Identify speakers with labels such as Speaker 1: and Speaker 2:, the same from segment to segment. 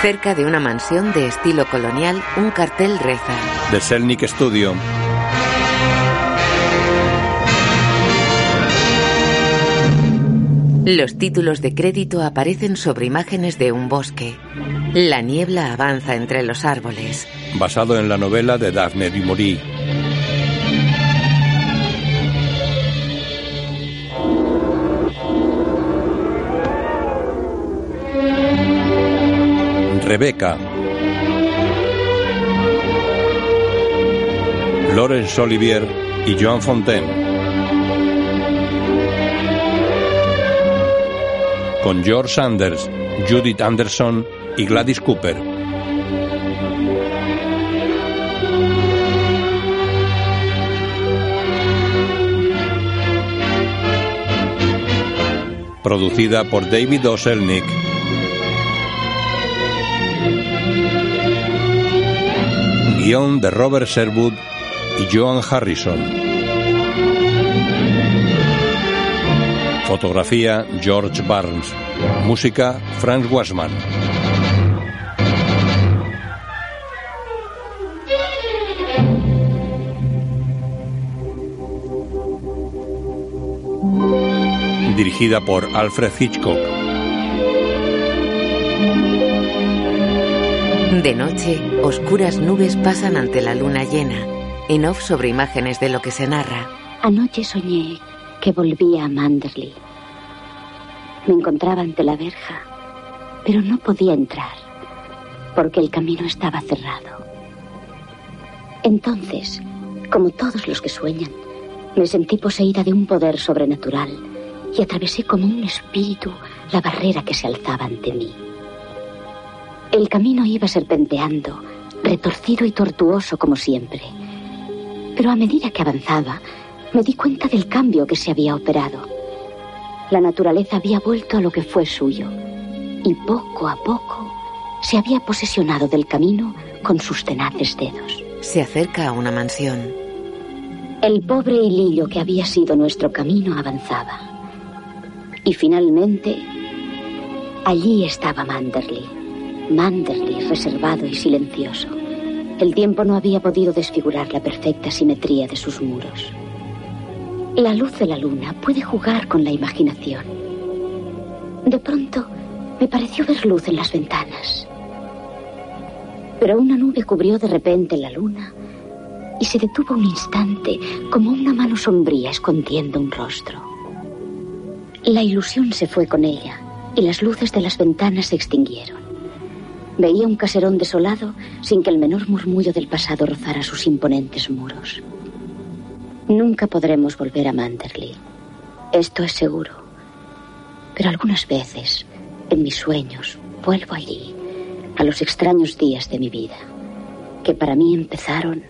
Speaker 1: Cerca de una mansión de estilo colonial, un cartel reza.
Speaker 2: The Selnik Studio.
Speaker 1: Los títulos de crédito aparecen sobre imágenes de un bosque. La niebla avanza entre los árboles.
Speaker 2: Basado en la novela de Daphne du Maurier. Rebeca. Laurence Olivier y Joan Fontaine. Con George Sanders, Judith Anderson y Gladys Cooper. Producida por David Oselnick. Guión de Robert Sherwood y Joan Harrison. Fotografía George Barnes. Música Franz Wasman. Dirigida por Alfred Hitchcock.
Speaker 1: De noche, oscuras nubes pasan ante la luna llena, en off sobre imágenes de lo que se narra.
Speaker 3: Anoche soñé que volvía a Manderley. Me encontraba ante la verja, pero no podía entrar porque el camino estaba cerrado. Entonces, como todos los que sueñan, me sentí poseída de un poder sobrenatural y atravesé como un espíritu la barrera que se alzaba ante mí. El camino iba serpenteando, retorcido y tortuoso como siempre. Pero a medida que avanzaba, me di cuenta del cambio que se había operado. La naturaleza había vuelto a lo que fue suyo y poco a poco se había posesionado del camino con sus tenaces dedos.
Speaker 1: Se acerca a una mansión.
Speaker 3: El pobre hilillo que había sido nuestro camino avanzaba. Y finalmente, allí estaba Manderley. Manderley, reservado y silencioso. El tiempo no había podido desfigurar la perfecta simetría de sus muros. La luz de la luna puede jugar con la imaginación. De pronto, me pareció ver luz en las ventanas. Pero una nube cubrió de repente la luna y se detuvo un instante como una mano sombría escondiendo un rostro. La ilusión se fue con ella y las luces de las ventanas se extinguieron. Veía un caserón desolado sin que el menor murmullo del pasado rozara sus imponentes muros. Nunca podremos volver a Manderley. Esto es seguro. Pero algunas veces, en mis sueños, vuelvo allí, a los extraños días de mi vida, que para mí empezaron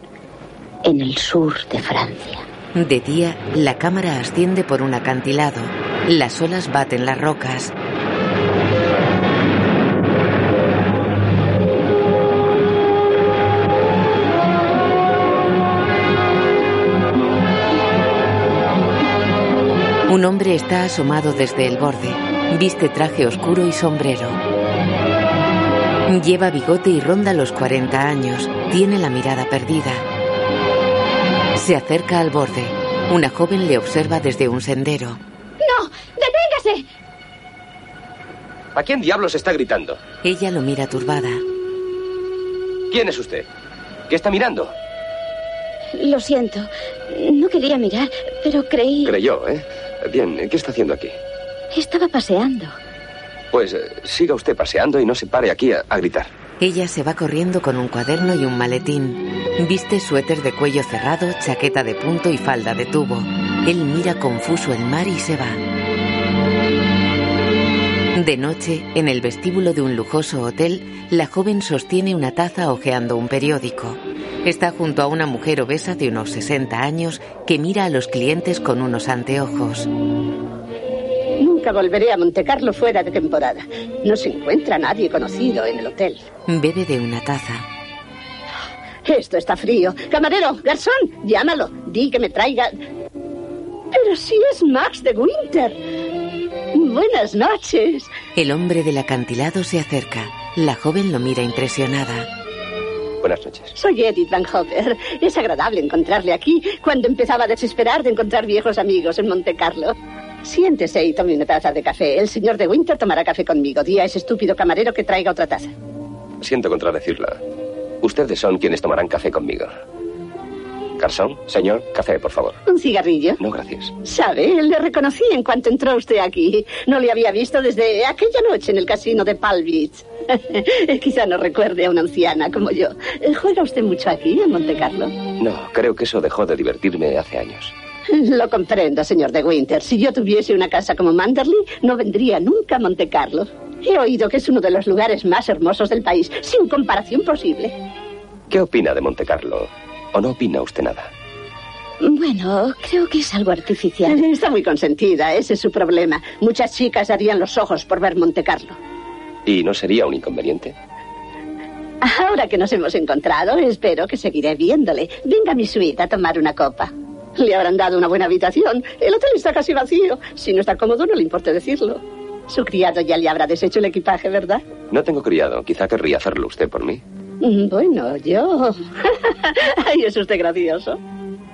Speaker 3: en el sur de Francia.
Speaker 1: De día, la cámara asciende por un acantilado. Las olas baten las rocas. Un hombre está asomado desde el borde. Viste traje oscuro y sombrero. Lleva bigote y ronda los 40 años. Tiene la mirada perdida. Se acerca al borde. Una joven le observa desde un sendero.
Speaker 4: ¡No! ¡Deténgase!
Speaker 5: ¿A quién diablos está gritando?
Speaker 1: Ella lo mira turbada.
Speaker 5: ¿Quién es usted? ¿Qué está mirando?
Speaker 3: Lo siento, no quería mirar, pero creí...
Speaker 5: Creyó, ¿eh? Bien, ¿qué está haciendo aquí?
Speaker 3: Estaba paseando.
Speaker 5: Pues eh, siga usted paseando y no se pare aquí a, a gritar.
Speaker 1: Ella se va corriendo con un cuaderno y un maletín. Viste suéter de cuello cerrado, chaqueta de punto y falda de tubo. Él mira confuso el mar y se va. De noche, en el vestíbulo de un lujoso hotel, la joven sostiene una taza hojeando un periódico. Está junto a una mujer obesa de unos 60 años que mira a los clientes con unos anteojos.
Speaker 6: Nunca volveré a Montecarlo fuera de temporada. No se encuentra nadie conocido en el hotel.
Speaker 1: Bebe de una taza.
Speaker 6: Esto está frío. Camarero, garzón, llámalo. Di que me traiga. Pero si es Max de Winter. Buenas noches.
Speaker 1: El hombre del acantilado se acerca. La joven lo mira impresionada.
Speaker 5: Buenas noches.
Speaker 6: Soy Edith Van Hopper. Es agradable encontrarle aquí cuando empezaba a desesperar de encontrar viejos amigos en Monte Carlo. Siéntese y tome una taza de café. El señor de Winter tomará café conmigo. Día ese estúpido camarero que traiga otra taza.
Speaker 5: Siento contradecirla. Ustedes son quienes tomarán café conmigo. Garzón, señor, café, por favor.
Speaker 6: ¿Un cigarrillo?
Speaker 5: No, gracias.
Speaker 6: ¿Sabe? Le reconocí en cuanto entró usted aquí. No le había visto desde aquella noche en el casino de Palm Beach. Eh, Quizá no recuerde a una anciana como yo. Eh, ¿Juega usted mucho aquí, en Monte Carlo?
Speaker 5: No, creo que eso dejó de divertirme hace años.
Speaker 6: Lo comprendo, señor de Winter. Si yo tuviese una casa como Manderley, no vendría nunca a Monte Carlo. He oído que es uno de los lugares más hermosos del país, sin comparación posible.
Speaker 5: ¿Qué opina de Monte Carlo? ¿O no opina usted nada?
Speaker 3: Bueno, creo que es algo artificial.
Speaker 6: Está muy consentida, ese es su problema. Muchas chicas harían los ojos por ver Monte Carlo.
Speaker 5: ¿Y no sería un inconveniente?
Speaker 6: Ahora que nos hemos encontrado, espero que seguiré viéndole. Venga a mi suite a tomar una copa. Le habrán dado una buena habitación. El hotel está casi vacío. Si no está cómodo, no le importe decirlo. Su criado ya le habrá deshecho el equipaje, ¿verdad?
Speaker 5: No tengo criado. Quizá querría hacerlo usted por mí.
Speaker 6: Mm, Bueno, yo. Ay, es usted gracioso.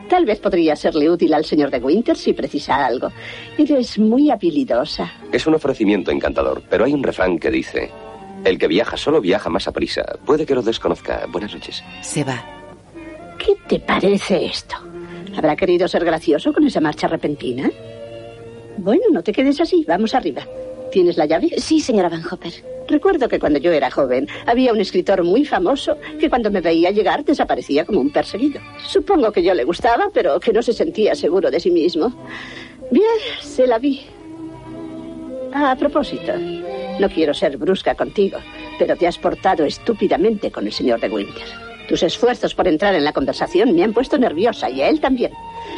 Speaker 6: Tal vez podría serle útil al señor de Winter si precisa algo. Eres muy habilidosa.
Speaker 5: Es un ofrecimiento encantador, pero hay un refrán que dice: El que viaja solo viaja más a prisa. Puede que lo desconozca. Buenas noches.
Speaker 1: Se va.
Speaker 6: ¿Qué te parece esto? ¿Habrá querido ser gracioso con esa marcha repentina? Bueno, no te quedes así. Vamos arriba. ¿Tienes la llave?
Speaker 3: Sí, señora Van Hopper.
Speaker 6: Recuerdo que cuando yo era joven había un escritor muy famoso que cuando me veía llegar desaparecía como un perseguido. Supongo que yo le gustaba, pero que no se sentía seguro de sí mismo. Bien, se la vi. A propósito, no quiero ser brusca contigo, pero te has portado estúpidamente con el señor de Winter. Tus esfuerzos por entrar en la conversación me han puesto nerviosa y a él también.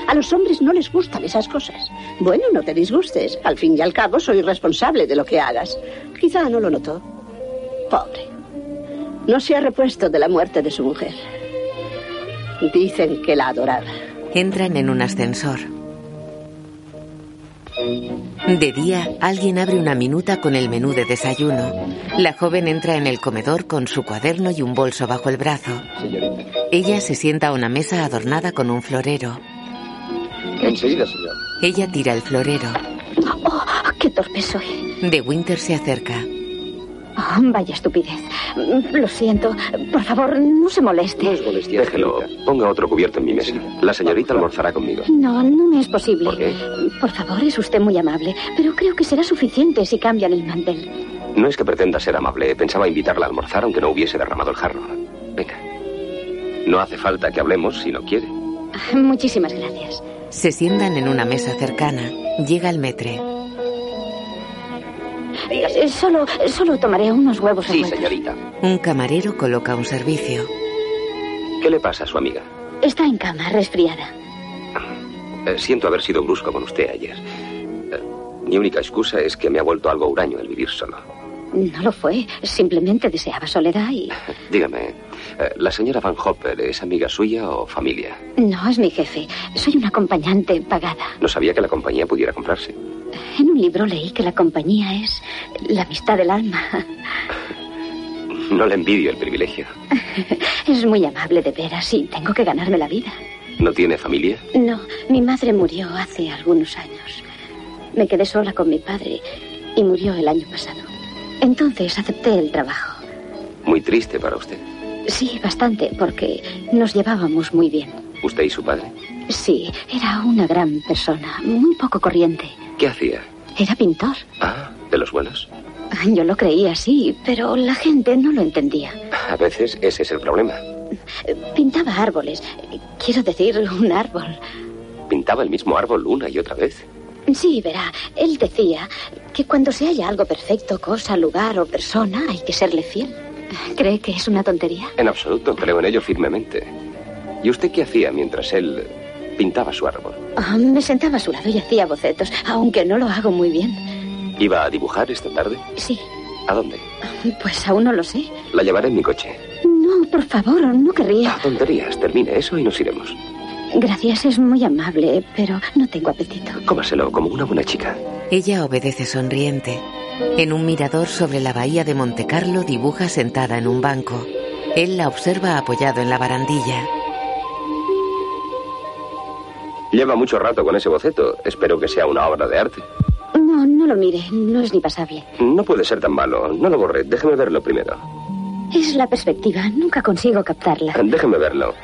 Speaker 6: A los hombres no les gustan esas cosas. Bueno, no te disgustes. Al fin y al cabo soy responsable de lo que hagas. Quizá no lo notó. Pobre. No se ha repuesto de la muerte de su mujer. Dicen que la adoraba.
Speaker 1: Entran en un ascensor. De día, alguien abre una minuta con el menú de desayuno. La joven entra en el comedor con su cuaderno y un bolso bajo el brazo. Ella se sienta a una mesa adornada con un florero.
Speaker 5: Enseguida, señor.
Speaker 1: Ella tira el florero.
Speaker 3: Oh, qué torpe soy.
Speaker 1: De Winter se acerca.
Speaker 3: Oh, vaya estupidez. Mm, Lo siento. Por favor, no se moleste.
Speaker 5: Déjelo. Ponga otro cubierto en mi mesa. La señorita almorzará conmigo.
Speaker 3: No, no me es posible.
Speaker 5: ¿Por qué?
Speaker 3: Por favor, es usted muy amable, pero creo que será suficiente si cambian el mantel.
Speaker 5: No es que pretenda ser amable. Pensaba invitarla a almorzar aunque no hubiese derramado el jarro. Venga. No hace falta que hablemos si no quiere.
Speaker 3: Muchísimas gracias.
Speaker 1: Se sientan en una mesa cercana. Llega el metre.
Speaker 3: Eh, Solo, solo tomaré unos huevos
Speaker 5: Sí,
Speaker 3: revueltos.
Speaker 5: señorita.
Speaker 1: Un camarero coloca un servicio.
Speaker 5: ¿Qué le pasa a su amiga?
Speaker 3: Está en cama, resfriada.
Speaker 5: Eh, siento haber sido brusco con usted ayer. Eh, mi única excusa es que me ha vuelto algo huraño el vivir solo.
Speaker 3: No lo fue. Simplemente deseaba soledad y...
Speaker 5: Dígame, eh, ¿la señora Van Hopper es amiga suya o familia?
Speaker 3: No es mi jefe. Soy una acompañante pagada.
Speaker 5: No sabía que la compañía pudiera comprarse.
Speaker 3: En un libro leí que la compañía es la amistad del alma.
Speaker 5: No le envidio el privilegio.
Speaker 3: Es muy amable de veras y tengo que ganarme la vida.
Speaker 5: ¿No tiene familia?
Speaker 3: No, mi madre murió hace algunos años. Me quedé sola con mi padre y murió el año pasado. Entonces acepté el trabajo.
Speaker 5: Muy triste para usted.
Speaker 3: Sí, bastante, porque nos llevábamos muy bien.
Speaker 5: ¿Usted y su padre?
Speaker 3: Sí, era una gran persona, muy poco corriente.
Speaker 5: ¿Qué hacía?
Speaker 3: Era pintor.
Speaker 5: Ah, de los buenos.
Speaker 3: Yo lo creía así, pero la gente no lo entendía.
Speaker 5: A veces ese es el problema.
Speaker 3: Pintaba árboles, quiero decir, un árbol.
Speaker 5: Pintaba el mismo árbol una y otra vez.
Speaker 3: Sí, verá, él decía que cuando se halla algo perfecto, cosa, lugar o persona, hay que serle fiel. ¿Cree que es una tontería?
Speaker 5: En absoluto, creo en ello firmemente. ¿Y usted qué hacía mientras él pintaba su árbol?
Speaker 3: Ah, me sentaba a su lado y hacía bocetos, aunque no lo hago muy bien.
Speaker 5: ¿Iba a dibujar esta tarde?
Speaker 3: Sí,
Speaker 5: ¿A dónde?
Speaker 3: pues aún no lo sé.
Speaker 5: La llevaré en mi coche.
Speaker 3: No, por favor, no
Speaker 5: Ah,
Speaker 3: querría.
Speaker 5: tonterías. Termine eso y nos iremos.
Speaker 3: Gracias, es muy amable, pero no tengo apetito.
Speaker 5: Cómaselo como una buena chica.
Speaker 1: Ella obedece sonriente. En un mirador sobre la bahía de Montecarlo dibuja sentada en un banco. Él la observa apoyado en la barandilla.
Speaker 5: Lleva mucho rato con ese boceto. Espero que sea una obra de arte.
Speaker 3: No, no lo mire, no es ni pasable.
Speaker 5: No puede ser tan malo. No lo borré. Déjeme verlo primero.
Speaker 3: Es la perspectiva, nunca consigo captarla.
Speaker 5: Déjeme verlo.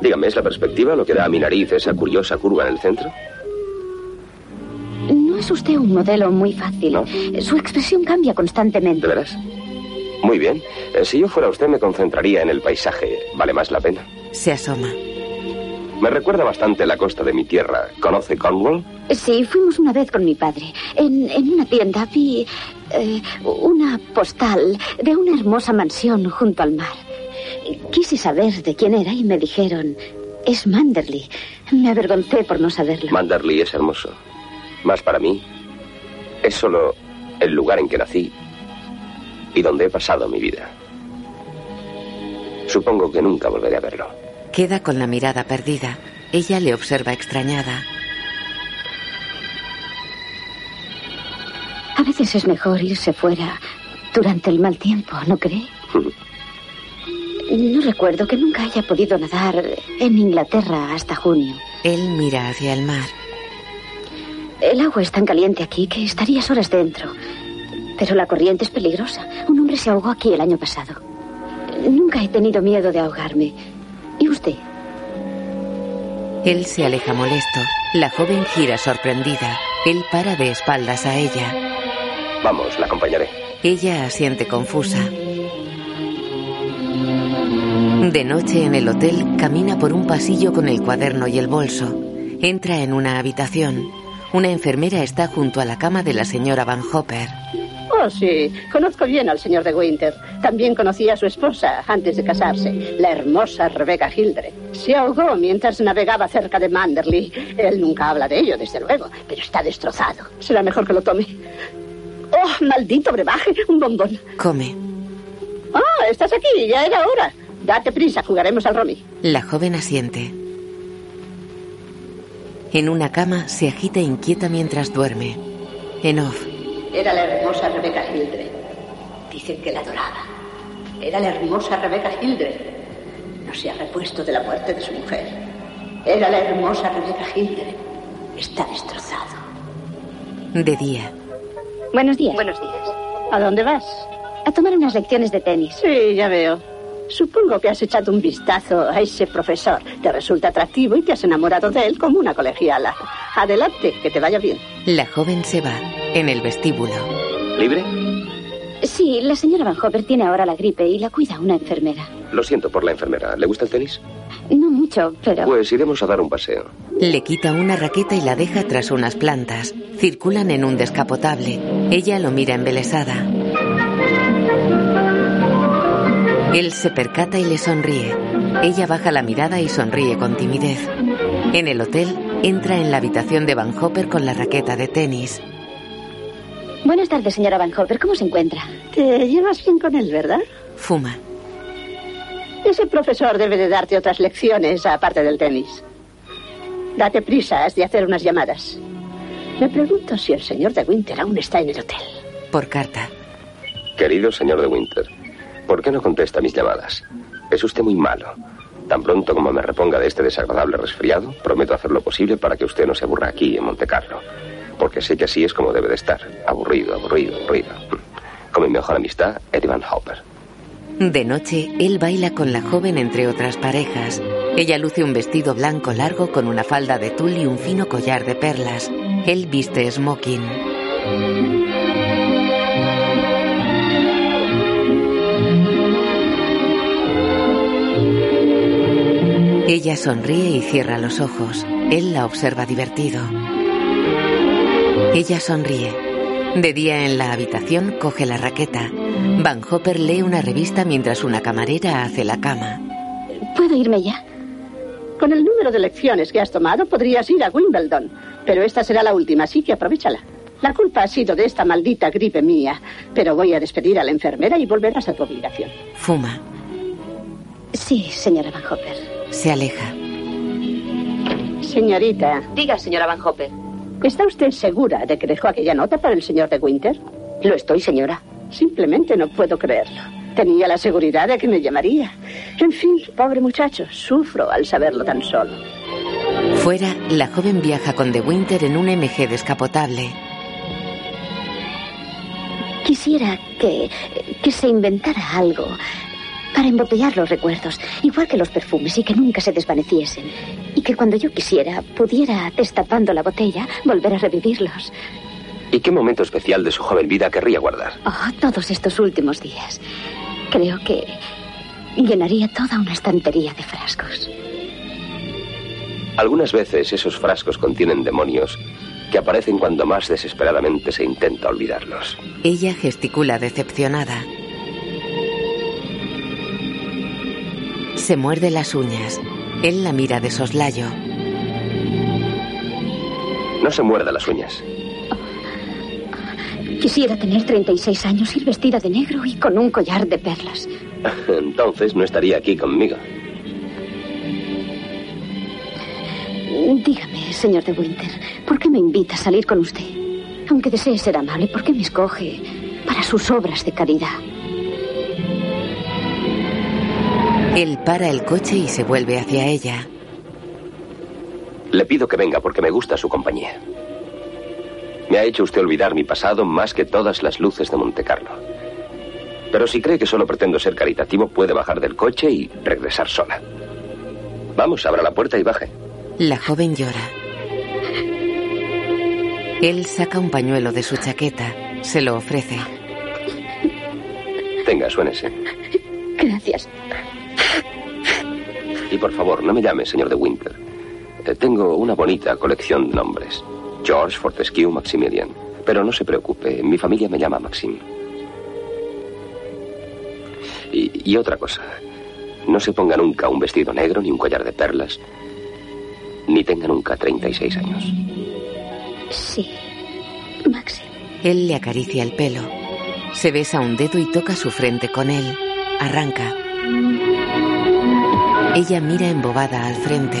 Speaker 5: Dígame, ¿es la perspectiva lo que da a mi nariz esa curiosa curva en el centro?
Speaker 3: No es usted un modelo muy fácil.
Speaker 5: No.
Speaker 3: Su expresión cambia
Speaker 5: ¿De
Speaker 3: constantemente.
Speaker 5: veras? Muy bien. Eh, Si yo fuera usted, me concentraría en el paisaje. Vale más la pena.
Speaker 1: Se asoma.
Speaker 5: Me recuerda bastante la costa de mi tierra. ¿Conoce Cornwall?
Speaker 3: Sí, fuimos una vez con mi padre. En, en una tienda vi eh, una postal de una hermosa mansión junto al mar. Quise saber de quién era y me dijeron, es Manderley. Me avergoncé por no saberlo.
Speaker 5: Manderley es hermoso. Más para mí, es solo el lugar en que nací y donde he pasado mi vida. Supongo que nunca volveré a verlo.
Speaker 1: Queda con la mirada perdida. Ella le observa extrañada.
Speaker 3: A veces es mejor irse fuera durante el mal tiempo, ¿no cree? No recuerdo que nunca haya podido nadar en Inglaterra hasta junio.
Speaker 1: Él mira hacia el mar.
Speaker 3: El agua es tan caliente aquí que estarías horas dentro. Pero la corriente es peligrosa. Un hombre se ahogó aquí el año pasado. Nunca he tenido miedo de ahogarme. ¿Y usted?
Speaker 1: Él se aleja molesto. La joven gira sorprendida. Él para de espaldas a ella.
Speaker 5: Vamos, la acompañaré.
Speaker 1: Ella asiente confusa. De noche en el hotel camina por un pasillo con el cuaderno y el bolso. Entra en una habitación. Una enfermera está junto a la cama de la señora Van Hopper.
Speaker 6: Oh, sí. Conozco bien al señor de Winter. También conocí a su esposa antes de casarse, la hermosa Rebecca Hildre. Se ahogó mientras navegaba cerca de Manderley. Él nunca habla de ello, desde luego, pero está destrozado. Será mejor que lo tome. ¡Oh, maldito brebaje! Un bombón.
Speaker 1: Come.
Speaker 6: ¡Ah, estás aquí! Ya era hora. Date prisa, jugaremos al Romy.
Speaker 1: La joven asiente. En una cama se agita inquieta mientras duerme. En off,
Speaker 6: Era la hermosa Rebecca Hildre. Dicen que la adoraba. Era la hermosa Rebecca Hildre. No se ha repuesto de la muerte de su mujer. Era la hermosa Rebecca Hildre. Está destrozado.
Speaker 1: de día,
Speaker 3: Buenos días.
Speaker 6: Buenos días. ¿A dónde vas?
Speaker 3: A tomar unas lecciones de tenis.
Speaker 6: Sí, ya veo. Supongo que has echado un vistazo a ese profesor. Te resulta atractivo y te has enamorado de él como una colegiala. Adelante, que te vaya bien.
Speaker 1: la joven se va. En el vestíbulo,
Speaker 5: ¿Libre?
Speaker 3: Sí, la señora Van Hopper tiene ahora la gripe y la cuida una enfermera.
Speaker 5: Lo siento por la enfermera. ¿Le gusta el tenis?
Speaker 3: No mucho, pero...
Speaker 5: Pues iremos a dar un paseo.
Speaker 1: le quita una raqueta y la deja tras unas plantas. Circulan en un descapotable. Ella lo mira embelesada. Él se percata y le sonríe. Ella baja la mirada y sonríe con timidez. En el hotel, entra en la habitación de Van Hopper con la raqueta de tenis.
Speaker 3: Buenas tardes, señora Van Hopper. ¿Cómo se encuentra?
Speaker 6: Te llevas bien con él, ¿verdad?
Speaker 1: Fuma.
Speaker 6: Ese profesor debe de darte otras lecciones aparte del tenis. Date prisa, has de hacer unas llamadas. Me pregunto si el señor de Winter aún está en el hotel.
Speaker 1: Por carta.
Speaker 5: Querido señor de Winter, ¿por qué no contesta mis llamadas? Es usted muy malo. Tan pronto como me reponga de este desagradable resfriado, prometo hacer lo posible para que usted no se aburra aquí, en Monte Carlo. Porque sé que así es como debe de estar. Aburrido, aburrido, aburrido. Mm. Con mi mejor amistad, Eddie Van Hopper.
Speaker 1: De noche, él baila con la joven entre otras parejas. Ella luce un vestido blanco largo con una falda de tul y un fino collar de perlas. Él viste smoking. Ella sonríe y cierra los ojos. Él la observa divertido. Ella sonríe. De día en la habitación coge la raqueta. Van Hopper lee una revista mientras una camarera hace la cama.
Speaker 3: ¿Puedo irme ya?
Speaker 6: Con el número de lecciones que has tomado, podrías ir a Wimbledon. Pero esta será la última, así que aprovechala. La culpa ha sido de esta maldita gripe mía. Pero voy a despedir a la enfermera y volverás a tu obligación.
Speaker 1: Fuma.
Speaker 3: Sí, señora Van Hopper.
Speaker 1: Se aleja.
Speaker 6: Señorita,
Speaker 7: Diga, señora Van Hopper.
Speaker 6: ¿está usted segura de que dejó aquella nota para el señor de Winter?
Speaker 3: Lo estoy, señora.
Speaker 6: Simplemente no puedo creerlo. Tenía la seguridad de que me llamaría. En fin, pobre muchacho, sufro al saberlo tan solo.
Speaker 1: Fuera, la joven viaja con De Winter en un MG descapotable.
Speaker 3: Quisiera que, que se inventara algo para embotellar los recuerdos, igual que los perfumes, y que nunca se desvaneciesen. Y que cuando yo quisiera, pudiera, destapando la botella, volver a revivirlos.
Speaker 5: ¿Y qué momento especial de su joven vida querría guardar?
Speaker 3: Oh, todos estos últimos días. Creo que llenaría toda una estantería de frascos.
Speaker 5: Algunas veces esos frascos contienen demonios que aparecen cuando más desesperadamente se intenta olvidarlos.
Speaker 1: Ella gesticula decepcionada. Se muerde las uñas. Él la mira de soslayo.
Speaker 5: No se muerda las uñas.
Speaker 3: Quisiera tener 36 años, ir vestida de negro y con un collar de perlas.
Speaker 5: Entonces no estaría aquí conmigo.
Speaker 3: Dígame, señor de Winter, ¿por qué me invita a salir con usted? Aunque desee ser amable, ¿por qué me escoge para sus obras de caridad?
Speaker 1: Él para el coche y se vuelve hacia ella.
Speaker 5: Le pido que venga porque me gusta su compañía. Me ha hecho usted olvidar mi pasado más que todas las luces de Montecarlo. Pero si cree que solo pretendo ser caritativo, puede bajar del coche y regresar sola. Vamos, abra la puerta y baje.
Speaker 1: La joven llora. Él saca un pañuelo de su chaqueta, se lo ofrece.
Speaker 5: Tenga, suénese.
Speaker 3: Gracias.
Speaker 5: Y por favor, no me llame señor de Winter. Eh, tengo una bonita colección de nombres. George, Fortescue, Maximilian. Pero no se preocupe, mi familia me llama Maxim. Y, y otra cosa, no se ponga nunca un vestido negro ni un collar de perlas, ni tenga nunca 36 años.
Speaker 3: Sí, Maxi.
Speaker 1: Él le acaricia el pelo. Se besa un dedo y toca su frente con él. Arranca. Ella mira embobada al frente.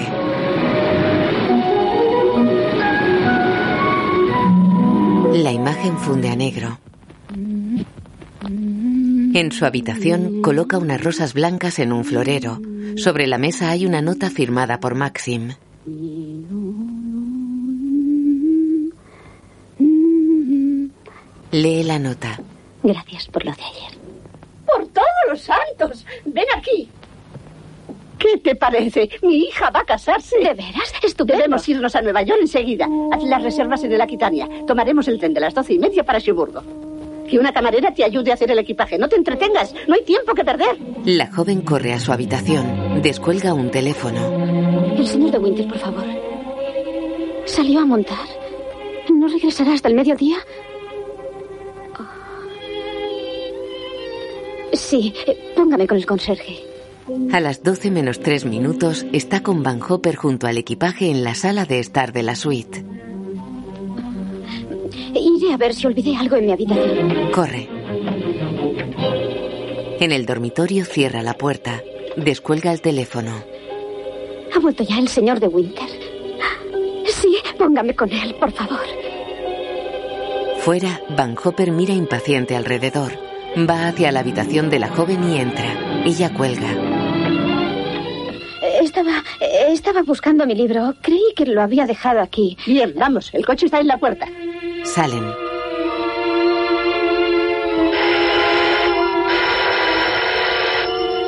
Speaker 1: La imagen funde a negro. En su habitación coloca unas rosas blancas en un florero. Sobre la mesa hay una nota firmada por Maxim. Lee la nota.
Speaker 3: Gracias por lo de ayer.
Speaker 6: Por todos los santos, ven aquí. ¿Qué te parece? Mi hija va a casarse.
Speaker 3: ¿De veras? Estupendo.
Speaker 6: Debemos irnos a Nueva York enseguida. Haz las reservas en el Aquitania. Tomaremos el tren de las doce y media para Chiburgo. Que una camarera te ayude a hacer el equipaje. No te entretengas. No hay tiempo que perder.
Speaker 1: La joven corre a su habitación. Descuelga un teléfono.
Speaker 3: El señor de Winter, por favor. ¿Salió a montar? ¿No regresará hasta el mediodía? Oh. Sí, eh, póngame con el conserje.
Speaker 1: A las 12 menos 3 minutos está con Van Hopper junto al equipaje en la sala de estar de la suite.
Speaker 3: Iré a ver si olvidé algo en mi habitación.
Speaker 1: Corre. En el dormitorio cierra la puerta. Descuelga el teléfono.
Speaker 3: ¿Ha vuelto ya el señor de Winter? Sí, póngame con él, por favor.
Speaker 1: Fuera, Van Hopper mira impaciente alrededor. Va hacia la habitación de la joven y entra. Ella cuelga.
Speaker 3: Eh, Estaba, eh, estaba buscando mi libro. Creí que lo había dejado aquí.
Speaker 6: Bien, vamos. El coche está en la puerta.
Speaker 1: Salen.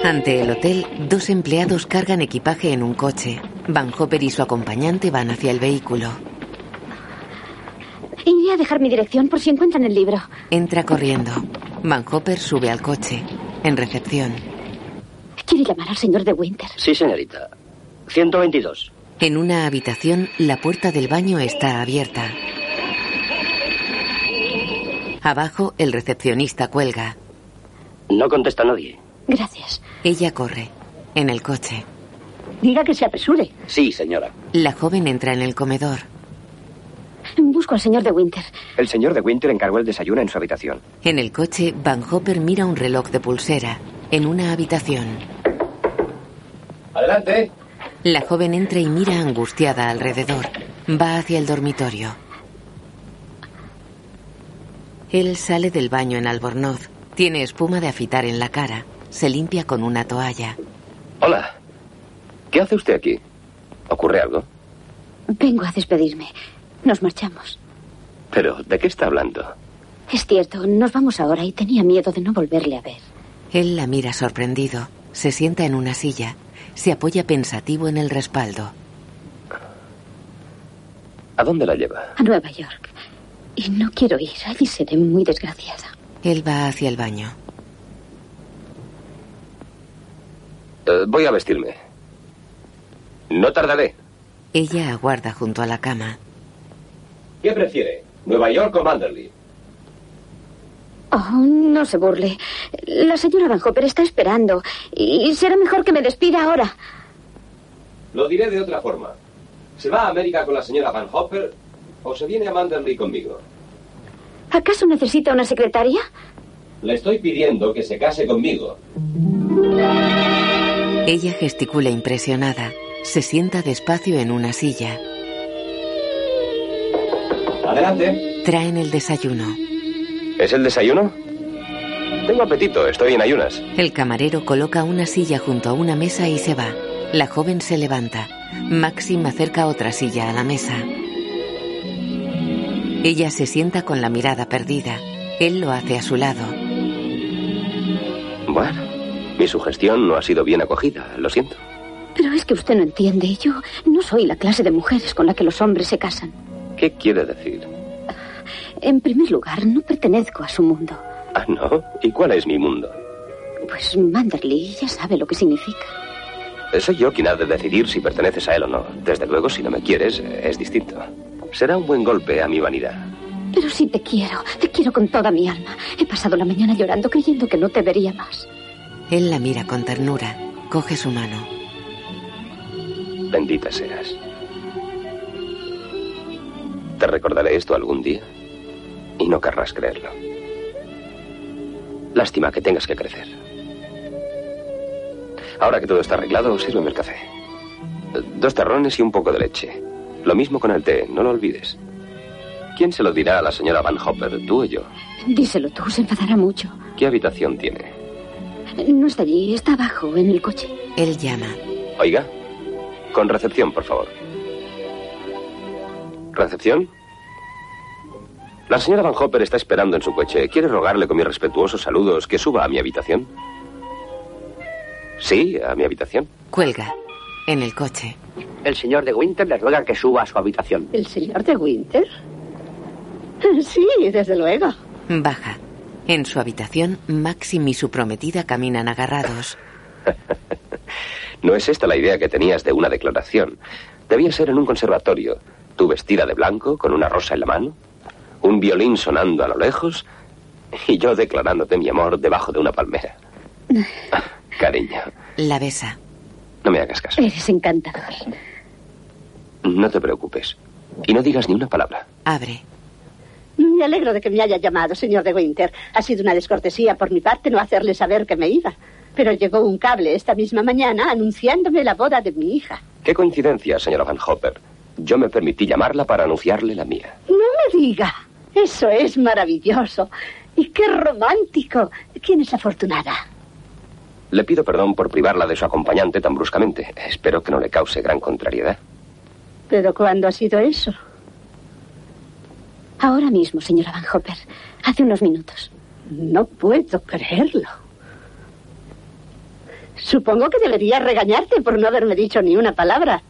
Speaker 1: Ante el hotel, dos empleados cargan equipaje en un coche. Van Hopper y su acompañante van hacia el vehículo.
Speaker 3: Iré a dejar mi dirección por si encuentran el libro.
Speaker 1: Entra corriendo. Van Hopper sube al coche. En recepción.
Speaker 3: Quiere llamar al señor de Winter.
Speaker 7: Sí, señorita. 122.
Speaker 1: En una habitación, la puerta del baño está abierta. Abajo, el recepcionista cuelga.
Speaker 7: No contesta nadie.
Speaker 3: Gracias.
Speaker 1: Ella corre. En el coche.
Speaker 6: Diga que se apresure.
Speaker 7: Sí, señora.
Speaker 1: La joven entra en el comedor.
Speaker 3: Busco al señor de Winter.
Speaker 8: El señor de Winter encargó el desayuno en su habitación.
Speaker 1: En el coche, Van Hopper mira un reloj de pulsera. En una habitación.
Speaker 9: Adelante.
Speaker 1: La joven entra y mira angustiada alrededor. Va hacia el dormitorio. Él sale del baño en Albornoz. Tiene espuma de afitar en la cara. Se limpia con una toalla.
Speaker 5: Hola. ¿Qué hace usted aquí? ¿Ocurre algo?
Speaker 3: Vengo a despedirme. Nos marchamos.
Speaker 5: Pero, ¿de qué está hablando?
Speaker 3: Es cierto, nos vamos ahora y tenía miedo de no volverle a ver.
Speaker 1: Él la mira sorprendido. Se sienta en una silla. Se apoya pensativo en el respaldo.
Speaker 5: ¿A dónde la lleva?
Speaker 3: A Nueva York. Y no quiero ir. Allí seré muy desgraciada.
Speaker 1: Él va hacia el baño.
Speaker 5: Eh, voy a vestirme. No tardaré.
Speaker 1: Ella aguarda junto a la cama.
Speaker 5: ¿Qué prefiere? ¿Nueva York o Manderley?
Speaker 3: Oh, no se burle. La señora Van Hopper está esperando. Y será mejor que me despida ahora.
Speaker 5: Lo diré de otra forma. ¿Se va a América con la señora Van Hopper o se viene a Manderley conmigo?
Speaker 3: ¿Acaso necesita una secretaria?
Speaker 5: Le estoy pidiendo que se case conmigo.
Speaker 1: Ella gesticula impresionada. Se sienta despacio en una silla.
Speaker 5: Adelante.
Speaker 1: Traen el desayuno.
Speaker 5: ¿Es el desayuno? Tengo apetito, estoy en ayunas.
Speaker 1: El camarero coloca una silla junto a una mesa y se va. La joven se levanta. Maxim acerca otra silla a la mesa. Ella se sienta con la mirada perdida. Él lo hace a su lado.
Speaker 5: Bueno, mi sugestión no ha sido bien acogida, lo siento.
Speaker 3: Pero es que usted no entiende. Yo no soy la clase de mujeres con la que los hombres se casan.
Speaker 5: ¿Qué quiere decir?
Speaker 3: En primer lugar, no pertenezco a su mundo.
Speaker 5: Ah, no. ¿Y cuál es mi mundo?
Speaker 3: Pues Manderley ya sabe lo que significa.
Speaker 5: Soy yo quien ha de decidir si perteneces a él o no. Desde luego, si no me quieres, es distinto. Será un buen golpe a mi vanidad.
Speaker 3: Pero sí te quiero, te quiero con toda mi alma. He pasado la mañana llorando creyendo que no te vería más.
Speaker 1: Él la mira con ternura. Coge su mano.
Speaker 5: Bendita seas. Te recordaré esto algún día y no querrás creerlo. Lástima que tengas que crecer. Ahora que todo está arreglado, sírveme el café. Dos terrones y un poco de leche. Lo mismo con el té, no lo olvides. ¿Quién se lo dirá a la señora Van Hopper, tú o yo?
Speaker 3: Díselo tú, se enfadará mucho.
Speaker 5: ¿Qué habitación tiene?
Speaker 3: No está allí, está abajo, en el coche.
Speaker 1: Él llama.
Speaker 5: Oiga, con recepción, por favor. ¿Recepción? La señora Van Hopper está esperando en su coche. ¿Quiere rogarle con mis respetuosos saludos que suba a mi habitación? Sí, a mi habitación.
Speaker 1: Cuelga. En el coche.
Speaker 7: El señor de Winter le ruega que suba a su habitación.
Speaker 6: ¿El señor de Winter? Sí, desde luego.
Speaker 1: Baja. En su habitación, Maxim y su prometida caminan agarrados.
Speaker 5: No es esta la idea que tenías de una declaración. Debía ser en un conservatorio. Tú vestida de blanco, con una rosa en la mano, un violín sonando a lo lejos y yo declarándote mi amor debajo de una palmera. Ah, Cariño,
Speaker 1: La besa.
Speaker 5: no me hagas caso.
Speaker 3: Eres encantador.
Speaker 5: No te preocupes. Y no digas ni una palabra.
Speaker 1: Abre.
Speaker 6: Me alegro de que me haya llamado, señor de Winter. Ha sido una descortesía por mi parte no hacerle saber que me iba. Pero llegó un cable esta misma mañana anunciándome la boda de mi hija.
Speaker 5: Qué coincidencia, señora Van Hopper. Yo me permití llamarla para anunciarle la mía.
Speaker 6: No me diga. Eso es maravilloso. Y qué romántico. ¿Quién es la afortunada?
Speaker 5: Le pido perdón por privarla de su acompañante tan bruscamente. Espero que no le cause gran contrariedad.
Speaker 6: Pero ¿cuándo ha sido eso?
Speaker 3: Ahora mismo, señora Van Hopper. Hace unos minutos.
Speaker 6: No puedo creerlo. Supongo que debería regañarte por no haberme dicho ni una palabra.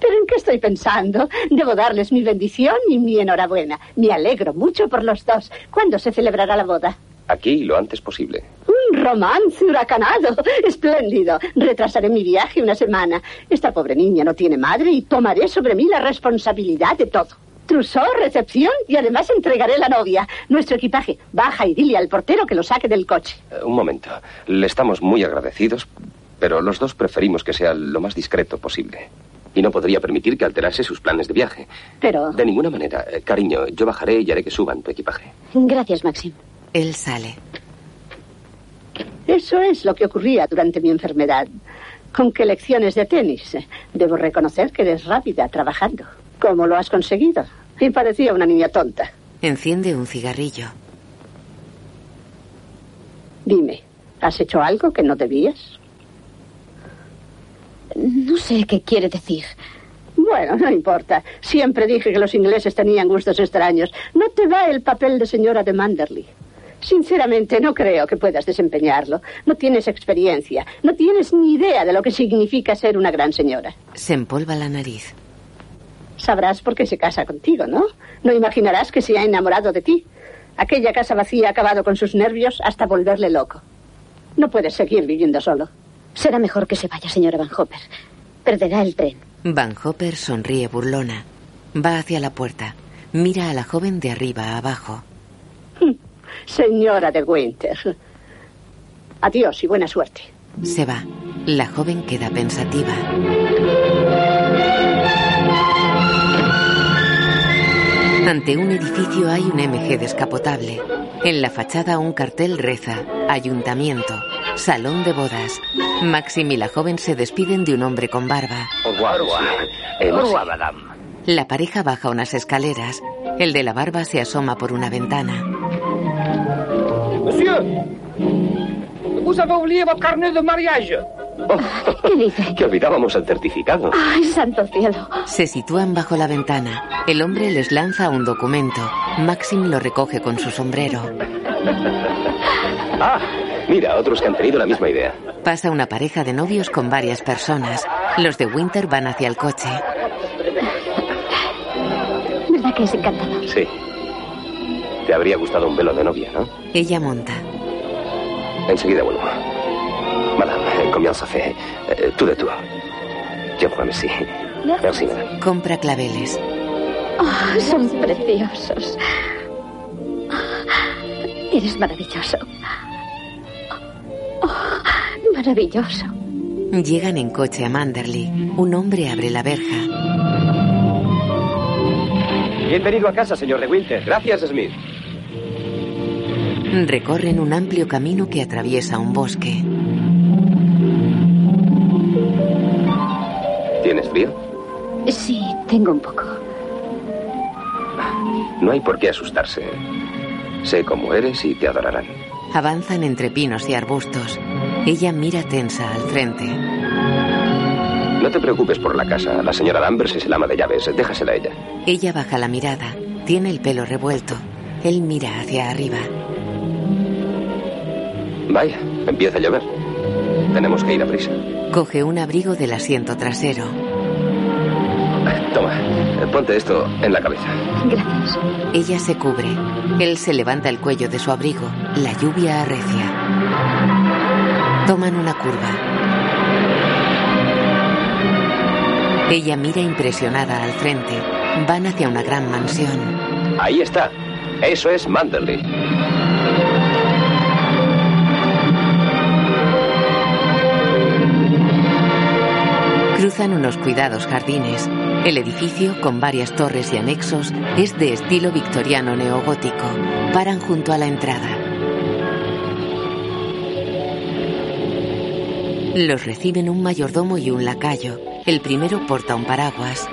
Speaker 6: Pero ¿en qué estoy pensando? Debo darles mi bendición y mi enhorabuena. Me alegro mucho por los dos. ¿Cuándo se celebrará la boda?
Speaker 5: Aquí lo antes posible.
Speaker 6: Un romance huracanado. Espléndido. Retrasaré mi viaje una semana. Esta pobre niña no tiene madre y tomaré sobre mí la responsabilidad de todo. Trusó, recepción y además entregaré la novia. Nuestro equipaje. Baja y dile al portero que lo saque del coche.
Speaker 5: Eh, Un momento. Le estamos muy agradecidos, pero los dos preferimos que sea lo más discreto posible. Y no podría permitir que alterase sus planes de viaje.
Speaker 6: Pero...
Speaker 5: De ninguna manera. Eh, Cariño, yo bajaré y haré que suban tu equipaje.
Speaker 3: Gracias, Maxim.
Speaker 1: Él sale.
Speaker 6: Eso es lo que ocurría durante mi enfermedad. Con qué lecciones de tenis. eh. Debo reconocer que eres rápida trabajando. ¿Cómo lo has conseguido? Y parecía una niña tonta.
Speaker 1: Enciende un cigarrillo.
Speaker 6: Dime, ¿has hecho algo que no debías?
Speaker 3: No sé qué quiere decir.
Speaker 6: Bueno, no importa. Siempre dije que los ingleses tenían gustos extraños. No te va el papel de señora de Manderley. Sinceramente, no creo que puedas desempeñarlo. No tienes experiencia. No tienes ni idea de lo que significa ser una gran señora.
Speaker 1: Se empolva la nariz.
Speaker 6: Sabrás por qué se casa contigo, ¿no? No imaginarás que se ha enamorado de ti. Aquella casa vacía ha acabado con sus nervios hasta volverle loco. No puedes seguir viviendo solo.
Speaker 3: Será mejor que se vaya, señora Van Hopper. Perderá el tren.
Speaker 1: Van Hopper sonríe burlona. Va hacia la puerta. Mira a la joven de arriba a abajo.
Speaker 6: Señora de Winter. Adiós y buena suerte.
Speaker 1: Se va. La joven queda pensativa. Ante un edificio hay un MG descapotable. En la fachada un cartel reza Ayuntamiento, Salón de Bodas. Maxim y la joven se despiden de un hombre con barba.
Speaker 5: Au revoir, monsieur. Eh,
Speaker 7: Au
Speaker 5: merci.
Speaker 7: revoir, madame.
Speaker 1: La pareja baja unas escaleras. El de la barba se asoma por una ventana.
Speaker 9: Monsieur, vous avez oublié votre carnet de mariage.
Speaker 3: Oh, ¿Qué dice?
Speaker 5: Que olvidábamos el certificado.
Speaker 3: ¡Ay, santo cielo!
Speaker 1: Se sitúan bajo la ventana. El hombre les lanza un documento. Maxim lo recoge con su sombrero.
Speaker 5: Ah, mira, otros que han tenido la misma idea.
Speaker 1: Pasa una pareja de novios con varias personas. Los de Winter van hacia el coche.
Speaker 3: ¿Verdad que es encantador?
Speaker 5: Sí. Te habría gustado un velo de novia, ¿no?
Speaker 1: Ella monta.
Speaker 5: Enseguida vuelvo. Madame, eh, comienza a hacer eh, tú de tú. Yo promets, sí. Merci, madame.
Speaker 1: Compra claveles.
Speaker 3: Oh, son preciosos. Eres maravilloso. Oh, maravilloso.
Speaker 1: Llegan en coche a Manderley. Un hombre abre la verja.
Speaker 8: Bienvenido a casa, señor de Winter.
Speaker 5: Gracias, Smith.
Speaker 1: Recorren un amplio camino que atraviesa un bosque.
Speaker 5: ¿Tienes frío?
Speaker 3: Sí, tengo un poco.
Speaker 5: No hay por qué asustarse. Sé cómo eres y te adorarán.
Speaker 1: Avanzan entre pinos y arbustos. Ella mira tensa al frente.
Speaker 5: No te preocupes por la casa. La señora Danvers es el ama de llaves. Déjasela a ella.
Speaker 1: Ella baja la mirada. Tiene el pelo revuelto. Él mira hacia arriba.
Speaker 5: Vaya, empieza a llover. Tenemos que ir a prisa.
Speaker 1: Coge un abrigo del asiento trasero.
Speaker 5: Toma, eh, ponte esto en la cabeza.
Speaker 3: Gracias.
Speaker 1: Ella se cubre. Él se levanta el cuello de su abrigo. La lluvia arrecia. Toman una curva. Ella mira impresionada al frente. Van hacia una gran mansión.
Speaker 5: Ahí está. Eso es Manderley.
Speaker 1: Cruzan unos cuidados jardines. El edificio, con varias torres y anexos, es de estilo victoriano neogótico. Paran junto a la entrada. Los reciben un mayordomo y un lacayo. El primero porta un paraguas.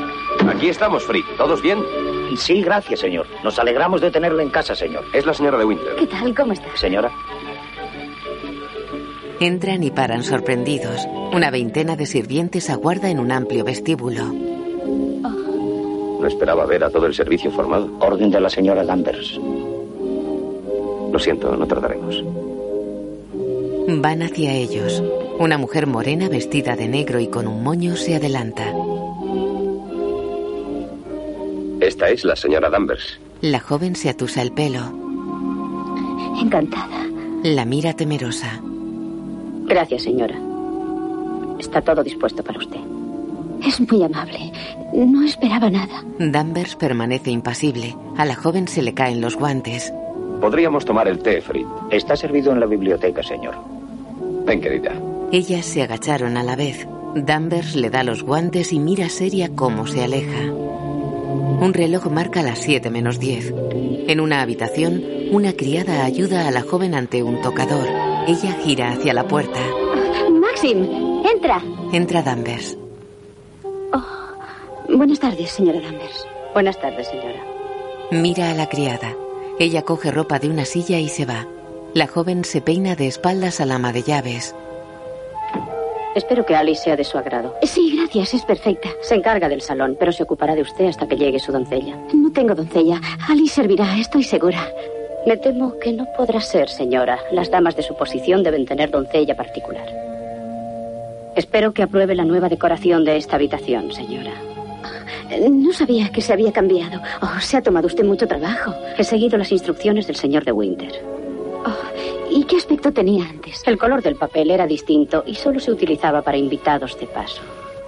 Speaker 5: Aquí estamos, Frick. ¿Todos bien?
Speaker 10: Sí, gracias, señor. Nos alegramos de tenerlo en casa, señor.
Speaker 5: Es la señora de
Speaker 3: ¿Qué
Speaker 5: Winter.
Speaker 3: tal? ¿Cómo estás?
Speaker 10: Señora,
Speaker 1: Entran y paran sorprendidos. Una veintena de sirvientes aguarda en un amplio vestíbulo.
Speaker 5: No esperaba ver a todo el servicio formado.
Speaker 10: orden de la señora Danvers.
Speaker 5: Lo siento, no tardaremos.
Speaker 1: Van hacia ellos. Una mujer morena vestida de negro y con un moño se adelanta.
Speaker 5: Esta es la señora Danvers.
Speaker 1: La joven se atusa el pelo.
Speaker 3: Encantada.
Speaker 1: La mira temerosa.
Speaker 6: Gracias, señora. Está todo dispuesto para usted.
Speaker 3: Es muy amable. No esperaba nada.
Speaker 1: Danvers permanece impasible. A la joven se le caen los guantes.
Speaker 5: Podríamos tomar el té, Frick.
Speaker 10: Está servido en la biblioteca, señor.
Speaker 5: Ven, querida.
Speaker 1: Ellas se agacharon a la vez. Danvers le da los guantes y mira seria cómo se aleja. Un reloj marca las 7 menos 10. En una habitación, una criada ayuda a la joven ante un tocador. Ella gira hacia la puerta.
Speaker 3: Maxim, entra.
Speaker 1: Entra Danvers.
Speaker 3: Oh, Buenas tardes, señora Danvers.
Speaker 6: Buenas tardes, señora.
Speaker 1: Mira a la criada. Ella coge ropa de una silla y se va. La joven se peina de espaldas al ama de llaves.
Speaker 11: Espero que Alice sea de su agrado.
Speaker 3: Sí, gracias, es perfecta.
Speaker 11: Se encarga del salón, pero se ocupará de usted hasta que llegue su doncella.
Speaker 3: No tengo doncella. Alice servirá, estoy segura.
Speaker 11: Me temo que no podrá ser, señora. Las damas de su posición deben tener doncella particular. Espero que apruebe la nueva decoración de esta habitación, señora.
Speaker 3: No sabía que se había cambiado. Oh, se ha tomado usted mucho trabajo.
Speaker 11: He seguido las instrucciones del señor de Winter.
Speaker 3: Oh, ¿Y qué aspecto tenía antes?
Speaker 11: El color del papel era distinto y solo se utilizaba para invitados de paso.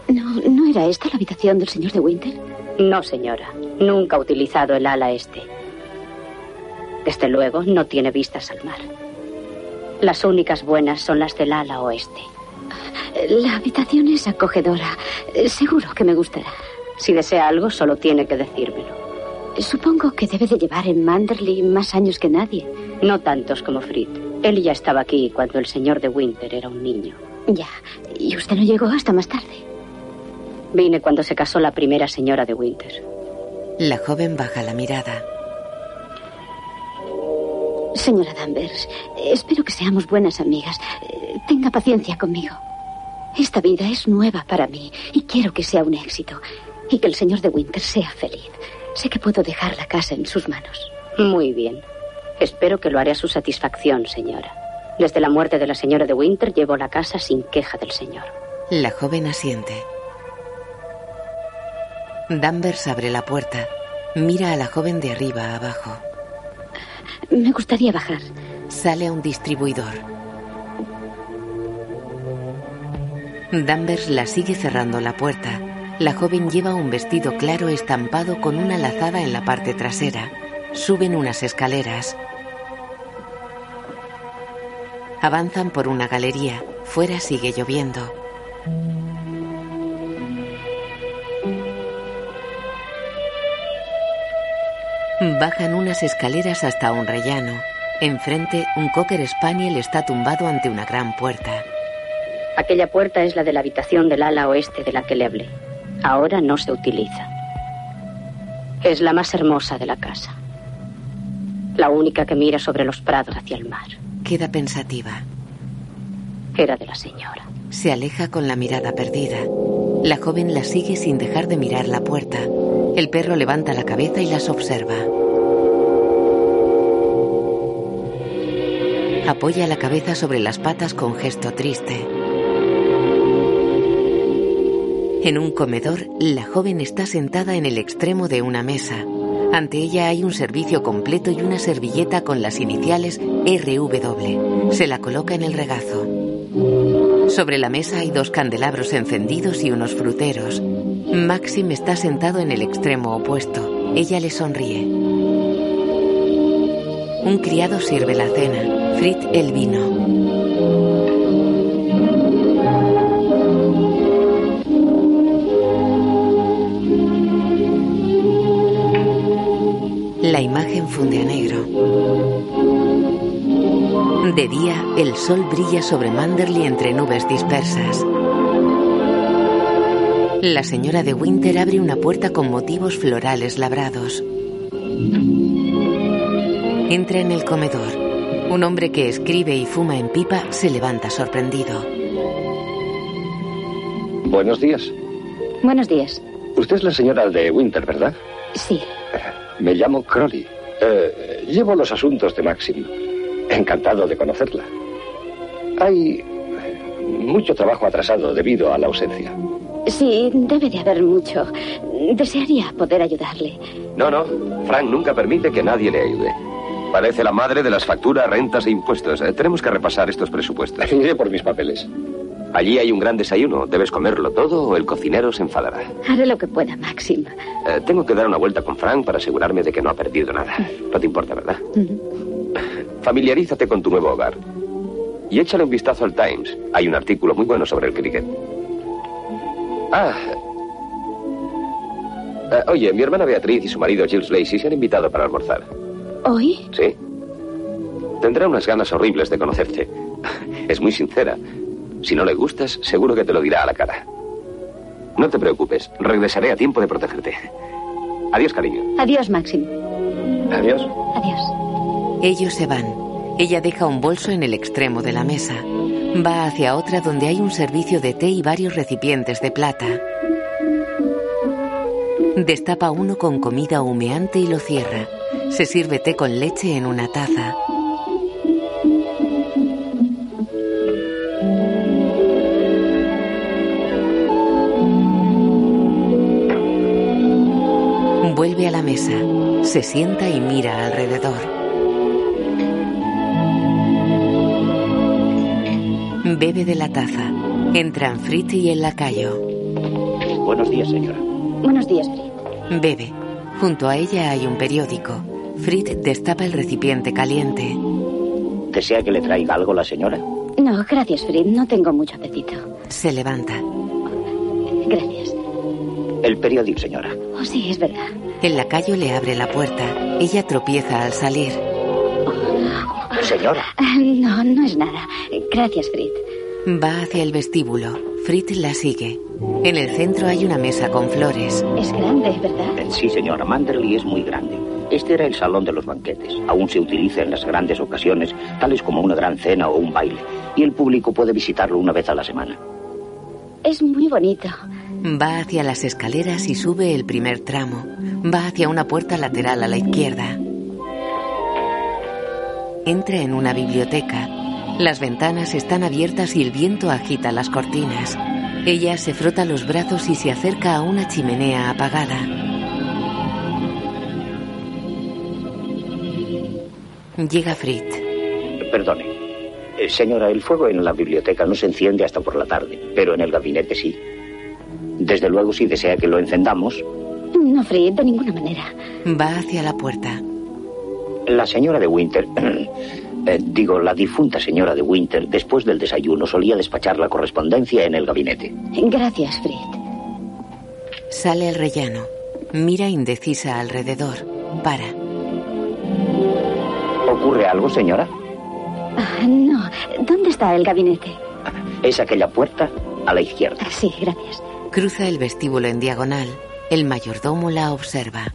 Speaker 3: No, ¿no era esta la habitación del señor de Winter?
Speaker 11: No, señora. Nunca ha utilizado el ala este. Desde luego, no tiene vistas al mar. Las únicas buenas son las del ala oeste.
Speaker 3: La habitación es acogedora. Seguro que me gustará.
Speaker 11: Si desea algo, solo tiene que decírmelo.
Speaker 3: Supongo que debe de llevar en Manderley más años que nadie.
Speaker 11: No tantos como Fritz. Él ya estaba aquí cuando el señor de Winter era un niño.
Speaker 3: Ya. ¿Y usted no llegó hasta más tarde?
Speaker 11: Vine cuando se casó la primera señora de Winter.
Speaker 1: La joven baja la mirada.
Speaker 3: Señora Danvers, espero que seamos buenas amigas. Tenga paciencia conmigo. Esta vida es nueva para mí y quiero que sea un éxito y que el señor de Winter sea feliz. Sé que puedo dejar la casa en sus manos.
Speaker 11: Muy bien. Espero que lo haré a su satisfacción, señora. Desde la muerte de la señora de Winter llevo la casa sin queja del señor.
Speaker 1: La joven asiente. Danvers abre la puerta. Mira a la joven de arriba a abajo.
Speaker 3: Me gustaría bajar.
Speaker 1: Sale a un distribuidor. Danvers la sigue cerrando la puerta. La joven lleva un vestido claro estampado con una lazada en la parte trasera. Suben unas escaleras. Avanzan por una galería. Fuera sigue lloviendo. Bajan unas escaleras hasta un rellano. Enfrente, un cocker spaniel está tumbado ante una gran puerta.
Speaker 11: Aquella puerta es la de la habitación del ala oeste de la que le hablé. Ahora no se utiliza. Es la más hermosa de la casa. La única que mira sobre los prados hacia el mar.
Speaker 1: Queda pensativa.
Speaker 11: Era de la señora.
Speaker 1: Se aleja con la mirada perdida. La joven la sigue sin dejar de mirar la puerta. El perro levanta la cabeza y las observa. Apoya la cabeza sobre las patas con gesto triste. En un comedor, la joven está sentada en el extremo de una mesa. Ante ella hay un servicio completo y una servilleta con las iniciales RW. Se la coloca en el regazo. Sobre la mesa hay dos candelabros encendidos y unos fruteros. Maxim está sentado en el extremo opuesto. Ella le sonríe. Un criado sirve la cena, Fritz el vino. La imagen funde a negro. De día, el sol brilla sobre Manderley entre nubes dispersas. La señora de Winter abre una puerta con motivos florales labrados. Entra en el comedor. Un hombre que escribe y fuma en pipa se levanta sorprendido.
Speaker 5: Buenos días.
Speaker 11: Buenos días.
Speaker 5: Usted es la señora de Winter, ¿verdad?
Speaker 11: Sí.
Speaker 5: Me llamo Crowley. Eh, llevo los asuntos de Maxim. Encantado de conocerla. Hay mucho trabajo atrasado debido a la ausencia.
Speaker 3: Sí, debe de haber mucho. Desearía poder ayudarle.
Speaker 5: No, no. Frank nunca permite que nadie le ayude. Parece la madre de las facturas, rentas e impuestos. Eh, tenemos que repasar estos presupuestos. Iré por mis papeles. Allí hay un gran desayuno. Debes comerlo todo o el cocinero se enfadará.
Speaker 3: Haré lo que pueda, Maxim.
Speaker 5: Eh, tengo que dar una vuelta con Frank para asegurarme de que no ha perdido nada. No te importa, ¿verdad? Uh -huh. Familiarízate con tu nuevo hogar. Y échale un vistazo al Times. Hay un artículo muy bueno sobre el cricket. Ah. Eh, oye, mi hermana Beatriz y su marido Gilles Lacey se han invitado para almorzar.
Speaker 3: ¿Hoy?
Speaker 5: Sí. Tendrá unas ganas horribles de conocerte. Es muy sincera. Si no le gustas, seguro que te lo dirá a la cara. No te preocupes, regresaré a tiempo de protegerte. Adiós, cariño.
Speaker 3: Adiós, Maxim.
Speaker 5: Adiós.
Speaker 3: Adiós.
Speaker 1: Ellos se van. Ella deja un bolso en el extremo de la mesa. Va hacia otra donde hay un servicio de té y varios recipientes de plata. Destapa uno con comida humeante y lo cierra. Se sirve té con leche en una taza. Vuelve a la mesa, se sienta y mira alrededor. Bebe de la taza. Entran Fritz y el lacayo.
Speaker 12: Buenos días, señora.
Speaker 3: Buenos días, Fritz.
Speaker 1: Bebe. Junto a ella hay un periódico. Fritz destapa el recipiente caliente.
Speaker 12: ¿Desea que le traiga algo la señora?
Speaker 3: No, gracias, Fritz. No tengo mucho apetito.
Speaker 1: Se levanta.
Speaker 3: Gracias.
Speaker 12: El periódico, señora.
Speaker 3: Oh, sí, es verdad.
Speaker 1: El lacayo le abre la puerta. Ella tropieza al salir.
Speaker 12: Señora.
Speaker 3: No, no es nada. Gracias, Fritz.
Speaker 1: Va hacia el vestíbulo. Fritz la sigue. En el centro hay una mesa con flores.
Speaker 3: Es grande, ¿verdad?
Speaker 12: Sí, señora. Manderley es muy grande. Este era el salón de los banquetes. Aún se utiliza en las grandes ocasiones, tales como una gran cena o un baile. Y el público puede visitarlo una vez a la semana.
Speaker 3: Es muy bonito.
Speaker 1: Va hacia las escaleras y sube el primer tramo. Va hacia una puerta lateral a la izquierda. Entra en una biblioteca. Las ventanas están abiertas y el viento agita las cortinas. Ella se frota los brazos y se acerca a una chimenea apagada. Llega Fritz.
Speaker 12: Perdone. Eh, Señora, el fuego en la biblioteca no se enciende hasta por la tarde, pero en el gabinete sí. Desde luego, si desea que lo encendamos,
Speaker 3: No, Fritz, de ninguna manera.
Speaker 1: Va hacia la puerta.
Speaker 12: la señora de Winter, eh, digo, la difunta señora de Winter, después del desayuno solía despachar la correspondencia en el gabinete.
Speaker 3: Gracias, Fritz.
Speaker 1: Sale el rellano. Mira indecisa alrededor. Para.
Speaker 12: ¿Ocurre algo, señora?
Speaker 3: Ah, no. ¿Dónde está el gabinete?
Speaker 12: Es aquella puerta a la izquierda.
Speaker 3: Sí, gracias.
Speaker 1: Cruza el vestíbulo en diagonal. El mayordomo la observa.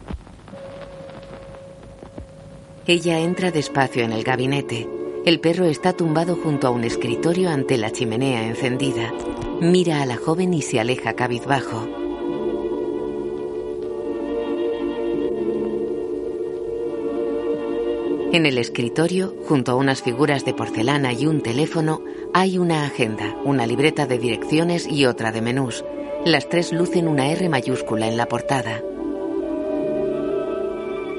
Speaker 1: Ella entra despacio en el gabinete. El perro está tumbado junto a un escritorio ante la chimenea encendida. Mira a la joven y se aleja cabizbajo. En el escritorio, junto a unas figuras de porcelana y un teléfono, hay una agenda, una libreta de direcciones y otra de menús. Las tres lucen una R mayúscula en la portada.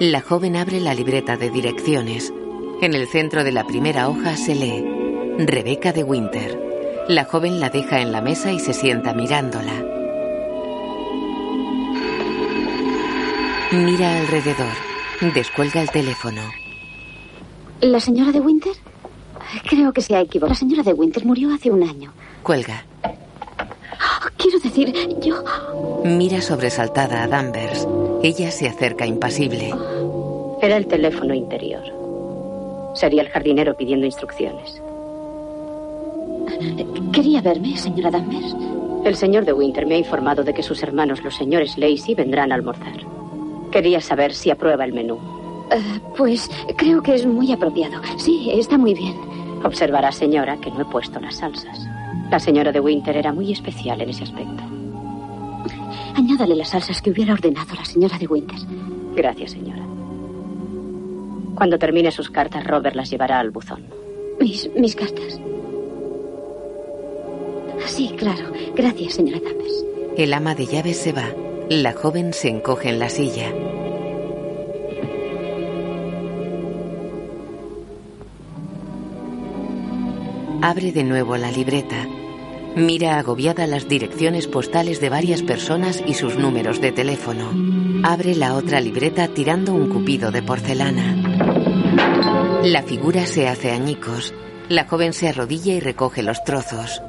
Speaker 1: La joven abre la libreta de direcciones. En el centro de la primera hoja se lee Rebeca de Winter. La joven la deja en la mesa y se sienta mirándola. Mira alrededor. Descuelga el teléfono.
Speaker 3: ¿La señora de Winter? Creo que se ha equivocado. La señora de Winter murió hace un año.
Speaker 1: Cuelga.
Speaker 11: Ah,
Speaker 3: Oh, quiero decir, yo...
Speaker 1: Mira sobresaltada a Danvers. Ella se acerca impasible.
Speaker 6: Era el teléfono interior. Sería el jardinero pidiendo instrucciones.
Speaker 3: ¿Quería verme, señora Danvers?
Speaker 6: El señor de Winter me ha informado de que sus hermanos, los señores Lacey, vendrán a almorzar. Quería saber si aprueba el menú.
Speaker 3: Eh, pues creo que es muy apropiado. Sí, está muy bien.
Speaker 6: Observará, señora, que no he puesto las salsas. La señora de Winter era muy especial en ese aspecto.
Speaker 3: Añádale las salsas que hubiera ordenado la señora de Winter.
Speaker 6: Gracias, señora. Cuando termine sus cartas, Robert las llevará al buzón.
Speaker 3: Mis, mis cartas. Sí, claro. Gracias, señora Danvers.
Speaker 1: El ama de llaves se va. La joven se encoge en la silla. Abre de nuevo la libreta. Mira agobiada las direcciones postales de varias personas y sus números de teléfono. Abre la otra libreta tirando un cupido de porcelana. La figura se hace añicos. La joven se arrodilla y recoge los trozos.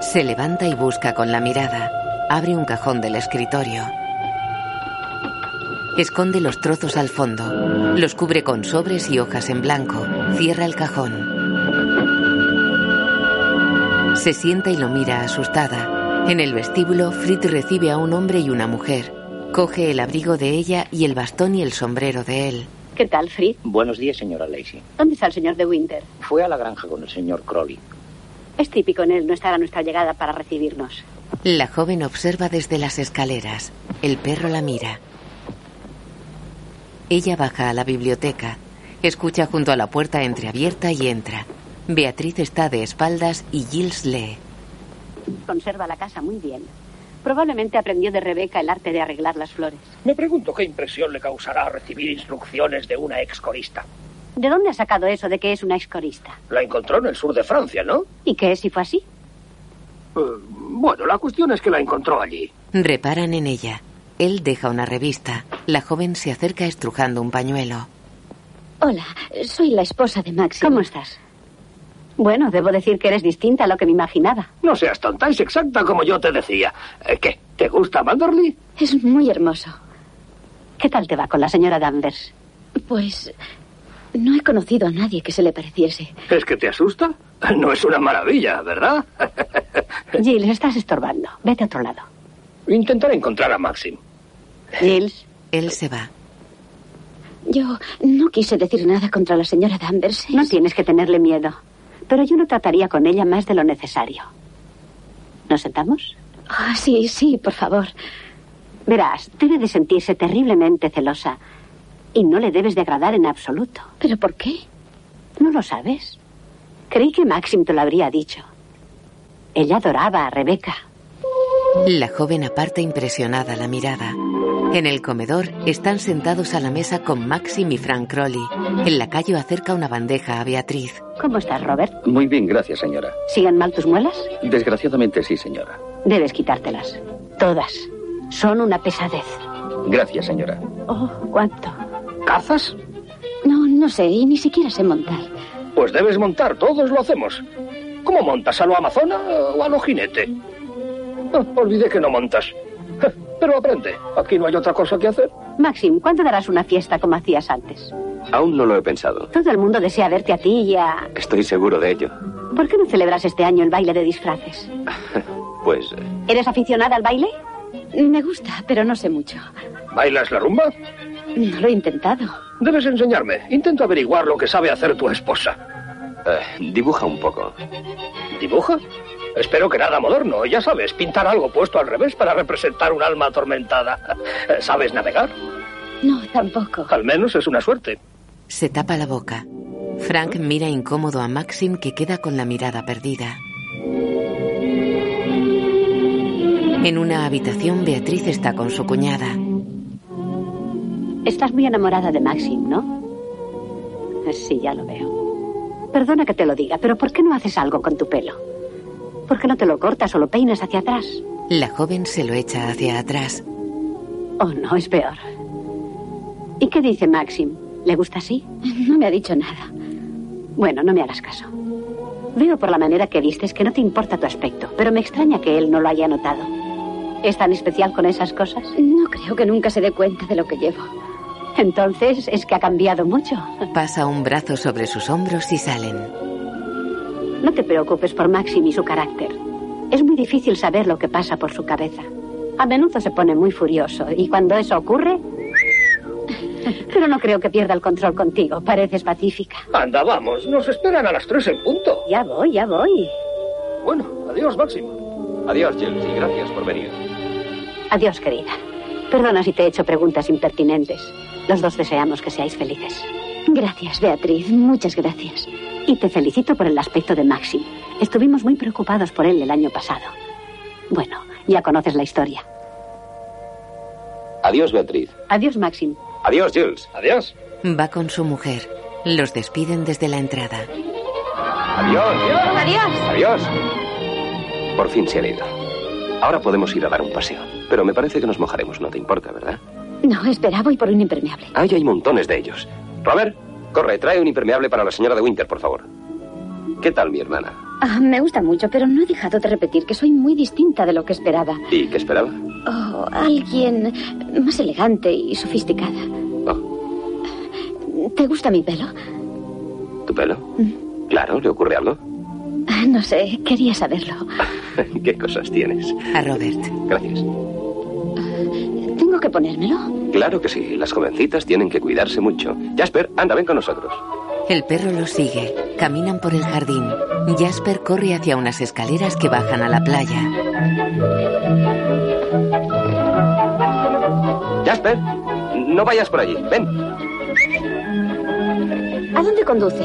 Speaker 1: Se levanta y busca con la mirada. Abre un cajón del escritorio. Esconde los trozos al fondo. Los cubre con sobres y hojas en blanco. Cierra el cajón. Se sienta y lo mira asustada. En el vestíbulo, Fritz recibe a un hombre y una mujer. Coge el abrigo de ella y el bastón y el sombrero de él.
Speaker 3: ¿Qué tal, Fritz?
Speaker 12: Buenos días, señora Lacey.
Speaker 3: ¿Dónde está el señor de Winter?
Speaker 12: Fue a la granja con el señor Crowley.
Speaker 3: Es típico en él no estar a nuestra llegada para recibirnos.
Speaker 1: La joven observa desde las escaleras. El perro la mira. Ella baja a la biblioteca. Escucha junto a la puerta entreabierta y entra. Beatriz está de espaldas y Giles lee.
Speaker 3: Conserva la casa muy bien. Probablemente aprendió de Rebeca el arte de arreglar las flores.
Speaker 5: Me pregunto qué impresión le causará recibir instrucciones de una ex corista.
Speaker 3: ¿De dónde ha sacado eso de que es una ex corista?
Speaker 5: La encontró en el sur de Francia, ¿no?
Speaker 3: ¿Y qué es si fue así?
Speaker 5: Eh, bueno, la cuestión es que la encontró allí.
Speaker 1: Reparan en ella. Él deja una revista. La joven se acerca estrujando un pañuelo.
Speaker 13: Hola, soy la esposa de Maxi.
Speaker 3: ¿Cómo estás? Bueno, debo decir que eres distinta a lo que me imaginaba.
Speaker 5: No seas tonta, es exacta como yo te decía.
Speaker 10: Eh,
Speaker 5: ¿Qué? ¿Te gusta Manderley?
Speaker 13: Es muy hermoso.
Speaker 3: ¿Qué tal te va con la señora Danvers?
Speaker 13: Pues no he conocido a nadie que se le pareciese.
Speaker 5: ¿Es que te asusta? No es una maravilla, ¿verdad?
Speaker 3: Giles, estás estorbando. Vete a otro lado.
Speaker 5: Intentaré encontrar a Maxim.
Speaker 3: Giles.
Speaker 1: Él se va.
Speaker 13: Yo no quise decir nada contra la señora Danvers.
Speaker 3: No tienes que tenerle miedo pero yo no trataría con ella más de lo necesario. ¿Nos sentamos?
Speaker 13: Ah, oh, sí, sí, por favor.
Speaker 3: Verás, debe de sentirse terriblemente celosa y no le debes de agradar en absoluto.
Speaker 13: ¿Pero por qué?
Speaker 3: No lo sabes. Creí que Maxim te lo habría dicho. Ella adoraba a Rebeca.
Speaker 1: La joven aparta impresionada la mirada. En el comedor están sentados a la mesa con Maxim y Frank Crowley. El lacayo acerca una bandeja a Beatriz.
Speaker 3: ¿Cómo estás, Robert?
Speaker 14: Muy bien, gracias, señora.
Speaker 3: ¿Siguen mal tus muelas?
Speaker 14: Desgraciadamente sí, señora.
Speaker 3: Debes quitártelas. Todas. Son una pesadez.
Speaker 14: Gracias, señora.
Speaker 3: Oh, ¿cuánto?
Speaker 5: ¿Cazas?
Speaker 13: No, no sé, y ni siquiera sé montar.
Speaker 5: Pues debes montar, todos lo hacemos. ¿Cómo montas? ¿A lo amazona o a lo jinete? Oh, olvidé que no montas. Pero aprende, aquí no hay otra cosa que hacer.
Speaker 3: Maxim, ¿cuándo darás una fiesta como hacías antes?
Speaker 14: Aún no lo he pensado.
Speaker 3: Todo el mundo desea verte a ti y a...
Speaker 14: Estoy seguro de ello.
Speaker 3: ¿Por qué no celebras este año el baile de disfraces?
Speaker 14: pues...
Speaker 3: ¿Eres aficionada al baile?
Speaker 13: Me gusta, pero no sé mucho.
Speaker 5: ¿Bailas la rumba?
Speaker 13: No lo he intentado.
Speaker 5: Debes enseñarme. Intento averiguar lo que sabe hacer tu esposa.
Speaker 14: Eh, dibuja un poco.
Speaker 5: ¿Dibuja? Espero que nada moderno. Ya sabes, pintar algo puesto al revés para representar un alma atormentada. ¿Sabes navegar?
Speaker 13: No, tampoco.
Speaker 5: Al menos es una suerte.
Speaker 1: Se tapa la boca. Frank mira incómodo a Maxim que queda con la mirada perdida. En una habitación, Beatriz está con su cuñada.
Speaker 3: Estás muy enamorada de Maxim, ¿no? Sí, ya lo veo. Perdona que te lo diga, pero ¿por qué no haces algo con tu pelo? ¿Por qué no te lo cortas o lo peinas hacia atrás?
Speaker 1: La joven se lo echa hacia atrás.
Speaker 3: Oh, no, es peor. ¿Y qué dice Maxim? ¿Le gusta así?
Speaker 13: No me ha dicho nada.
Speaker 3: Bueno, no me hagas caso. Veo por la manera que vistes que no te importa tu aspecto, pero me extraña que él no lo haya notado. ¿Es tan especial con esas cosas?
Speaker 13: No creo que nunca se dé cuenta de lo que llevo.
Speaker 3: Entonces es que ha cambiado mucho.
Speaker 1: Pasa un brazo sobre sus hombros y salen.
Speaker 3: No te preocupes por Maxim y su carácter. Es muy difícil saber lo que pasa por su cabeza. A menudo se pone muy furioso y cuando eso ocurre... Pero no creo que pierda el control contigo. Pareces pacífica.
Speaker 5: Anda, vamos. Nos esperan a las tres en punto.
Speaker 3: Ya voy, ya voy.
Speaker 5: Bueno, adiós, Maxim.
Speaker 14: Adiós, Jill, y gracias por venir.
Speaker 3: Adiós, querida. Perdona si te he hecho preguntas impertinentes. Los dos deseamos que seáis felices.
Speaker 13: Gracias, Beatriz. Muchas gracias.
Speaker 3: Y te felicito por el aspecto de Maxim. Estuvimos muy preocupados por él el año pasado. Bueno, ya conoces la historia.
Speaker 14: Adiós, Beatriz.
Speaker 3: Adiós, Maxim.
Speaker 14: Adiós, Jules. Adiós.
Speaker 1: Va con su mujer. Los despiden desde la entrada.
Speaker 14: Adiós.
Speaker 15: Adiós.
Speaker 14: Adiós. Por fin se han ido. Ahora podemos ir a dar un paseo. Pero me parece que nos mojaremos, no te importa, ¿verdad?
Speaker 13: No, espera, voy por un impermeable.
Speaker 14: Ahí hay montones de ellos. Robert, corre, trae un impermeable para la señora de Winter, por favor. ¿Qué tal, mi hermana?
Speaker 13: Ah, me gusta mucho, pero no he dejado de repetir que soy muy distinta de lo que esperaba.
Speaker 14: ¿Y qué esperaba?
Speaker 13: Oh, alguien más elegante y sofisticada.
Speaker 14: Oh.
Speaker 13: ¿Te gusta mi pelo?
Speaker 14: ¿Tu pelo? ¿Mm? Claro, ¿le ocurre algo?
Speaker 13: Ah, no sé, quería saberlo.
Speaker 14: ¿Qué cosas tienes?
Speaker 1: A Robert.
Speaker 14: Gracias.
Speaker 13: Tengo que
Speaker 3: que ponérmelo?
Speaker 5: Claro que sí, las jovencitas tienen que cuidarse mucho. Jasper, anda, ven con nosotros.
Speaker 1: El perro los sigue. Caminan por el jardín. Jasper corre hacia unas escaleras que bajan a la playa.
Speaker 5: Jasper, no vayas por allí. Ven,
Speaker 3: ¿A dónde conduce?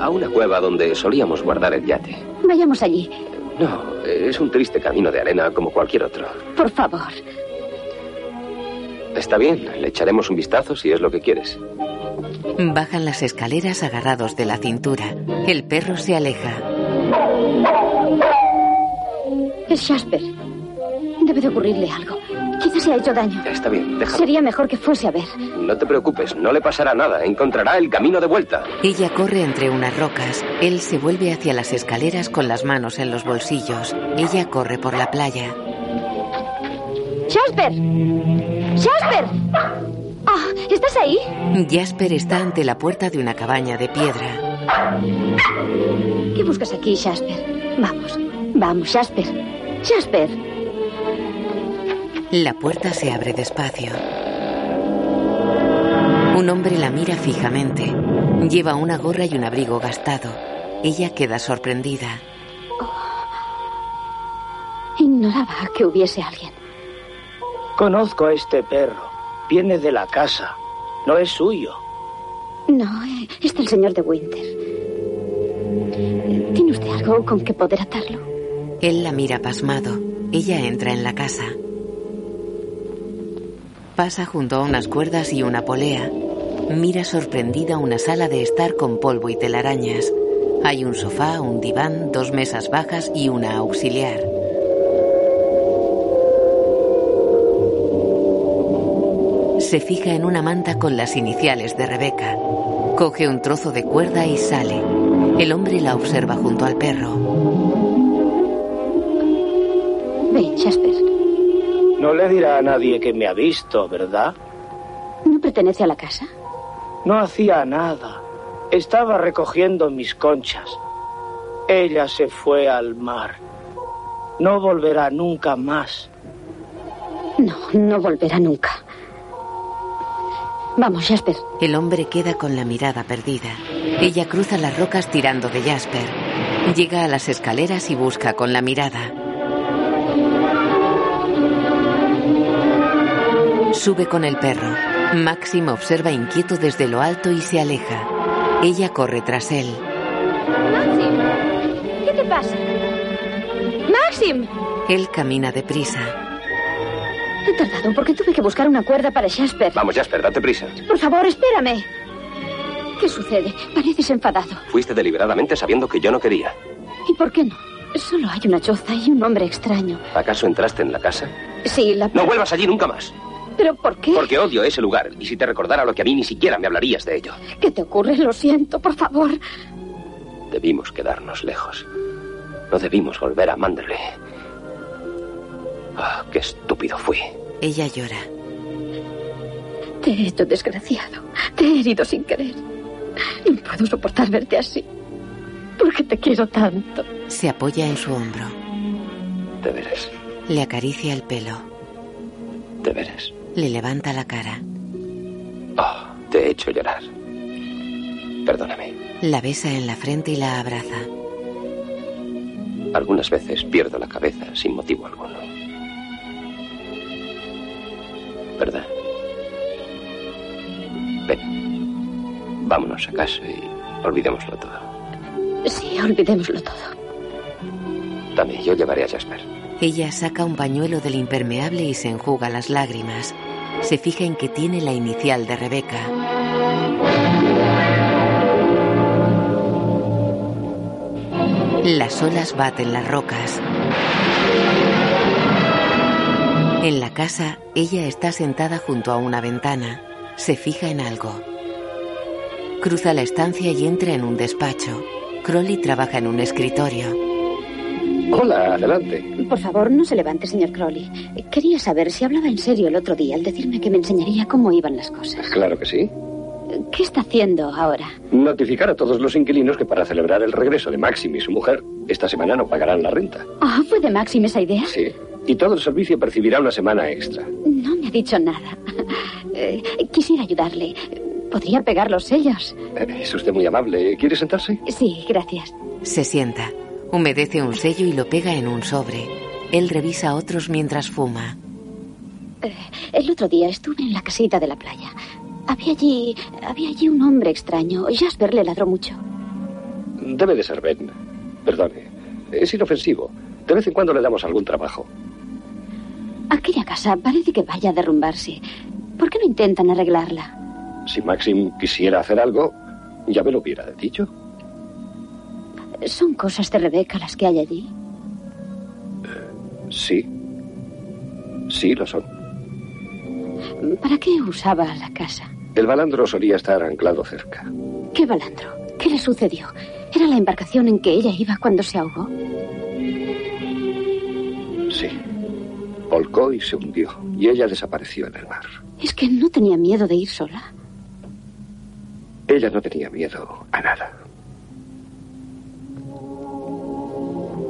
Speaker 5: a una cueva donde solíamos guardar el yate.
Speaker 3: Vayamos allí,
Speaker 5: No, es un triste camino de arena como cualquier otro.
Speaker 3: por favor.
Speaker 5: Está bien, le echaremos un vistazo si es lo que quieres.
Speaker 1: Bajan las escaleras agarrados de la cintura. El perro se aleja.
Speaker 3: Es Jasper. Debe de ocurrirle algo. Quizás se ha hecho daño.
Speaker 5: Está bien, déjalo.
Speaker 3: Sería mejor que fuese a ver.
Speaker 5: No te preocupes, no le pasará nada. Encontrará el camino de vuelta.
Speaker 1: Ella corre entre unas rocas. Él se vuelve hacia las escaleras con las manos en los bolsillos. Ella corre por la playa.
Speaker 16: ¡Jasper! ¡Jasper! Ah, ¿Estás ahí?
Speaker 1: Jasper está ante la puerta de una cabaña de piedra.
Speaker 3: ¿Qué buscas aquí, Jasper? Vamos, vamos, Jasper. Jasper.
Speaker 1: La puerta se abre despacio. Un hombre la mira fijamente. Lleva una gorra y un abrigo gastado. Ella queda sorprendida.
Speaker 3: Ignoraba que hubiese alguien.
Speaker 10: Conozco a este perro. Viene de la casa. No es suyo.
Speaker 3: No, eh, es el señor de Winter. ¿Tiene usted algo con que poder atarlo?
Speaker 1: Él la mira pasmado. Ella entra en la casa. Pasa junto a unas cuerdas y una polea. Mira sorprendida una sala de estar con polvo y telarañas. Hay un sofá, un diván, dos mesas bajas y una auxiliar. Se fija en una manta con las iniciales de Rebeca. Coge un trozo de cuerda y sale. El hombre la observa junto al perro.
Speaker 3: Ven, Jasper.
Speaker 10: No le dirá a nadie que me ha visto, ¿verdad?
Speaker 3: ¿No pertenece a la casa?
Speaker 10: No hacía nada. Estaba recogiendo mis conchas. Ella se fue al mar. No volverá nunca más.
Speaker 3: No, no volverá nunca. Vamos, Jasper.
Speaker 1: El hombre queda con la mirada perdida. Ella cruza las rocas tirando de Jasper. Llega a las escaleras y busca con la mirada. Sube con el perro. Maxim observa inquieto desde lo alto y se aleja. Ella corre tras él.
Speaker 16: Maxim, ¿qué te pasa? Maxim,
Speaker 1: Él camina deprisa.
Speaker 3: He tardado porque tuve que buscar una cuerda para Jasper.
Speaker 5: Vamos, Jasper, date prisa.
Speaker 3: Por favor, espérame. ¿Qué sucede? Pareces enfadado.
Speaker 5: Fuiste deliberadamente sabiendo que yo no quería.
Speaker 3: ¿Y por qué no? Solo hay una choza y un hombre extraño.
Speaker 5: ¿Acaso entraste en la casa?
Speaker 3: Sí, la...
Speaker 5: No vuelvas allí nunca más.
Speaker 3: ¿Pero por qué?
Speaker 5: Porque odio ese lugar. Y si te recordara lo que a mí ni siquiera me hablarías de ello.
Speaker 3: ¿Qué te ocurre? Lo siento, por favor.
Speaker 5: Debimos quedarnos lejos. No debimos volver a Manderley. Ah, qué estúpido fui.
Speaker 1: Ella llora.
Speaker 3: Te he hecho desgraciado. Te he herido sin querer. No puedo soportar verte así. Porque te quiero tanto.
Speaker 1: Se apoya en su hombro.
Speaker 5: Deberes,
Speaker 1: Le acaricia el pelo.
Speaker 5: deberes.
Speaker 1: Le levanta la cara.
Speaker 5: Oh, te he hecho llorar. Perdóname.
Speaker 1: La besa en la frente y la abraza.
Speaker 5: Algunas veces pierdo la cabeza sin motivo alguno. ¿Verdad? Ven. Vámonos a casa y olvidémoslo todo.
Speaker 3: Sí, olvidémoslo todo.
Speaker 5: También yo llevaré a Jasper.
Speaker 1: Ella saca un pañuelo del impermeable y se enjuga las lágrimas. Se fija en que tiene la inicial de Rebeca. Las olas baten las rocas. En la casa, ella está sentada junto a una ventana. Se fija en algo. Cruza la estancia y entra en un despacho. Crowley trabaja en un escritorio.
Speaker 17: Hola, adelante.
Speaker 3: Por favor, no se levante, señor Crowley. Quería saber si hablaba en serio el otro día al decirme que me enseñaría cómo iban las cosas.
Speaker 17: Claro que sí.
Speaker 3: ¿Qué está haciendo ahora?
Speaker 17: Notificar a todos los inquilinos que para celebrar el regreso de Maxim y su mujer, esta semana no pagarán la renta.
Speaker 3: Ah, ¿fue de Maxim esa idea?
Speaker 17: Sí.
Speaker 5: Y todo el servicio percibirá una semana extra.
Speaker 3: No me ha dicho nada. Eh, quisiera ayudarle. Podría pegar los sellos.
Speaker 5: Eh, Es usted muy amable. ¿Quiere sentarse?
Speaker 3: Sí, gracias.
Speaker 1: Se sienta, humedece un sello y lo pega en un sobre. Él revisa otros mientras fuma.
Speaker 3: Eh, el otro día estuve en la casita de la playa. Había allí, había allí un hombre extraño. Jasper le ladró mucho.
Speaker 5: Debe de ser Ben. Perdone. Es inofensivo. De vez en cuando le damos algún trabajo.
Speaker 3: Aquella casa parece que vaya a derrumbarse. ¿Por qué no intentan arreglarla?
Speaker 5: Si Maxim quisiera hacer algo, ya me lo hubiera dicho.
Speaker 3: Son cosas de Rebeca las que hay allí.
Speaker 5: Sí. Sí, lo son.
Speaker 3: ¿Para qué usaba la casa?
Speaker 5: El balandro solía estar anclado cerca.
Speaker 3: ¿Qué balandro? ¿Qué le sucedió? ¿Era la embarcación en que ella iba cuando se ahogó?
Speaker 5: Sí. Volcó y se hundió. Y ella desapareció en el mar.
Speaker 3: Es que no tenía miedo de ir sola.
Speaker 5: Ella no tenía miedo a nada.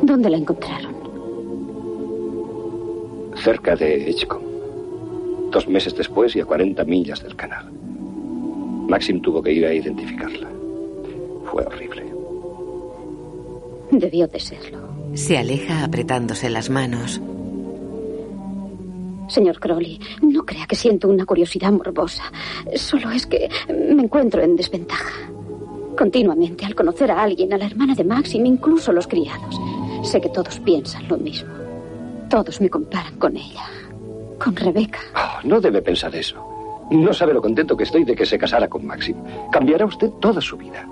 Speaker 3: ¿Dónde la encontraron?
Speaker 5: Cerca de Edgecombe. Dos meses después y a 40 millas del canal. Maxim tuvo que ir a identificarla. Fue horrible.
Speaker 3: Debió de serlo.
Speaker 1: Se aleja apretándose las manos.
Speaker 3: Señor Crowley, no crea que siento una curiosidad morbosa. Solo es que me encuentro en desventaja. Continuamente, al conocer a alguien, a la hermana de Maxim, incluso los criados, sé que todos piensan lo mismo. Todos me comparan con ella, con Rebeca.
Speaker 5: Oh, no debe pensar eso. No sabe lo contento que estoy de que se casara con Maxim. Cambiará usted toda su vida.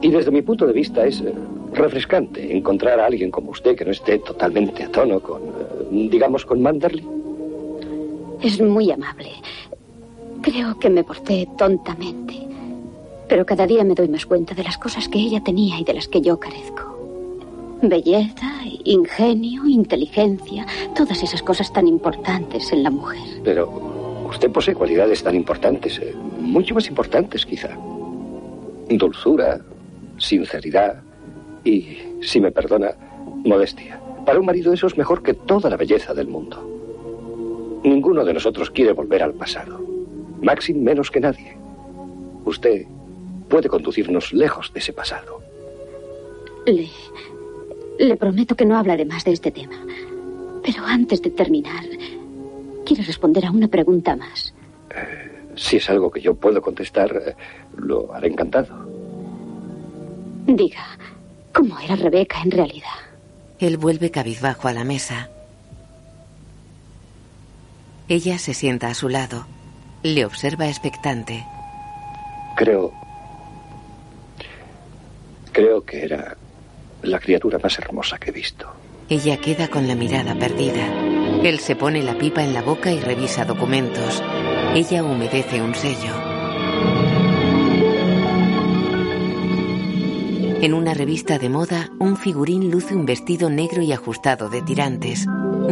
Speaker 5: Y desde mi punto de vista es eh, refrescante encontrar a alguien como usted que no esté totalmente a tono con, eh, digamos, con Manderley.
Speaker 3: Es muy amable. Creo que me porté tontamente. Pero cada día me doy más cuenta de las cosas que ella tenía y de las que yo carezco. Belleza, ingenio, inteligencia, todas esas cosas tan importantes en la mujer.
Speaker 5: Pero usted posee cualidades tan importantes, eh, mucho más importantes quizá. Dulzura, sinceridad y, si me perdona, modestia. Para un marido eso es mejor que toda la belleza del mundo. Ninguno de nosotros quiere volver al pasado. Maxim menos que nadie. Usted puede conducirnos lejos de ese pasado.
Speaker 3: Le, le prometo que no hablaré más de este tema. Pero antes de terminar, quiero responder a una pregunta más.
Speaker 5: Si es algo que yo puedo contestar, eh, lo haré encantado.
Speaker 3: Diga, ¿cómo era Rebeca en realidad?
Speaker 1: Él vuelve cabizbajo a la mesa. Ella se sienta a su lado. Le observa expectante.
Speaker 5: Creo. Creo que era la criatura más hermosa que he visto.
Speaker 1: Ella queda con la mirada perdida. Él se pone la pipa en la boca y revisa documentos. Ella humedece un sello. En una revista de moda, un figurín luce un vestido negro y ajustado de tirantes.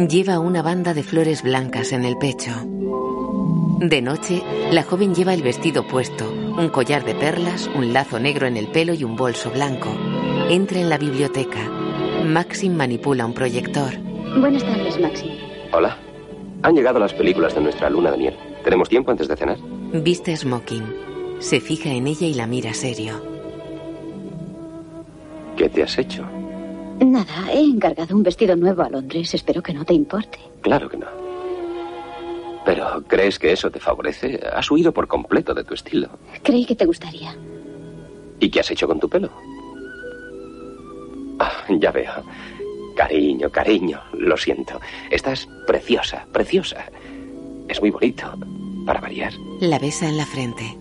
Speaker 1: Lleva una banda de flores blancas en el pecho. De noche, la joven lleva el vestido puesto, un collar de perlas, un lazo negro en el pelo y un bolso blanco. Entra en la biblioteca. Maxim manipula un proyector.
Speaker 3: Buenas tardes, Maxim.
Speaker 18: Hola. Han llegado las películas de nuestra luna de miel. ¿Tenemos tiempo antes de cenar?
Speaker 1: Viste smoking. Se fija en ella y la mira serio.
Speaker 18: ¿Qué te has hecho?
Speaker 3: Nada, he encargado un vestido nuevo a Londres. Espero que no te importe.
Speaker 18: Claro que no. Pero, ¿crees que eso te favorece? Has huido por completo de tu estilo.
Speaker 3: Creí que te gustaría.
Speaker 18: ¿Y qué has hecho con tu pelo? Ah, ya veo. Cariño, cariño, lo siento. Estás preciosa, preciosa. Es muy bonito, para variar.
Speaker 1: La besa en la frente.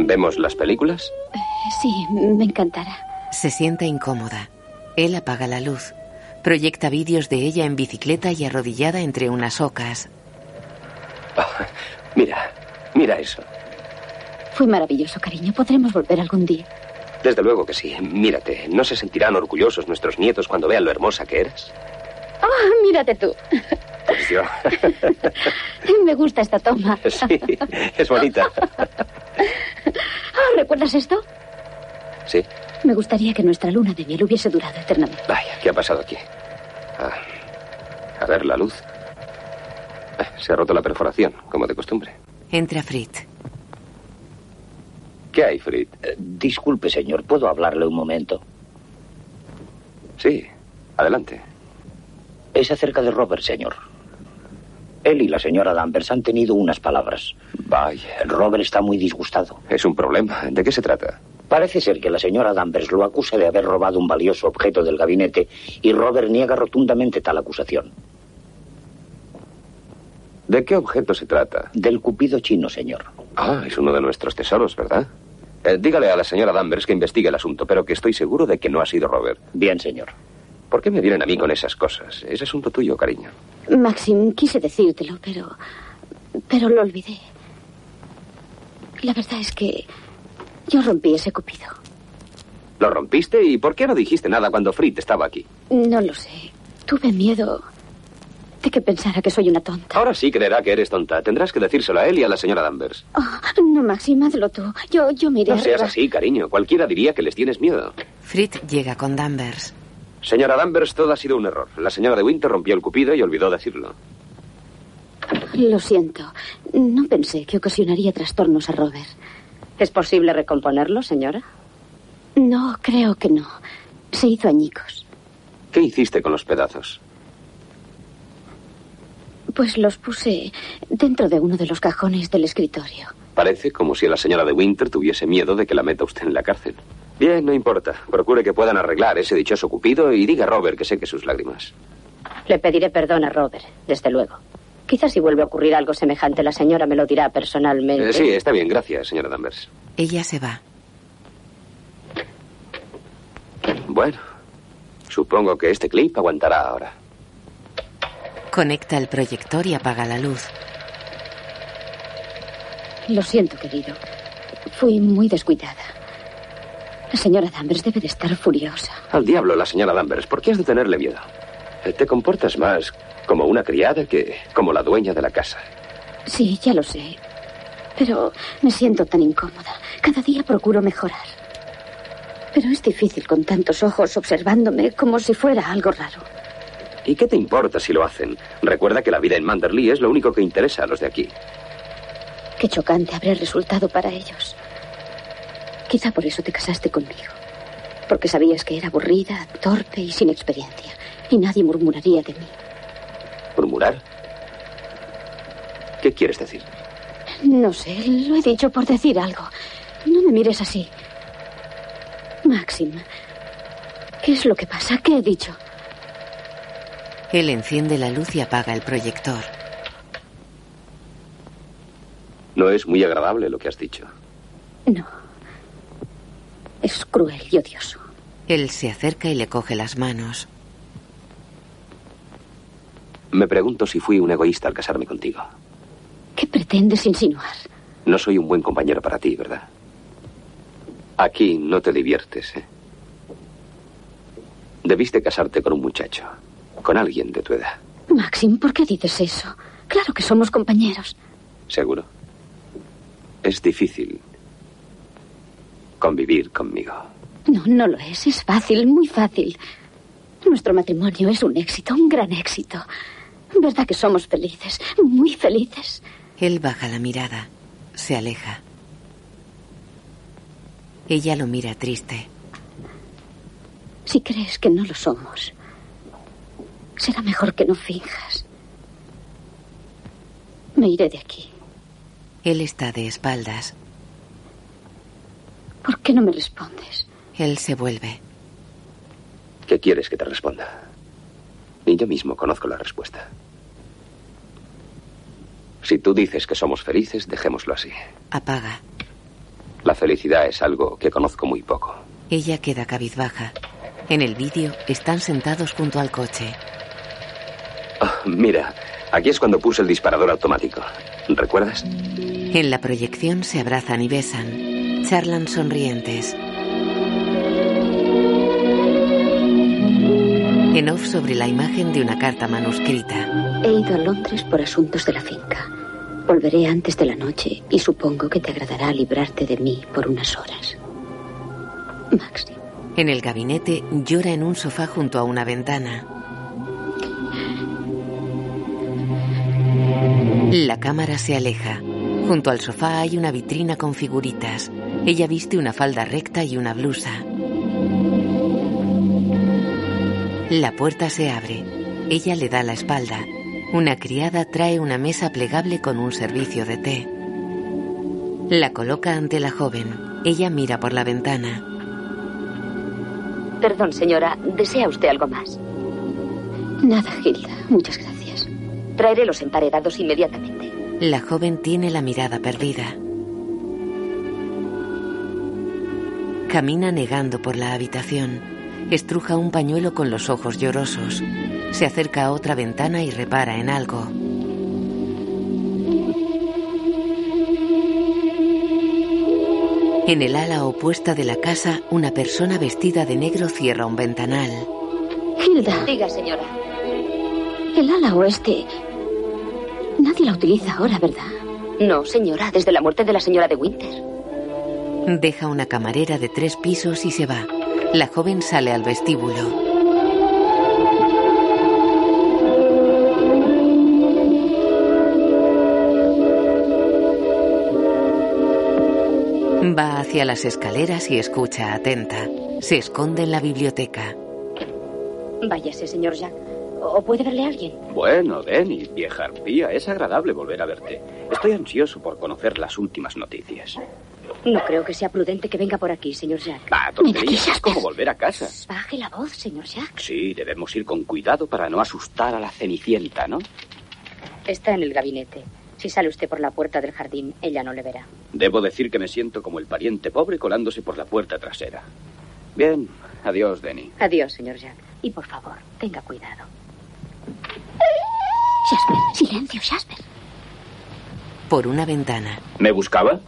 Speaker 18: ¿Vemos las películas?
Speaker 3: Sí, me encantará.
Speaker 1: Se sienta incómoda. Él apaga la luz. Proyecta vídeos de ella en bicicleta y arrodillada entre unas ocas.
Speaker 18: Mira, mira eso.
Speaker 3: Fue maravilloso, cariño. Podremos volver algún día.
Speaker 18: Desde luego que sí. Mírate, ¿no se sentirán orgullosos nuestros nietos cuando vean lo hermosa que eres?
Speaker 3: ¡Ah, mírate tú!
Speaker 18: Pues yo.
Speaker 3: Me gusta esta toma.
Speaker 18: Sí, es bonita.
Speaker 3: Ah, ¿Recuerdas esto?
Speaker 18: Sí.
Speaker 3: Me gustaría que nuestra luna de miel hubiese durado eternamente.
Speaker 18: Vaya, ¿qué ha pasado aquí? Ah,
Speaker 5: ver la luz. Eh, Se ha roto la perforación, como de costumbre.
Speaker 1: Entra Fritz.
Speaker 5: ¿Qué hay, Fritz?
Speaker 10: Eh, disculpe, señor, ¿puedo hablarle un momento?
Speaker 5: Sí, adelante.
Speaker 10: Es acerca de Robert, señor. Él y la señora Danvers han tenido unas palabras.
Speaker 5: Vaya.
Speaker 10: Robert está muy disgustado.
Speaker 5: Es un problema. ¿De qué se trata?
Speaker 10: Parece ser que la señora Danvers lo acusa de haber robado un valioso objeto del gabinete y Robert niega rotundamente tal acusación.
Speaker 5: ¿De qué objeto se trata?
Speaker 10: Del cupido chino, señor.
Speaker 5: Ah, es uno de nuestros tesoros, ¿verdad? Eh, dígale a la señora Danvers que investigue el asunto, pero que estoy seguro de que no ha sido Robert.
Speaker 10: Bien, señor.
Speaker 5: ¿Por qué me vienen a mí con esas cosas? Es asunto tuyo, cariño.
Speaker 3: Maxim, quise decírtelo, pero. Pero lo olvidé. La verdad es que. Yo rompí ese cupido.
Speaker 5: ¿Lo rompiste y por qué no dijiste nada cuando Fritz estaba aquí?
Speaker 3: No lo sé. Tuve miedo de que pensara que soy una tonta.
Speaker 5: Ahora sí creerá que eres tonta. Tendrás que decírselo a él y a la señora Danvers.
Speaker 3: Oh, no, Maxim, hazlo tú. Yo, yo me iré.
Speaker 5: No seas
Speaker 3: arriba.
Speaker 5: así, cariño. Cualquiera diría que les tienes miedo.
Speaker 1: Fritz llega con Danvers.
Speaker 5: Señora Danvers, todo ha sido un error. La señora de Winter rompió el cupido y olvidó decirlo.
Speaker 3: Lo siento. No pensé que ocasionaría trastornos a Robert.
Speaker 11: ¿Es posible recomponerlo, señora?
Speaker 3: No, creo que no. Se hizo añicos.
Speaker 5: ¿Qué hiciste con los pedazos?
Speaker 3: Pues los puse dentro de uno de los cajones del escritorio.
Speaker 5: Parece como si la señora de Winter tuviese miedo de que la meta usted en la cárcel. Bien, no importa. Procure que puedan arreglar ese dichoso cupido y diga a Robert que seque sus lágrimas.
Speaker 11: Le pediré perdón a Robert, desde luego. Quizás si vuelve a ocurrir algo semejante, la señora me lo dirá personalmente.
Speaker 5: Eh, sí, está bien. Gracias, señora Danvers.
Speaker 1: Ella se va.
Speaker 5: Bueno, supongo que este clip aguantará ahora.
Speaker 1: Conecta el proyector y apaga la luz.
Speaker 3: Lo siento, querido. Fui muy descuidada. La señora Danvers debe de estar furiosa.
Speaker 5: Al diablo, la señora Danvers. ¿Por qué has de tenerle miedo? Eh, Te comportas más como una criada que como la dueña de la casa.
Speaker 3: Sí, ya lo sé. Pero me siento tan incómoda. Cada día procuro mejorar. Pero es difícil con tantos ojos observándome como si fuera algo raro.
Speaker 5: ¿Y qué te importa si lo hacen? Recuerda que la vida en Manderley es lo único que interesa a los de aquí.
Speaker 3: Qué chocante habrá resultado para ellos. Quizá por eso te casaste conmigo. Porque sabías que era aburrida, torpe y sin experiencia. Y nadie murmuraría de mí.
Speaker 5: ¿Murmurar? ¿Qué quieres decir?
Speaker 3: No sé, lo he dicho por decir algo. No me mires así. Maxim, ¿qué es lo que pasa? ¿Qué he dicho?
Speaker 1: Él enciende la luz y apaga el proyector.
Speaker 5: No es muy agradable lo que has dicho.
Speaker 3: No. Es cruel y odioso.
Speaker 1: Él se acerca y le coge las manos.
Speaker 5: Me pregunto si fui un egoísta al casarme contigo.
Speaker 3: ¿Qué pretendes insinuar?
Speaker 5: No soy un buen compañero para ti, ¿verdad? Aquí no te diviertes, ¿eh? Debiste casarte con un muchacho, con alguien de tu edad,
Speaker 3: Maxim, ¿por qué dices eso? Claro que somos compañeros.
Speaker 5: seguro. Es difícil convivir conmigo.
Speaker 3: No, no lo es. Es fácil, muy fácil. Nuestro matrimonio es un éxito, un gran éxito. ¿Verdad que somos felices? Muy felices.
Speaker 1: Él baja la mirada. Se aleja. Ella lo mira triste.
Speaker 3: Si crees que no lo somos, será mejor que no finjas. Me iré de aquí.
Speaker 1: Él está de espaldas.
Speaker 3: ¿Por qué no me respondes?
Speaker 1: Él se vuelve.
Speaker 5: ¿Qué quieres que te responda? Ni yo mismo conozco la respuesta. Si tú dices que somos felices, dejémoslo así.
Speaker 1: Apaga.
Speaker 5: La felicidad es algo que conozco muy poco.
Speaker 1: Ella queda cabizbaja. En el vídeo están sentados junto al coche.
Speaker 5: Ah, mira, aquí es cuando puse el disparador automático. ¿Recuerdas?
Speaker 1: En la proyección se abrazan y besan. Charlan sonrientes. En off sobre la imagen de una carta manuscrita.
Speaker 3: He ido a Londres por asuntos de la finca. Volveré antes de la noche y supongo que te agradará librarte de mí por unas horas. Maxi,
Speaker 1: En el gabinete llora en un sofá junto a una ventana. La cámara se aleja. Junto al sofá hay una vitrina con figuritas. Ella viste una falda recta y una blusa. La puerta se abre. Ella le da la espalda. Una criada trae una mesa plegable con un servicio de té. La coloca ante la joven. Ella mira por la ventana.
Speaker 11: Perdón, señora, ¿desea usted algo más?
Speaker 3: Nada, Gilda. Muchas gracias.
Speaker 11: Traeré los emparedados inmediatamente.
Speaker 1: La joven tiene la mirada perdida. Camina negando por la habitación. Estruja un pañuelo con los ojos llorosos. Se acerca a otra ventana y repara en algo. En el ala opuesta de la casa, una persona vestida de negro cierra un ventanal.
Speaker 3: Gilda,
Speaker 11: Diga, señora.
Speaker 3: el ala oeste. Nadie la utiliza ahora, ¿verdad?
Speaker 11: No, señora, desde la muerte de la señora de Winter.
Speaker 1: Deja una camarera de tres pisos y se va. La joven sale al vestíbulo. Va hacia las escaleras y escucha atenta. Se esconde en la biblioteca.
Speaker 11: Váyase, señor Jack. ¿O puede verle alguien?
Speaker 14: Bueno, Denny, vieja arpía, es agradable volver a verte. Estoy ansioso por conocer las últimas noticias.
Speaker 11: No creo que sea prudente que venga por aquí, señor Jack.
Speaker 14: Va, tonterías, es como volver a casa.
Speaker 11: Baje la voz, señor Jack.
Speaker 14: Sí, debemos ir con cuidado para no asustar a la cenicienta, ¿no?
Speaker 11: Está en el gabinete. Si sale usted por la puerta del jardín, ella no le verá.
Speaker 14: Debo decir que me siento como el pariente pobre colándose por la puerta trasera. Bien, adiós, Denny.
Speaker 11: Adiós, señor Jack. Y por favor, tenga cuidado.
Speaker 3: Jasper, silencio, Jasper.
Speaker 1: Por una ventana.
Speaker 14: ¿Me buscaba?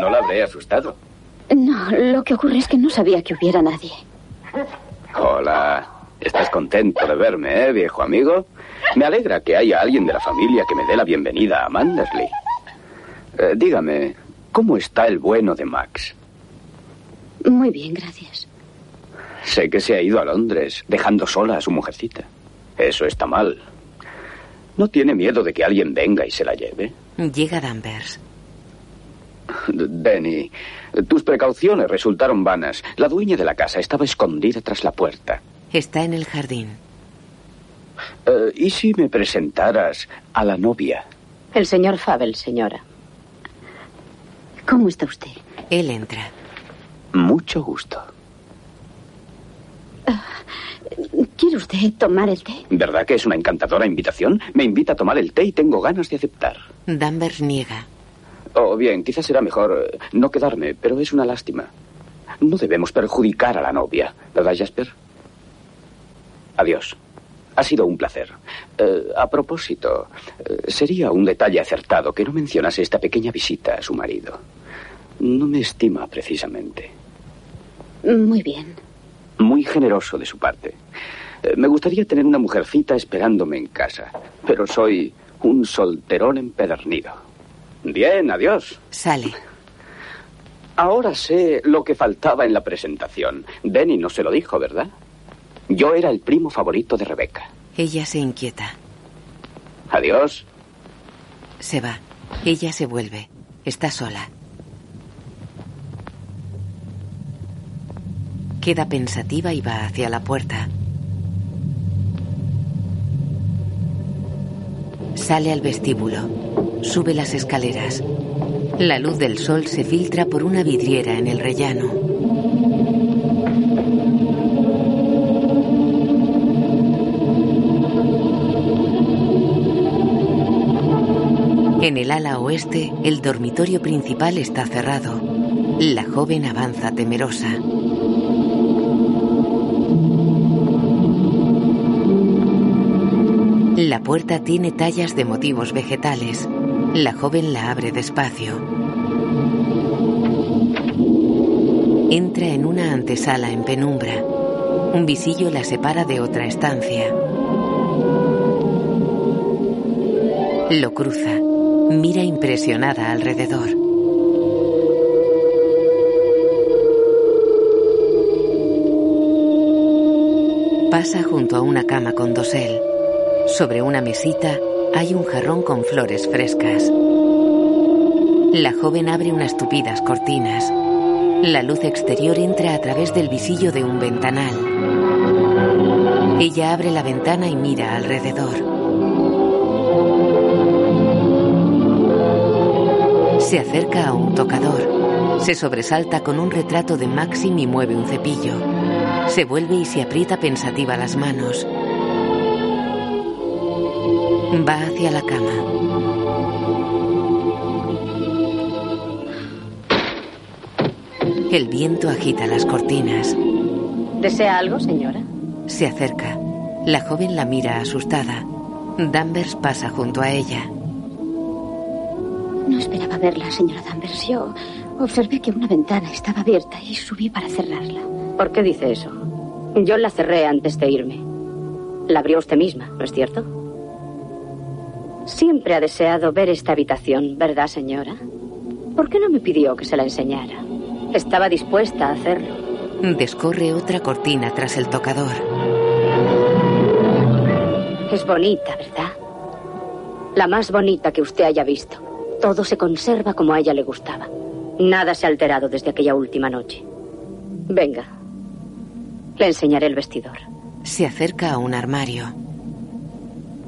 Speaker 14: No la habré asustado.
Speaker 3: No, lo que ocurre es que no sabía que hubiera nadie.
Speaker 14: Hola. ¿Estás contento de verme, eh, viejo amigo? Me alegra que haya alguien de la familia que me dé la bienvenida a Mandersley. Eh, dígame, ¿cómo está el bueno de Max?
Speaker 3: Muy bien, gracias.
Speaker 14: Sé que se ha ido a Londres, dejando sola a su mujercita. Eso está mal. ¿No tiene miedo de que alguien venga y se la lleve?
Speaker 1: Llega Danvers.
Speaker 14: D- Denny, tus precauciones resultaron vanas. La dueña de la casa estaba escondida tras la puerta.
Speaker 1: Está en el jardín.
Speaker 14: Eh, ¿Y si me presentaras a la novia?
Speaker 11: El señor Fabel, señora.
Speaker 3: ¿Cómo está usted?
Speaker 1: Él entra.
Speaker 14: Mucho gusto.
Speaker 3: ¿Quiere usted tomar el té?
Speaker 14: ¿Verdad que es una encantadora invitación? Me invita a tomar el té y tengo ganas de aceptar.
Speaker 1: Danvers niega.
Speaker 14: Oh, bien, quizás será mejor eh, no quedarme, pero es una lástima. No debemos perjudicar a la novia, ¿verdad, Jasper? Adiós. Ha sido un placer. Eh, a propósito, eh, sería un detalle acertado que no mencionase esta pequeña visita a su marido. No me estima precisamente.
Speaker 3: Muy bien.
Speaker 14: Muy generoso de su parte. Eh, me gustaría tener una mujercita esperándome en casa, pero soy un solterón empedernido. Bien, adiós.
Speaker 1: Sale.
Speaker 14: Ahora sé lo que faltaba en la presentación. Denny no se lo dijo, ¿verdad? Yo era el primo favorito de Rebeca.
Speaker 1: Ella se inquieta.
Speaker 14: Adiós.
Speaker 1: Se va. Ella se vuelve. Está sola. Queda pensativa y va hacia la puerta. Sale al vestíbulo. Sube las escaleras. La luz del sol se filtra por una vidriera en el rellano. En el ala oeste, el dormitorio principal está cerrado. La joven avanza temerosa. La puerta tiene tallas de motivos vegetales. La joven la abre despacio. Entra en una antesala en penumbra. Un visillo la separa de otra estancia. Lo cruza. Mira impresionada alrededor. Pasa junto a una cama con dosel. Sobre una mesita, hay un jarrón con flores frescas. La joven abre unas tupidas cortinas. La luz exterior entra a través del visillo de un ventanal. Ella abre la ventana y mira alrededor. Se acerca a un tocador. Se sobresalta con un retrato de Maxim y mueve un cepillo. Se vuelve y se aprieta pensativa las manos. Va hacia la cama. El viento agita las cortinas.
Speaker 3: ¿Desea algo, señora?
Speaker 1: Se acerca. La joven la mira asustada. Danvers pasa junto a ella.
Speaker 19: No esperaba verla, señora Danvers. Yo observé que una ventana estaba abierta y subí para cerrarla.
Speaker 3: ¿Por qué dice eso? Yo la cerré antes de irme. La abrió usted misma, ¿no es cierto? Siempre ha deseado ver esta habitación, ¿verdad, señora? ¿Por qué no me pidió que se la enseñara? Estaba dispuesta a hacerlo.
Speaker 1: Descorre otra cortina tras el tocador.
Speaker 3: Es bonita, ¿verdad? La más bonita que usted haya visto. Todo se conserva como a ella le gustaba. Nada se ha alterado desde aquella última noche. Venga, le enseñaré el vestidor.
Speaker 1: Se acerca a un armario.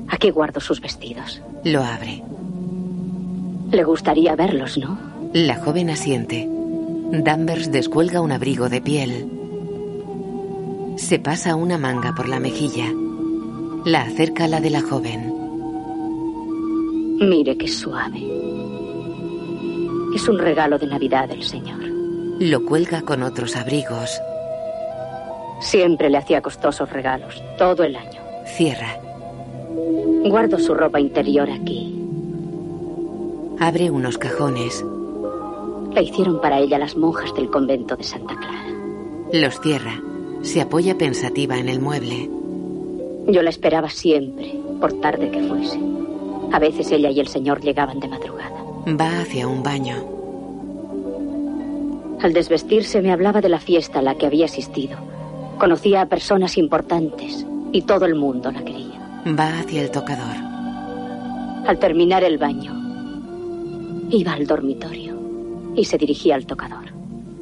Speaker 3: Aquí guardo sus vestidos.
Speaker 1: Lo abre.
Speaker 3: Le gustaría verlos, ¿no?
Speaker 1: La joven asiente. Danvers descuelga un abrigo de piel. Se pasa una manga por la mejilla. La acerca a la de la joven.
Speaker 3: Mire qué suave. Es un regalo de Navidad del Señor.
Speaker 1: Lo cuelga con otros abrigos.
Speaker 3: Siempre le hacía costosos regalos, todo el año.
Speaker 1: Cierra.
Speaker 3: Guardo su ropa interior aquí.
Speaker 1: Abre unos cajones.
Speaker 3: La hicieron para ella las monjas del convento de Santa Clara.
Speaker 1: Los cierra. Se apoya pensativa en el mueble.
Speaker 3: Yo la esperaba siempre, por tarde que fuese. A veces ella y el señor llegaban de madrugada.
Speaker 1: Va hacia un baño.
Speaker 3: Al desvestirse me hablaba de la fiesta a la que había asistido. Conocía a personas importantes y todo el mundo la quería.
Speaker 1: Va hacia el tocador.
Speaker 3: Al terminar el baño, iba al dormitorio y se dirigía al tocador.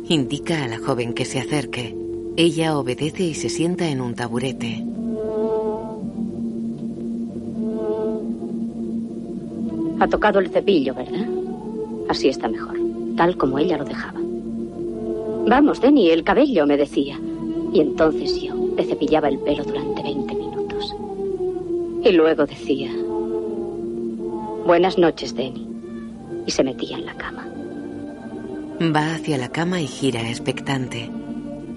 Speaker 1: Indica a la joven que se acerque. Ella obedece y se sienta en un taburete.
Speaker 3: Ha tocado el cepillo, ¿verdad? Así está mejor, tal como ella lo dejaba. Vamos, Denny, el cabello, me decía. Y entonces yo le cepillaba el pelo durante 20 minutos. Y luego decía, Buenas noches, Denny. Y se metía en la cama.
Speaker 1: Va hacia la cama y gira expectante.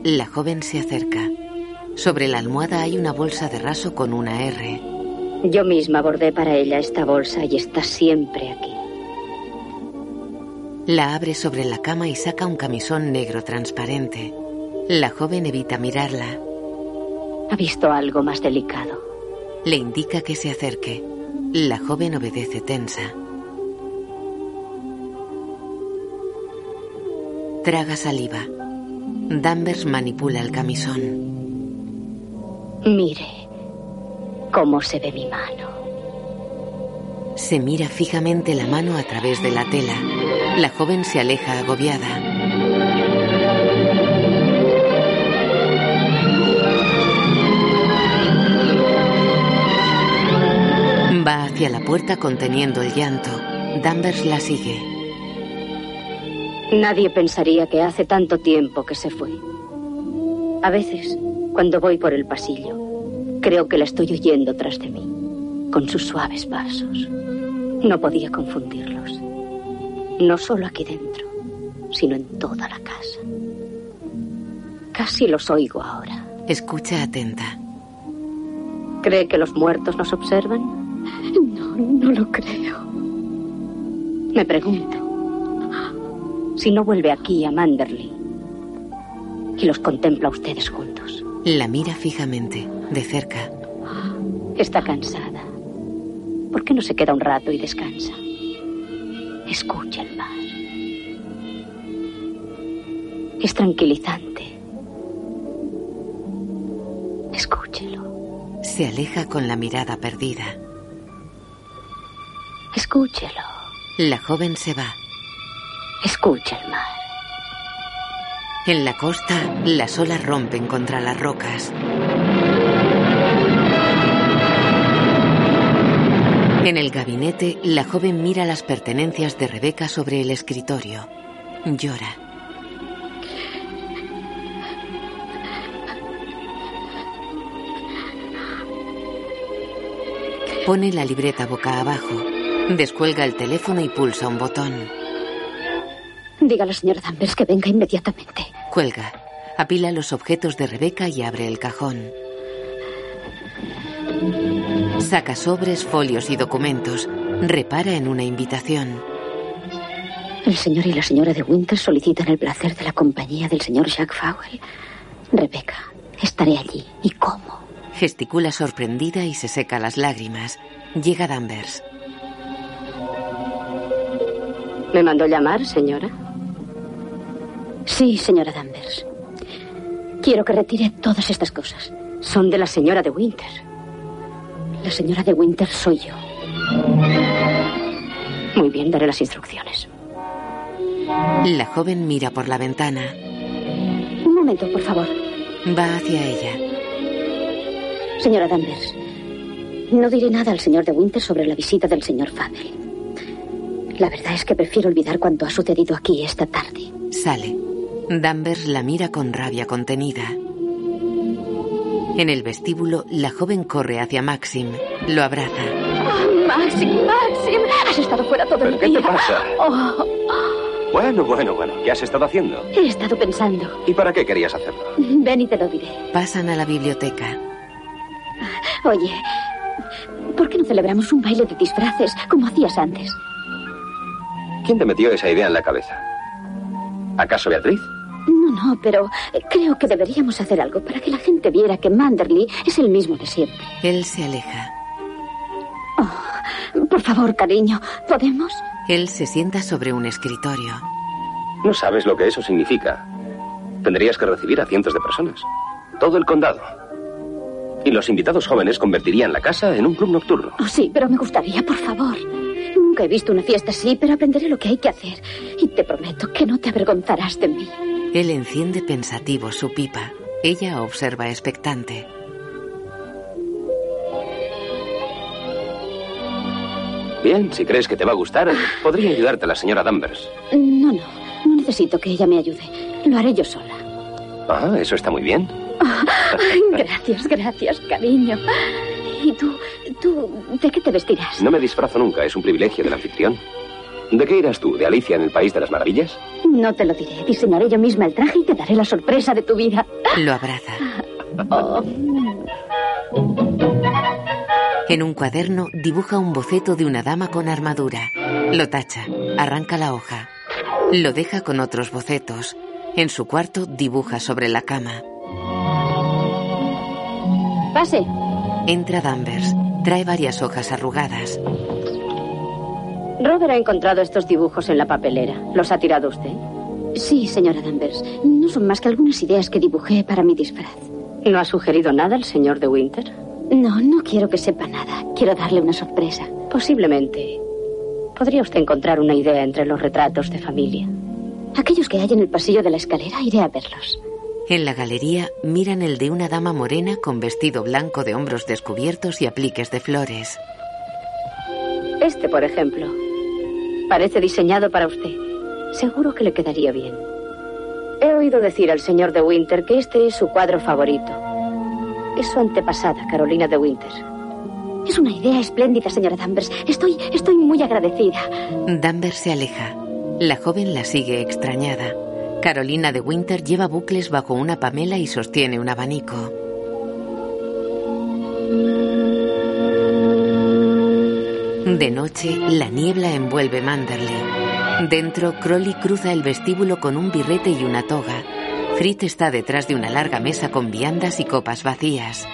Speaker 1: La joven se acerca. Sobre la almohada hay una bolsa de raso con una R.
Speaker 3: Yo misma bordé para ella esta bolsa y está siempre aquí.
Speaker 1: La abre sobre la cama y saca un camisón negro transparente. La joven evita mirarla.
Speaker 3: Ha visto algo más delicado.
Speaker 1: Le indica que se acerque. La joven obedece tensa. Traga saliva. Danvers manipula el camisón.
Speaker 3: Mire cómo se ve mi mano.
Speaker 1: Se mira fijamente la mano a través de la tela. La joven se aleja agobiada. Va hacia la puerta conteniendo el llanto. Danvers la sigue.
Speaker 3: Nadie pensaría que hace tanto tiempo que se fue. A veces, cuando voy por el pasillo, creo que la estoy oyendo tras de mí, con sus suaves pasos. No podía confundirlos. No solo aquí dentro, sino en toda la casa. Casi los oigo ahora.
Speaker 1: Escucha atenta.
Speaker 3: ¿Cree que los muertos nos observan?
Speaker 19: No, no lo creo.
Speaker 3: Me pregunto. Si no vuelve aquí a Manderley y los contempla a ustedes juntos.
Speaker 1: La mira fijamente, de cerca.
Speaker 3: Está cansada. ¿Por qué no se queda un rato y descansa? Escucha el mar. Es tranquilizante. Escúchelo.
Speaker 1: Se aleja con la mirada perdida.
Speaker 11: Escúchelo.
Speaker 1: La joven se va.
Speaker 11: Escucha el mar.
Speaker 1: En la costa, las olas rompen contra las rocas. En el gabinete, la joven mira las pertenencias de Rebeca sobre el escritorio. Llora. Pone la libreta boca abajo. Descuelga el teléfono y pulsa un botón.
Speaker 3: Dígalo, señor Danvers, que venga inmediatamente.
Speaker 1: Cuelga. Apila los objetos de Rebeca y abre el cajón. Saca sobres, folios y documentos. Repara en una invitación.
Speaker 3: El señor y la señora de Winter solicitan el placer de la compañía del señor Jack Fowell. Rebeca, estaré allí. ¿Y cómo?
Speaker 1: Gesticula sorprendida y se seca las lágrimas. Llega Danvers.
Speaker 11: ¿Me mandó llamar, señora?
Speaker 3: Sí, señora Danvers. Quiero que retire todas estas cosas.
Speaker 11: Son de la señora de Winter.
Speaker 3: La señora de Winter soy yo.
Speaker 11: Muy bien, daré las instrucciones.
Speaker 1: La joven mira por la ventana.
Speaker 3: Un momento, por favor.
Speaker 1: Va hacia ella.
Speaker 3: Señora Danvers, no diré nada al señor de Winter sobre la visita del señor Fadel. La verdad es que prefiero olvidar cuanto ha sucedido aquí esta tarde.
Speaker 1: Sale. Danvers la mira con rabia contenida. En el vestíbulo, la joven corre hacia Maxim. Lo abraza.
Speaker 4: Oh, Maxim, Maxim, has estado fuera todo el
Speaker 8: ¿Pero qué
Speaker 4: día.
Speaker 8: te pasa?
Speaker 4: Oh,
Speaker 8: Bueno, bueno, bueno. ¿Qué has estado haciendo?
Speaker 3: he estado pensando.
Speaker 8: ¿Y para qué querías hacerlo?
Speaker 3: Ven y te lo diré.
Speaker 1: Pasan a la biblioteca.
Speaker 3: Oye, ¿por qué no celebramos un baile de disfraces como hacías antes?
Speaker 5: ¿Quién te metió esa idea en la cabeza? ¿Acaso Beatriz?
Speaker 3: No, no, pero creo que deberíamos hacer algo para que la gente viera que Manderley es el mismo de siempre.
Speaker 1: Él se aleja.
Speaker 3: Por favor, cariño, ¿podemos?
Speaker 1: Él se sienta sobre un escritorio.
Speaker 5: No sabes lo que eso significa. Tendrías que recibir a cientos de personas. Todo el condado. Y los invitados jóvenes convertirían la casa en un club nocturno.
Speaker 3: Oh, sí, pero me gustaría, por favor. Nunca he visto una fiesta así, pero aprenderé lo que hay que hacer. Y te prometo que no te avergonzarás de mí.
Speaker 1: Él enciende pensativo su pipa. Ella observa expectante.
Speaker 5: Bien, si crees que te va a gustar, podría ayudarte la señora Danvers.
Speaker 3: No, no, no necesito que ella me ayude. Lo haré yo sola.
Speaker 5: Ah, eso está muy bien.
Speaker 3: Gracias, gracias, cariño. ¿Y tú, tú, de qué te vestirás?
Speaker 5: No me disfrazo nunca, es un privilegio del anfitrión. ¿De qué irás tú? ¿De Alicia en el País de las Maravillas?
Speaker 3: No te lo diré. Diseñaré yo misma el traje y te daré la sorpresa de tu vida.
Speaker 1: Lo abraza.
Speaker 3: Oh,
Speaker 1: En un cuaderno dibuja un boceto de una dama con armadura. Lo tacha, arranca la hoja. Lo deja con otros bocetos. En su cuarto dibuja sobre la cama.
Speaker 4: Pase.
Speaker 1: Entra Danvers. Trae varias hojas arrugadas.
Speaker 11: Robert ha encontrado estos dibujos en la papelera. ¿Los ha tirado usted?
Speaker 3: sí, señora Danvers. No son más que algunas ideas que dibujé para mi disfraz.
Speaker 11: ¿No ha sugerido nada el señor de Winter?
Speaker 3: No, no quiero que sepa nada. Quiero darle una sorpresa.
Speaker 11: Posiblemente. Podría usted encontrar una idea entre los retratos de familia.
Speaker 3: Aquellos que hay en el pasillo de la escalera, iré a verlos.
Speaker 1: En la galería miran el de una dama morena con vestido blanco de hombros descubiertos y apliques de flores.
Speaker 11: Este, por ejemplo. Parece diseñado para usted. Seguro que le quedaría bien. He oído decir al señor de Winter que este es su cuadro favorito. Es su antepasada, Carolina de Winter.
Speaker 3: Es una idea espléndida, señora Danvers. Estoy, estoy muy agradecida.
Speaker 1: Danvers se aleja. La joven la sigue extrañada. Carolina de Winter lleva bucles bajo una pamela y sostiene un abanico. De noche, la niebla envuelve Manderley. Dentro, Crowley cruza el vestíbulo con un birrete y una toga. Fritz está detrás de una larga mesa con viandas y copas vacías.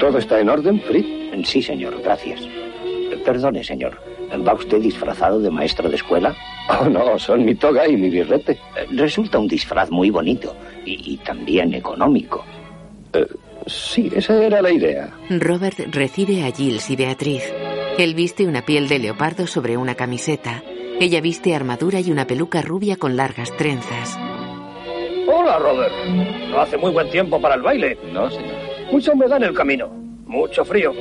Speaker 10: ¿Todo está en orden, Fritz? Sí, señor, gracias. Eh, Perdone, señor. ¿Va usted disfrazado de maestro de escuela?
Speaker 12: Oh, no, son mi toga y mi birrete.
Speaker 10: Eh, Resulta un disfraz muy bonito y, y también económico.
Speaker 12: Sí, esa era la idea.
Speaker 1: Robert recibe a Giles y Beatriz. Él viste una piel de leopardo sobre una camiseta. Ella viste armadura y una peluca rubia con largas trenzas.
Speaker 6: Hola, Robert. No hace muy buen tiempo para el baile.
Speaker 20: No, señor.
Speaker 6: Mucha humedad en el camino. Mucho frío.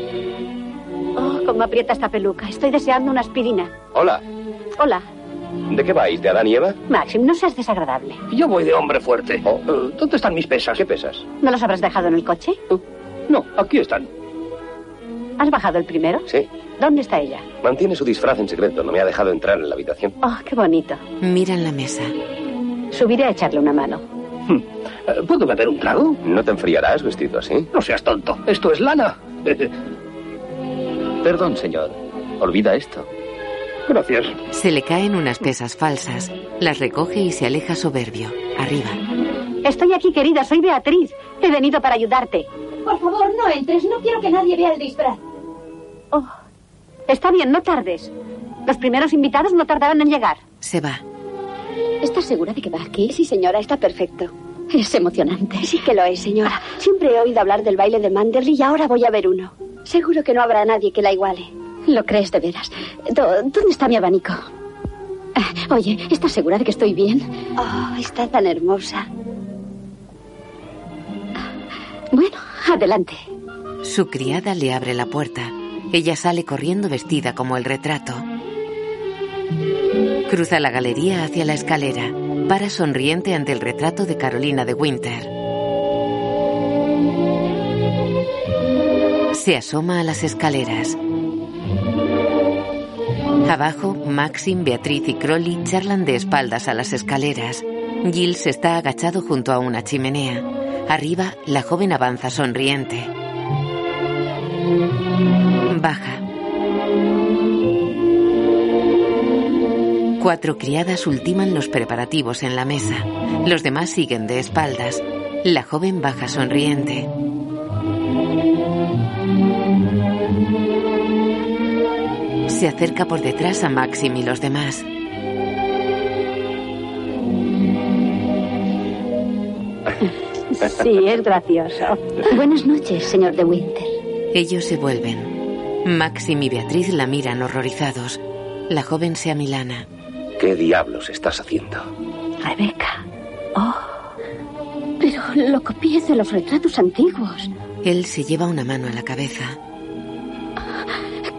Speaker 21: Oh, cómo aprieta esta peluca. Estoy deseando una aspirina.
Speaker 5: Hola.
Speaker 21: Hola,
Speaker 5: ¿De qué vais? ¿De Adán y Eva?
Speaker 21: Maxim, no seas desagradable.
Speaker 6: Yo voy de hombre fuerte.
Speaker 5: Oh.
Speaker 6: Eh, ¿Dónde están mis pesas? ¿Qué pesas?
Speaker 21: ¿No los habrás dejado en el coche?
Speaker 6: No, aquí están.
Speaker 21: ¿Has bajado el primero?
Speaker 5: Sí.
Speaker 21: ¿Dónde está ella?
Speaker 5: Mantiene su disfraz en secreto. No me ha dejado entrar en la habitación.
Speaker 21: Oh, qué bonito.
Speaker 1: Miran la mesa.
Speaker 21: Subiré a echarle una mano.
Speaker 6: Eh, ¿Puedo beber un trago?
Speaker 5: ¿No te enfriarás vestido así?
Speaker 6: No seas tonto. Esto es lana.
Speaker 22: Perdón, señor. Olvida esto.
Speaker 6: Gracias.
Speaker 1: Se le caen unas pesas falsas. Las recoge y se aleja soberbio. Arriba.
Speaker 21: Estoy aquí, querida. Soy Beatriz. He venido para ayudarte.
Speaker 23: Por favor, no entres. No quiero que nadie vea el disfraz.
Speaker 21: Oh, está bien, no tardes. Los primeros invitados no tardarán en llegar.
Speaker 1: Se va.
Speaker 16: ¿Estás segura de que va aquí?
Speaker 23: Sí, señora, está perfecto.
Speaker 16: Es emocionante.
Speaker 23: Sí que lo es, señora. Siempre he oído hablar del baile de Manderley y ahora voy a ver uno. Seguro que no habrá nadie que la iguale.
Speaker 16: ¿Lo crees de veras? Do- ¿Dónde está mi abanico? Ah, Oye, ¿estás segura de que estoy bien?
Speaker 23: Oh, está tan hermosa.
Speaker 16: Bueno, adelante.
Speaker 1: Su criada le abre la puerta. Ella sale corriendo vestida como el retrato. Cruza la galería hacia la escalera. Para sonriente ante el retrato de Carolina de Winter. Se asoma a las escaleras. Abajo, Maxim, Beatriz y Crowley charlan de espaldas a las escaleras. Giles está agachado junto a una chimenea. Arriba, la joven avanza sonriente. Baja. Cuatro criadas ultiman los preparativos en la mesa. Los demás siguen de espaldas. La joven baja sonriente. Se acerca por detrás a Maxim y los demás.
Speaker 21: Sí, es gracioso.
Speaker 16: Buenas noches, señor de Winter.
Speaker 1: Ellos se vuelven. Maxim y Beatriz la miran horrorizados. La joven se amilana.
Speaker 5: ¿Qué diablos estás haciendo?
Speaker 16: Rebeca. Oh. Pero lo copié de los retratos antiguos.
Speaker 1: Él se lleva una mano a la cabeza.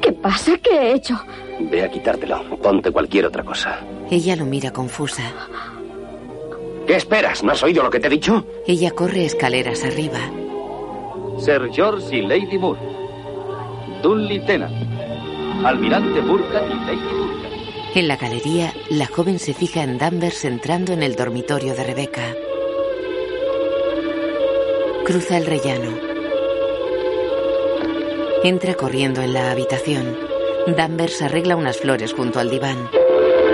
Speaker 16: ¿Qué pasa? ¿Qué he hecho?
Speaker 5: Ve a quitártelo. Ponte cualquier otra cosa.
Speaker 1: Ella lo mira confusa.
Speaker 5: ¿Qué esperas? ¿No has oído lo que te he dicho?
Speaker 1: Ella corre escaleras arriba.
Speaker 24: Sir George y Lady Moore. Dunley Tennant. Almirante Burka y Lady Burka.
Speaker 1: En la galería, la joven se fija en Danvers entrando en el dormitorio de Rebeca. Cruza el rellano. Entra corriendo en la habitación. Danvers arregla unas flores junto al diván.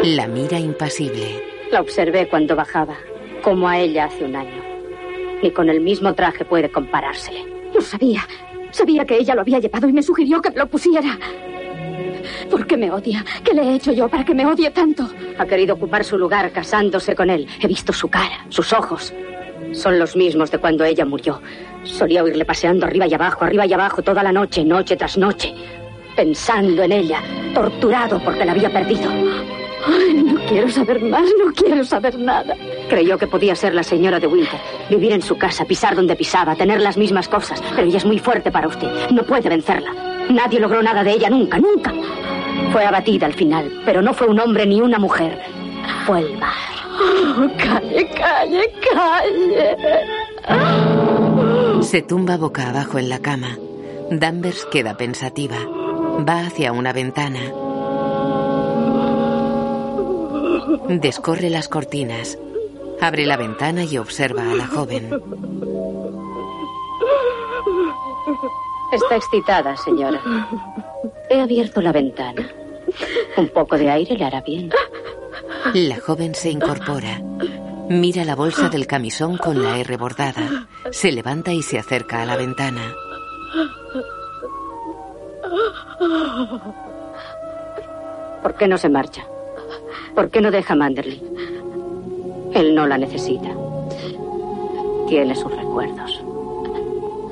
Speaker 1: La mira impasible.
Speaker 3: La observé cuando bajaba, como a ella hace un año. Ni con el mismo traje puede comparársele.
Speaker 16: Lo sabía. Sabía que ella lo había llevado y me sugirió que me lo pusiera. ¿Por qué me odia? ¿Qué le he hecho yo para que me odie tanto?
Speaker 3: Ha querido ocupar su lugar casándose con él. He visto su cara, sus ojos. Son los mismos de cuando ella murió. Solía oírle paseando arriba y abajo, arriba y abajo, toda la noche, noche tras noche, pensando en ella, torturado porque la había perdido.
Speaker 16: Ay, no quiero saber más, no quiero saber nada.
Speaker 3: Creyó que podía ser la señora de Winter, vivir en su casa, pisar donde pisaba, tener las mismas cosas, pero ella es muy fuerte para usted, no puede vencerla. Nadie logró nada de ella nunca, nunca. Fue abatida al final, pero no fue un hombre ni una mujer. Fue el mar.
Speaker 16: Oh, calle, calle, calle.
Speaker 1: Se tumba boca abajo en la cama. Danvers queda pensativa. Va hacia una ventana. Descorre las cortinas. Abre la ventana y observa a la joven.
Speaker 3: Está excitada, señora. He abierto la ventana. Un poco de aire le hará bien.
Speaker 1: La joven se incorpora. Mira la bolsa del camisón con la R bordada. Se levanta y se acerca a la ventana.
Speaker 3: ¿Por qué no se marcha? ¿Por qué no deja a Manderley? Él no la necesita. Tiene sus recuerdos.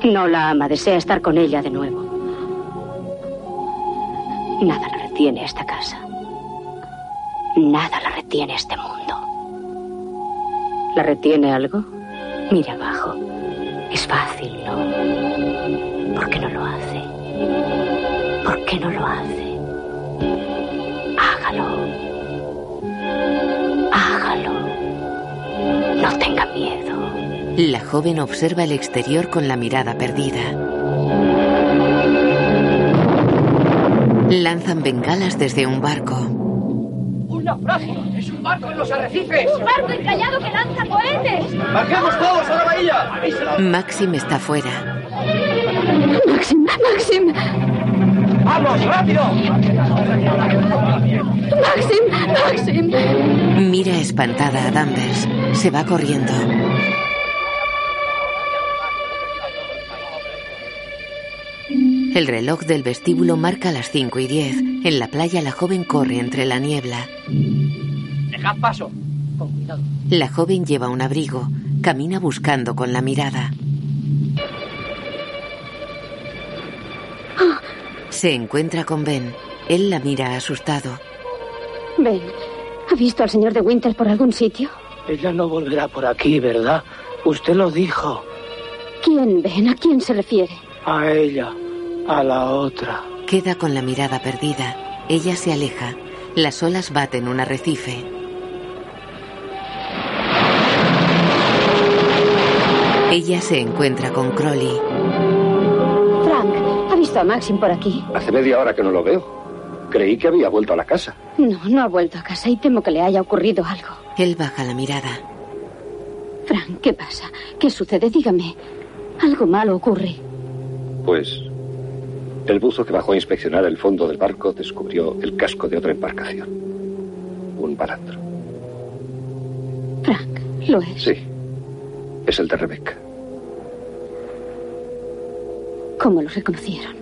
Speaker 6: No la ama, desea estar con ella de nuevo. Nada la retiene a esta casa. Nada la retiene a este mundo. ¿La retiene algo? Mira abajo. Es fácil, ¿no? ¿Por qué no lo hace? ¿Por qué no lo hace? Hágalo. Hágalo. No tenga miedo.
Speaker 1: La joven observa el exterior con la mirada perdida. Lanzan bengalas desde un barco.
Speaker 16: ¡Un naufragio! ¡Es un barco en los arrecifes!
Speaker 25: ¡Un barco encallado que lanza cohetes!
Speaker 16: ¡Bajemos todos a la bahía! ¡Avísela!
Speaker 1: Maxim está fuera.
Speaker 3: Maxim, Maxim,
Speaker 16: ¡Vamos, rápido!
Speaker 3: Maxim, Maxim.
Speaker 1: Mira espantada a Danvers. Se va corriendo. El reloj del vestíbulo marca las 5 y 10. En la playa la joven corre entre la niebla.
Speaker 16: ¡Dejad paso! Con cuidado.
Speaker 1: La joven lleva un abrigo. Camina buscando con la mirada.
Speaker 3: Ah.
Speaker 1: Se encuentra con Ben. Él la mira asustado.
Speaker 3: Ben, ¿ha visto al señor de Winter por algún sitio?
Speaker 10: Ella no volverá por aquí, ¿verdad? Usted lo dijo.
Speaker 3: ¿Quién, Ben? ¿A quién se refiere?
Speaker 10: A ella, a la otra.
Speaker 1: Queda con la mirada perdida. Ella se aleja. Las olas baten un arrecife. Ella se encuentra con Crowley.
Speaker 3: Frank, ¿ha visto a Maxim por aquí?
Speaker 26: Hace media hora que no lo veo. Creí que había vuelto a la casa.
Speaker 3: No, no ha vuelto a casa y temo que le haya ocurrido algo.
Speaker 1: Él baja la mirada.
Speaker 3: Frank, ¿qué pasa? ¿Qué sucede? Dígame. Algo malo ocurre.
Speaker 26: Pues el buzo que bajó a inspeccionar el fondo del barco descubrió el casco de otra embarcación. Un balandro.
Speaker 3: Frank, lo es.
Speaker 26: Sí, es el de Rebeca.
Speaker 3: ¿Cómo lo reconocieron?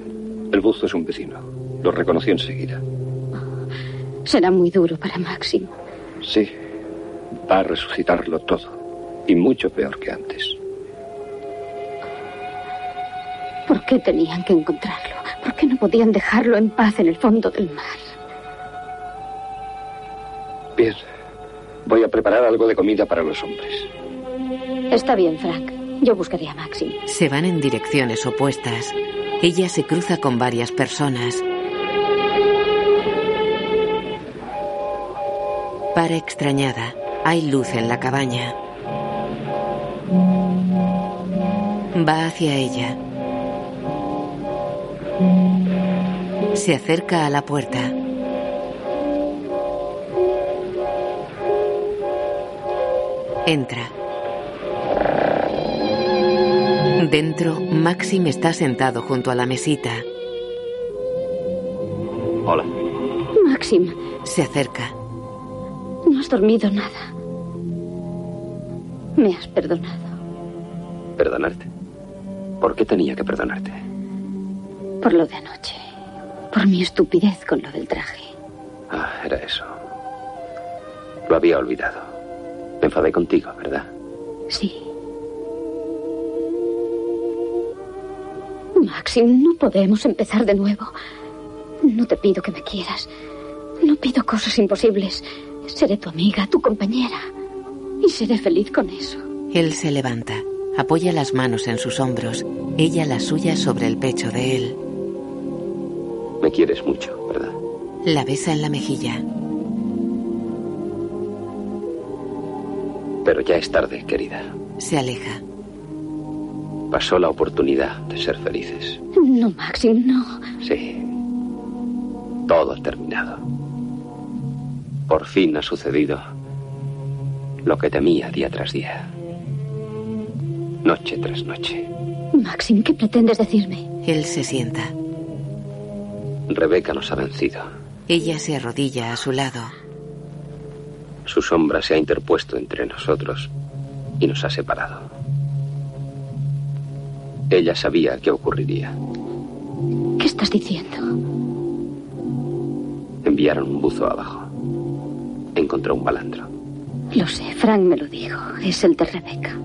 Speaker 26: El buzo es un vecino. Lo reconocí enseguida.
Speaker 3: Será muy duro para Maxim.
Speaker 26: Sí, va a resucitarlo todo. Y mucho peor que antes.
Speaker 3: ¿Por qué tenían que encontrarlo? ¿Por qué no podían dejarlo en paz en el fondo del mar?
Speaker 26: Bien, voy a preparar algo de comida para los hombres.
Speaker 3: Está bien, Frank. Yo buscaré a Maxim.
Speaker 1: Se van en direcciones opuestas. Ella se cruza con varias personas. Para extrañada, hay luz en la cabaña. Va hacia ella. Se acerca a la puerta. Entra. Dentro, Maxim está sentado junto a la mesita.
Speaker 27: Hola.
Speaker 3: Maxim,
Speaker 1: Se acerca.
Speaker 3: no has dormido nada. Me has perdonado
Speaker 5: ¿Perdonarte? ¿Por qué tenía que perdonarte?
Speaker 3: por lo de anoche. Por mi estupidez con lo del traje.
Speaker 5: Ah, era eso. Lo había olvidado. Me enfadé contigo, ¿verdad?
Speaker 3: Sí. Maxim, no podemos empezar de nuevo. No te pido que me quieras. No pido cosas imposibles. Seré tu amiga, tu compañera. Y seré feliz con eso.
Speaker 1: Él se levanta, apoya las manos en sus hombros, ella las suyas sobre el pecho de él.
Speaker 5: Me quieres mucho, ¿verdad?
Speaker 1: La besa en la mejilla.
Speaker 5: Pero ya es tarde, querida.
Speaker 1: Se aleja.
Speaker 5: Pasó la oportunidad de ser felices.
Speaker 3: No, Maxim, no.
Speaker 5: Sí. Todo ha terminado. Por fin ha sucedido lo que temía día tras día. Noche tras noche.
Speaker 3: Maxim, ¿qué pretendes decirme?
Speaker 1: Él se sienta.
Speaker 5: Rebeca nos ha vencido.
Speaker 1: Ella se arrodilla a su lado.
Speaker 5: Su sombra se ha interpuesto entre nosotros y nos ha separado. Ella sabía que ocurriría.
Speaker 3: ¿Qué estás diciendo?
Speaker 5: Enviaron un buzo abajo. Encontró un balandro.
Speaker 3: Lo sé, Frank me lo dijo. Es el de Rebeca.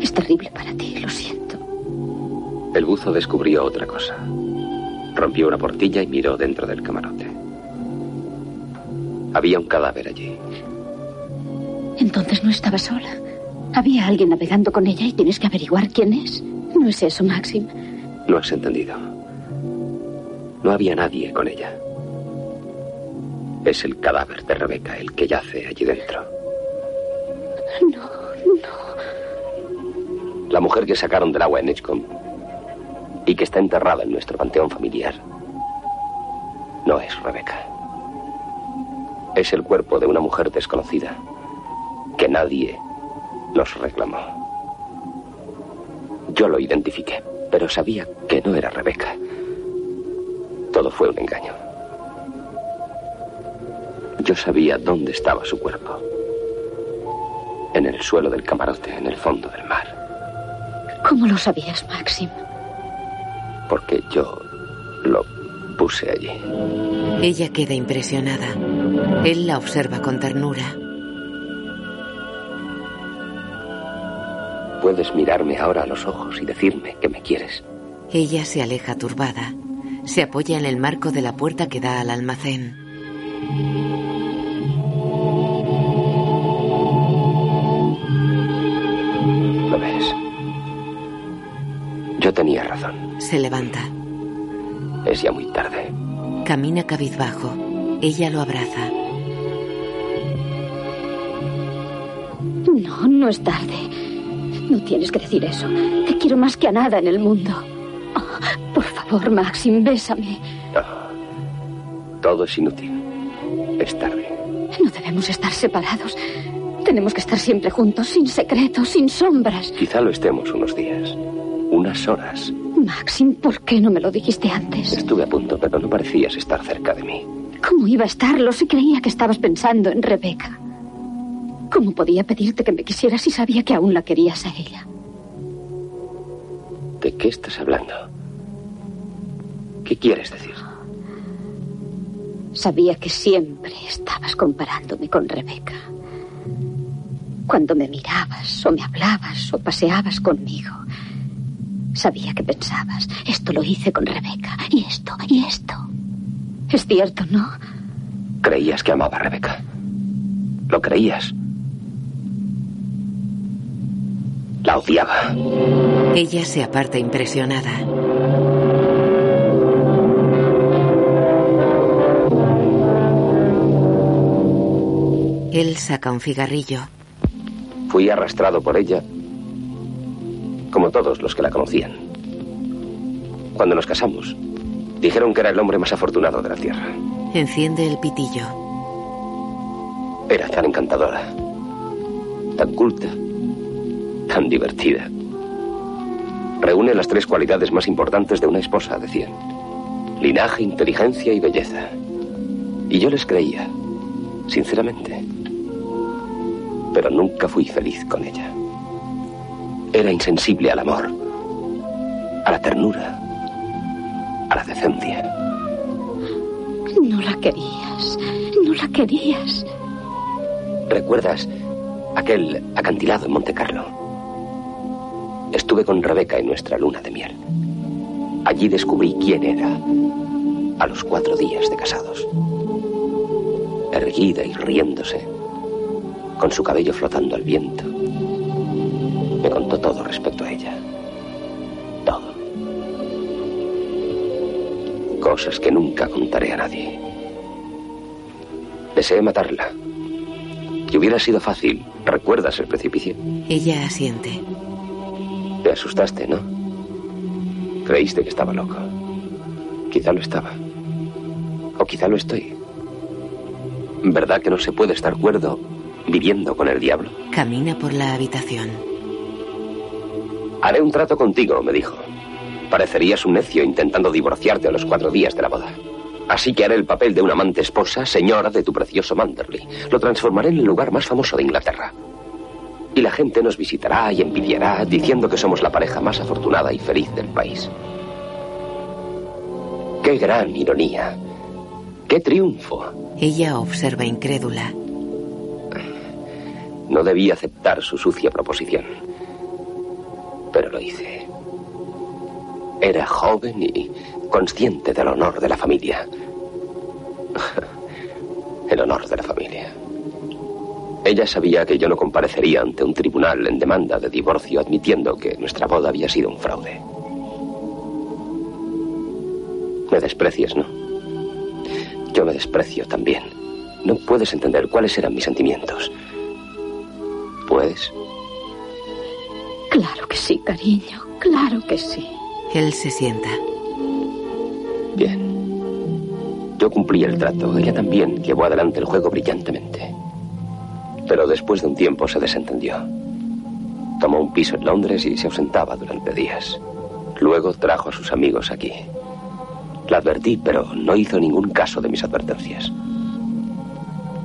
Speaker 3: Es terrible para ti, lo siento.
Speaker 5: El buzo descubrió otra cosa. Rompió una portilla y miró dentro del camarote. Había un cadáver allí.
Speaker 3: Entonces no estaba sola. Había alguien navegando con ella y tienes que averiguar quién es. No es eso, Maxim.
Speaker 5: No has entendido. No había nadie con ella. Es el cadáver de Rebeca el que yace allí dentro.
Speaker 3: No, no.
Speaker 5: La mujer que sacaron del agua en Edgecombe y que está enterrada en nuestro panteón familiar no es Rebeca. Es el cuerpo de una mujer desconocida que nadie nos reclamó. Yo lo identifiqué, pero sabía que no era Rebeca. Todo fue un engaño. Yo sabía dónde estaba su cuerpo. En el suelo del camarote, en el fondo del mar.
Speaker 3: ¿Cómo lo sabías, Maxim?
Speaker 5: Porque yo lo puse allí.
Speaker 1: Ella queda impresionada. Él la observa con ternura.
Speaker 5: Puedes mirarme ahora a los ojos y decirme que me quieres.
Speaker 1: Ella se aleja turbada. Se apoya en el marco de la puerta que da al almacén.
Speaker 5: ¿Lo ves? Yo tenía razón.
Speaker 1: Se levanta.
Speaker 5: Es ya muy tarde.
Speaker 1: Camina cabizbajo. Ella lo abraza.
Speaker 3: No, no es tarde. No tienes que decir eso. Te quiero más que a nada en el mundo. Oh, por favor, Maxim, bésame.
Speaker 5: No, todo es inútil. Es tarde.
Speaker 3: No debemos estar separados. Tenemos que estar siempre juntos, sin secretos, sin sombras.
Speaker 5: Quizá lo estemos unos días, unas horas.
Speaker 3: Maxim, ¿por qué no me lo dijiste antes?
Speaker 5: Estuve a punto, pero no parecías estar cerca de mí.
Speaker 3: ¿Cómo iba a estarlo si creía que estabas pensando en Rebeca? ¿Cómo podía pedirte que me quisieras si sabía que aún la querías a ella?
Speaker 5: ¿De qué estás hablando? ¿Qué quieres decir?
Speaker 3: Sabía que siempre estabas comparándome con Rebeca. Cuando me mirabas o me hablabas o paseabas conmigo, sabía que pensabas, esto lo hice con Rebeca y esto y esto. Es cierto, ¿no?
Speaker 5: Creías que amaba a Rebeca. Lo creías. La odiaba.
Speaker 1: Ella se aparta impresionada. Él saca un cigarrillo.
Speaker 5: Fui arrastrado por ella, como todos los que la conocían. Cuando nos casamos, dijeron que era el hombre más afortunado de la Tierra.
Speaker 1: Enciende el pitillo.
Speaker 5: Era tan encantadora, tan culta, tan divertida. Reúne las tres cualidades más importantes de una esposa, decían. Linaje, inteligencia y belleza. Y yo les creía, sinceramente. Pero nunca fui feliz con ella. Era insensible al amor, a la ternura, a la decencia.
Speaker 3: No la querías, no la querías.
Speaker 5: ¿Recuerdas aquel acantilado en Monte Carlo? Estuve con Rebeca en nuestra luna de miel. Allí descubrí quién era a los cuatro días de casados. Erguida y riéndose, con su cabello flotando al viento, me contó todo respecto a ella. Todo. Cosas que nunca contaré a nadie. Deseé matarla. Que hubiera sido fácil. ¿Recuerdas el precipicio?
Speaker 1: Ella asiente.
Speaker 5: Te asustaste, ¿no? Creíste que estaba loco. Quizá lo estaba. O quizá lo estoy. ¿Verdad que no se puede estar cuerdo viviendo con el diablo?
Speaker 1: Camina por la habitación.
Speaker 5: Haré un trato contigo, me dijo. Parecerías un necio intentando divorciarte a los cuatro días de la boda. Así que haré el papel de una amante esposa, señora de tu precioso Manderley. Lo transformaré en el lugar más famoso de Inglaterra y la gente nos visitará y envidiará diciendo que somos la pareja más afortunada y feliz del país. ¡Qué gran ironía! ¡Qué triunfo!
Speaker 1: Ella observa incrédula.
Speaker 5: No debí aceptar su sucia proposición, pero lo hice. Era joven y consciente del honor de la familia. El honor de la familia. Ella sabía que yo no comparecería ante un tribunal en demanda de divorcio admitiendo que nuestra boda había sido un fraude. Me desprecias, ¿no? Yo me desprecio también. No puedes entender cuáles eran mis sentimientos. ¿Puedes?
Speaker 3: Claro que sí, cariño, claro que sí.
Speaker 1: Él se sienta.
Speaker 5: Bien. Yo cumplí el trato. Ella también llevó adelante el juego brillantemente. Pero después de un tiempo se desentendió. Tomó un piso en Londres y se ausentaba durante días. Luego trajo a sus amigos aquí. La advertí, pero no hizo ningún caso de mis advertencias.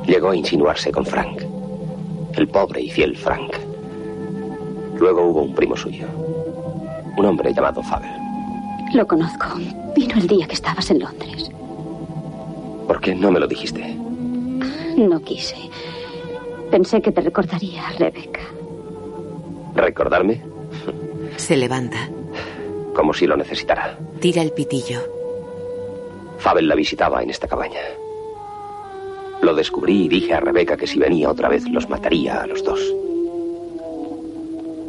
Speaker 5: Llegó a insinuarse con Frank, el pobre y fiel Frank. Luego hubo un primo suyo, un hombre llamado Fabel.
Speaker 3: Lo conozco. Vino el día que estabas en Londres.
Speaker 5: ¿Por qué no me lo dijiste?
Speaker 3: Ah, No quise. Pensé que te recordaría, Rebeca.
Speaker 5: ¿Recordarme?
Speaker 1: Se levanta.
Speaker 5: Como si lo necesitara.
Speaker 1: Tira el pitillo.
Speaker 5: Fabel la visitaba en esta cabaña. Lo descubrí y dije a Rebeca que si venía otra vez los mataría a los dos.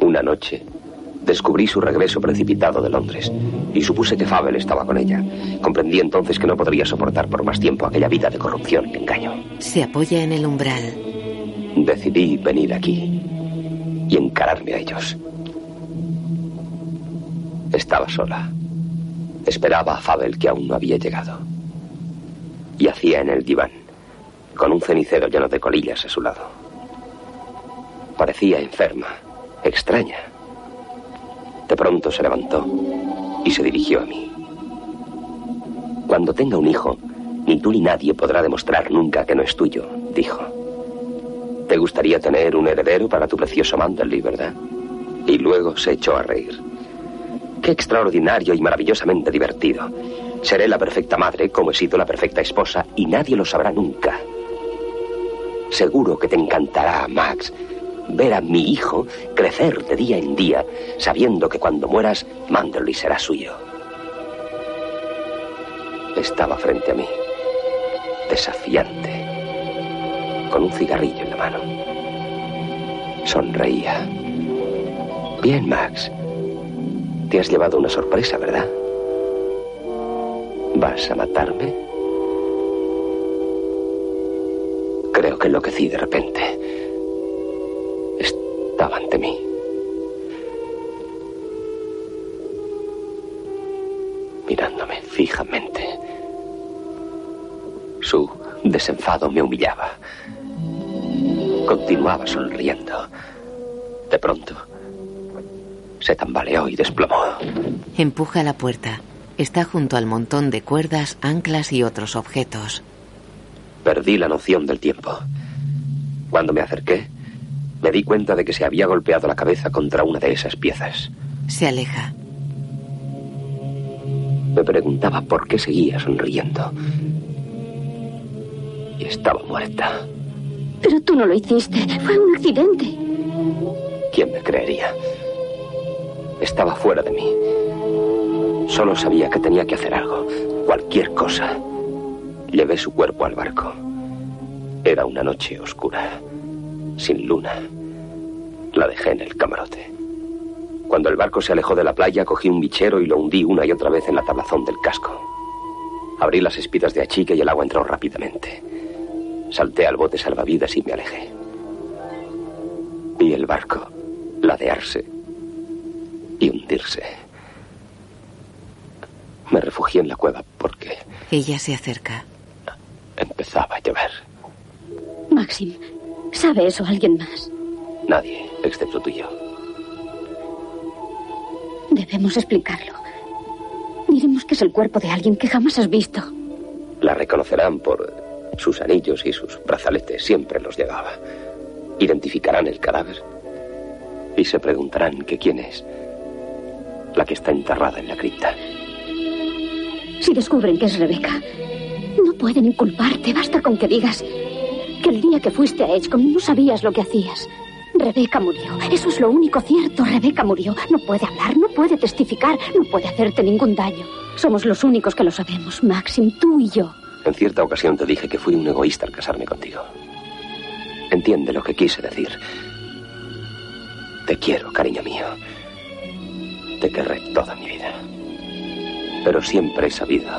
Speaker 5: Una noche descubrí su regreso precipitado de Londres y supuse que Fabel estaba con ella. Comprendí entonces que no podría soportar por más tiempo aquella vida de corrupción y engaño.
Speaker 1: Se apoya en el umbral.
Speaker 5: Decidí venir aquí y encararme a ellos. Estaba sola. Esperaba a Fabel que aún no había llegado. Y hacía en el diván, con un cenicero lleno de colillas a su lado. Parecía enferma, extraña. De pronto se levantó y se dirigió a mí. Cuando tenga un hijo, ni tú ni nadie podrá demostrar nunca que no es tuyo, dijo. Te gustaría tener un heredero para tu precioso Manderley, ¿verdad? Y luego se echó a reír. Qué extraordinario y maravillosamente divertido. Seré la perfecta madre como he sido la perfecta esposa y nadie lo sabrá nunca. Seguro que te encantará, Max, ver a mi hijo crecer de día en día, sabiendo que cuando mueras, Manderley será suyo. Estaba frente a mí, desafiante, con un cigarrillo en la mano. Sonreía. Bien, Max. Te has llevado una sorpresa, ¿verdad? ¿Vas a matarme? Creo que enloquecí de repente. Estaba ante mí. Mirándome fijamente. Su desenfado me humillaba. Continuaba sonriendo. De pronto, se tambaleó y desplomó.
Speaker 1: Empuja la puerta. Está junto al montón de cuerdas, anclas y otros objetos.
Speaker 5: Perdí la noción del tiempo. Cuando me acerqué, me di cuenta de que se había golpeado la cabeza contra una de esas piezas.
Speaker 1: Se aleja.
Speaker 5: Me preguntaba por qué seguía sonriendo. Y estaba muerta.
Speaker 3: Pero tú no lo hiciste. Fue un accidente.
Speaker 5: ¿Quién me creería? Estaba fuera de mí. Solo sabía que tenía que hacer algo, cualquier cosa. Llevé su cuerpo al barco. Era una noche oscura, sin luna. La dejé en el camarote. Cuando el barco se alejó de la playa, cogí un bichero y lo hundí una y otra vez en la tablazón del casco. Abrí las espidas de achique y el agua entró rápidamente. Salté al bote salvavidas y me alejé. Vi el barco ladearse y hundirse. Me refugié en la cueva porque...
Speaker 1: Ella se acerca.
Speaker 5: Empezaba a llover.
Speaker 3: Maxim, ¿sabe eso alguien más?
Speaker 5: Nadie, excepto tú y yo.
Speaker 3: Debemos explicarlo. Diremos que es el cuerpo de alguien que jamás has visto.
Speaker 5: La reconocerán por sus anillos y sus brazaletes. Siempre los llevaba. Identificarán el cadáver y se preguntarán que quién es la que está enterrada en la cripta.
Speaker 3: Si descubren que es Rebeca, no pueden inculparte. Basta con que digas que el día que fuiste a Edgecombe no sabías lo que hacías. Rebeca murió. Eso es lo único cierto. Rebeca murió. No puede hablar, no puede testificar, no puede hacerte ningún daño. Somos los únicos que lo sabemos, Maxim, tú y yo.
Speaker 5: En cierta ocasión te dije que fui un egoísta al casarme contigo. Entiende lo que quise decir. Te quiero, cariño mío. Te querré toda mi vida. Pero siempre he sabido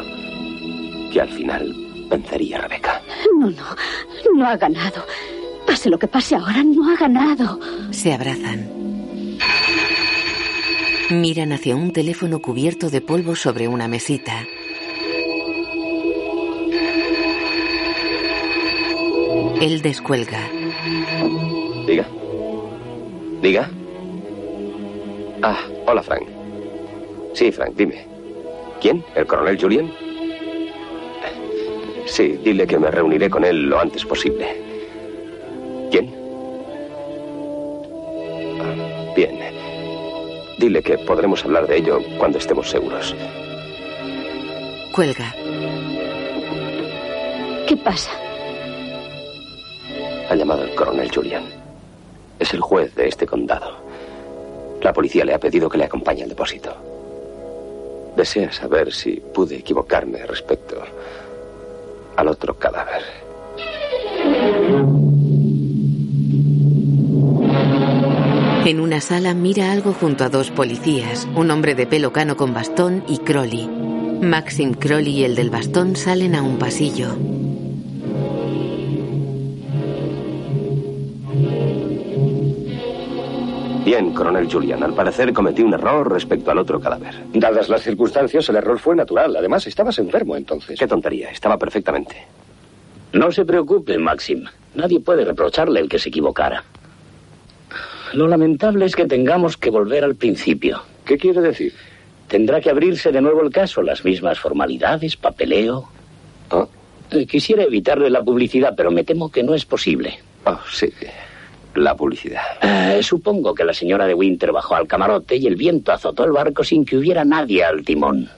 Speaker 5: que al final vencería a Rebeca.
Speaker 3: No, no, no ha ganado. Pase lo que pase ahora, no ha ganado.
Speaker 1: Se abrazan. Miran hacia un teléfono cubierto de polvo sobre una mesita. Él descuelga.
Speaker 5: Diga. Diga. Ah, hola, Frank. Sí, Frank, dime. ¿Quién? ¿El coronel Julian? Sí, dile que me reuniré con él lo antes posible. ¿Quién? Ah, bien. Dile que podremos hablar de ello cuando estemos seguros.
Speaker 1: Cuelga.
Speaker 3: ¿Qué pasa?
Speaker 5: Ha llamado el coronel Julian. Es el juez de este condado. La policía le ha pedido que le acompañe al depósito. Desea saber si pude equivocarme respecto al otro cadáver.
Speaker 1: En una sala mira algo junto a dos policías, un hombre de pelo cano con bastón y Crowley. Maxim Crowley y el del bastón salen a un pasillo.
Speaker 5: Bien, coronel Julian. Al parecer cometí un error respecto al otro cadáver.
Speaker 28: Dadas las circunstancias, el error fue natural. Además, estabas enfermo entonces.
Speaker 5: Qué tontería. Estaba perfectamente.
Speaker 10: No se preocupe, Maxim. Nadie puede reprocharle el que se equivocara. Lo lamentable es que tengamos que volver al principio.
Speaker 28: ¿Qué quiere decir?
Speaker 10: Tendrá que abrirse de nuevo el caso, las mismas formalidades, papeleo.
Speaker 28: ¿Oh?
Speaker 10: Eh, Quisiera evitarle la publicidad, pero me temo que no es posible.
Speaker 28: Ah,
Speaker 5: Oh, sí la publicidad.
Speaker 10: Eh, supongo que la señora de Winter bajó al camarote y el viento azotó el barco sin que hubiera nadie al timón.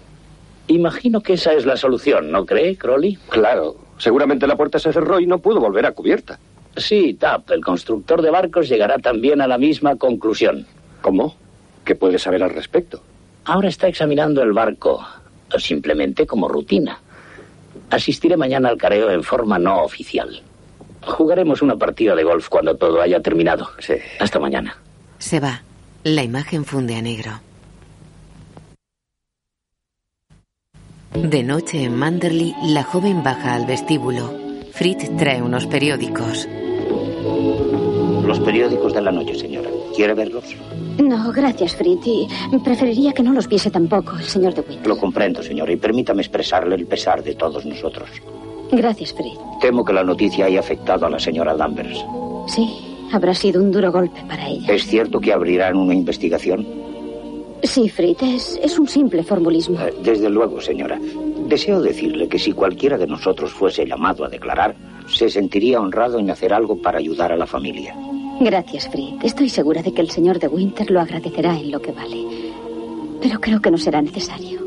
Speaker 10: Imagino que esa es la solución, ¿no cree, Crowley?
Speaker 28: Claro. Seguramente la puerta se cerró y no pudo volver a cubierta.
Speaker 10: Sí, Tap, el constructor de barcos llegará también a la misma conclusión.
Speaker 28: ¿Cómo? ¿Qué puede saber al respecto?
Speaker 10: Ahora está examinando el barco, simplemente como rutina. Asistiré mañana al careo en forma no oficial. Jugaremos una partida de golf cuando todo haya terminado.
Speaker 5: Sí.
Speaker 10: Hasta mañana.
Speaker 1: Se va. La imagen funde a negro. De noche en Manderley, la joven baja al vestíbulo. Fritz trae unos periódicos.
Speaker 10: Los periódicos de la noche, señora. ¿Quiere verlos?
Speaker 3: No, gracias, Fritz. Y preferiría que no los viese tampoco el señor de Winter.
Speaker 10: Lo comprendo, señora, y permítame expresarle el pesar de todos nosotros.
Speaker 3: Gracias, Fritz.
Speaker 10: Temo que la noticia haya afectado a la señora Danvers.
Speaker 3: Sí, habrá sido un duro golpe para ella.
Speaker 10: ¿Es cierto que abrirán una investigación?
Speaker 3: Sí, Fritz, es, es un simple formulismo.
Speaker 10: Eh, Desde luego, señora. Deseo decirle que si cualquiera de nosotros fuese llamado a declarar, se sentiría honrado en hacer algo para ayudar a la familia.
Speaker 3: Gracias, Fritz. Estoy segura de que el señor de Winter lo agradecerá en lo que vale. Pero creo que no será necesario.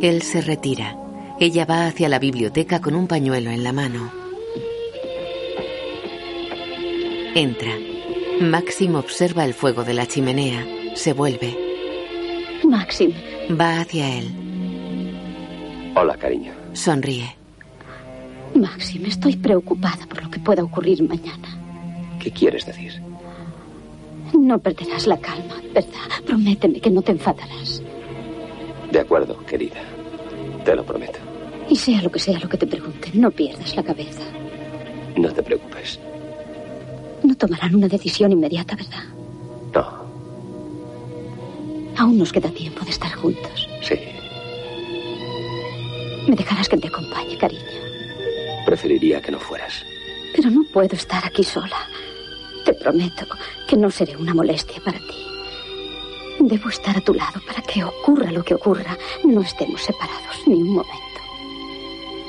Speaker 1: Él se retira. Ella va hacia la biblioteca con un pañuelo en la mano. Entra. Maxim observa el fuego de la chimenea. Se vuelve.
Speaker 3: Maxim.
Speaker 1: Va hacia él.
Speaker 5: Hola, cariño.
Speaker 1: Sonríe.
Speaker 3: Maxim, estoy preocupada por lo que pueda ocurrir mañana.
Speaker 5: ¿Qué quieres decir?
Speaker 3: No perderás la calma, ¿verdad? Prométeme que no te enfadarás.
Speaker 5: De acuerdo, querida. Te lo prometo.
Speaker 3: Y sea lo que sea lo que te pregunten, no pierdas la cabeza.
Speaker 5: No te preocupes.
Speaker 3: No tomarán una decisión inmediata, ¿verdad?
Speaker 5: No.
Speaker 3: Aún nos queda tiempo de estar juntos.
Speaker 5: Sí.
Speaker 3: Me dejarás que te acompañe, cariño.
Speaker 5: Preferiría que no fueras.
Speaker 3: Pero no puedo estar aquí sola. Te prometo que no seré una molestia para ti. Debo estar a tu lado para que ocurra lo que ocurra. No estemos separados ni un momento.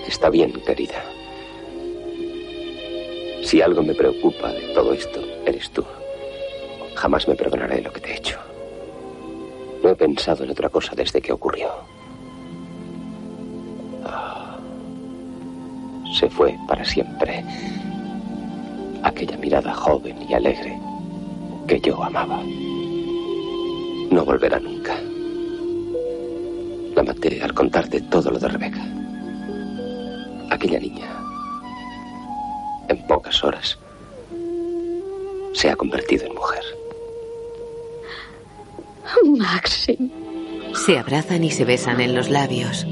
Speaker 5: Está bien, querida. Si algo me preocupa de todo esto, eres tú. Jamás me perdonaré lo que te he hecho. No he pensado en otra cosa desde que ocurrió. Ah, se fue para siempre aquella mirada joven y alegre
Speaker 8: que yo amaba. No volverá nunca. La maté al contarte todo lo de Rebeca. Aquella niña, en pocas horas, se ha convertido en mujer.
Speaker 16: Maxim.
Speaker 1: Se abrazan y se besan en los labios.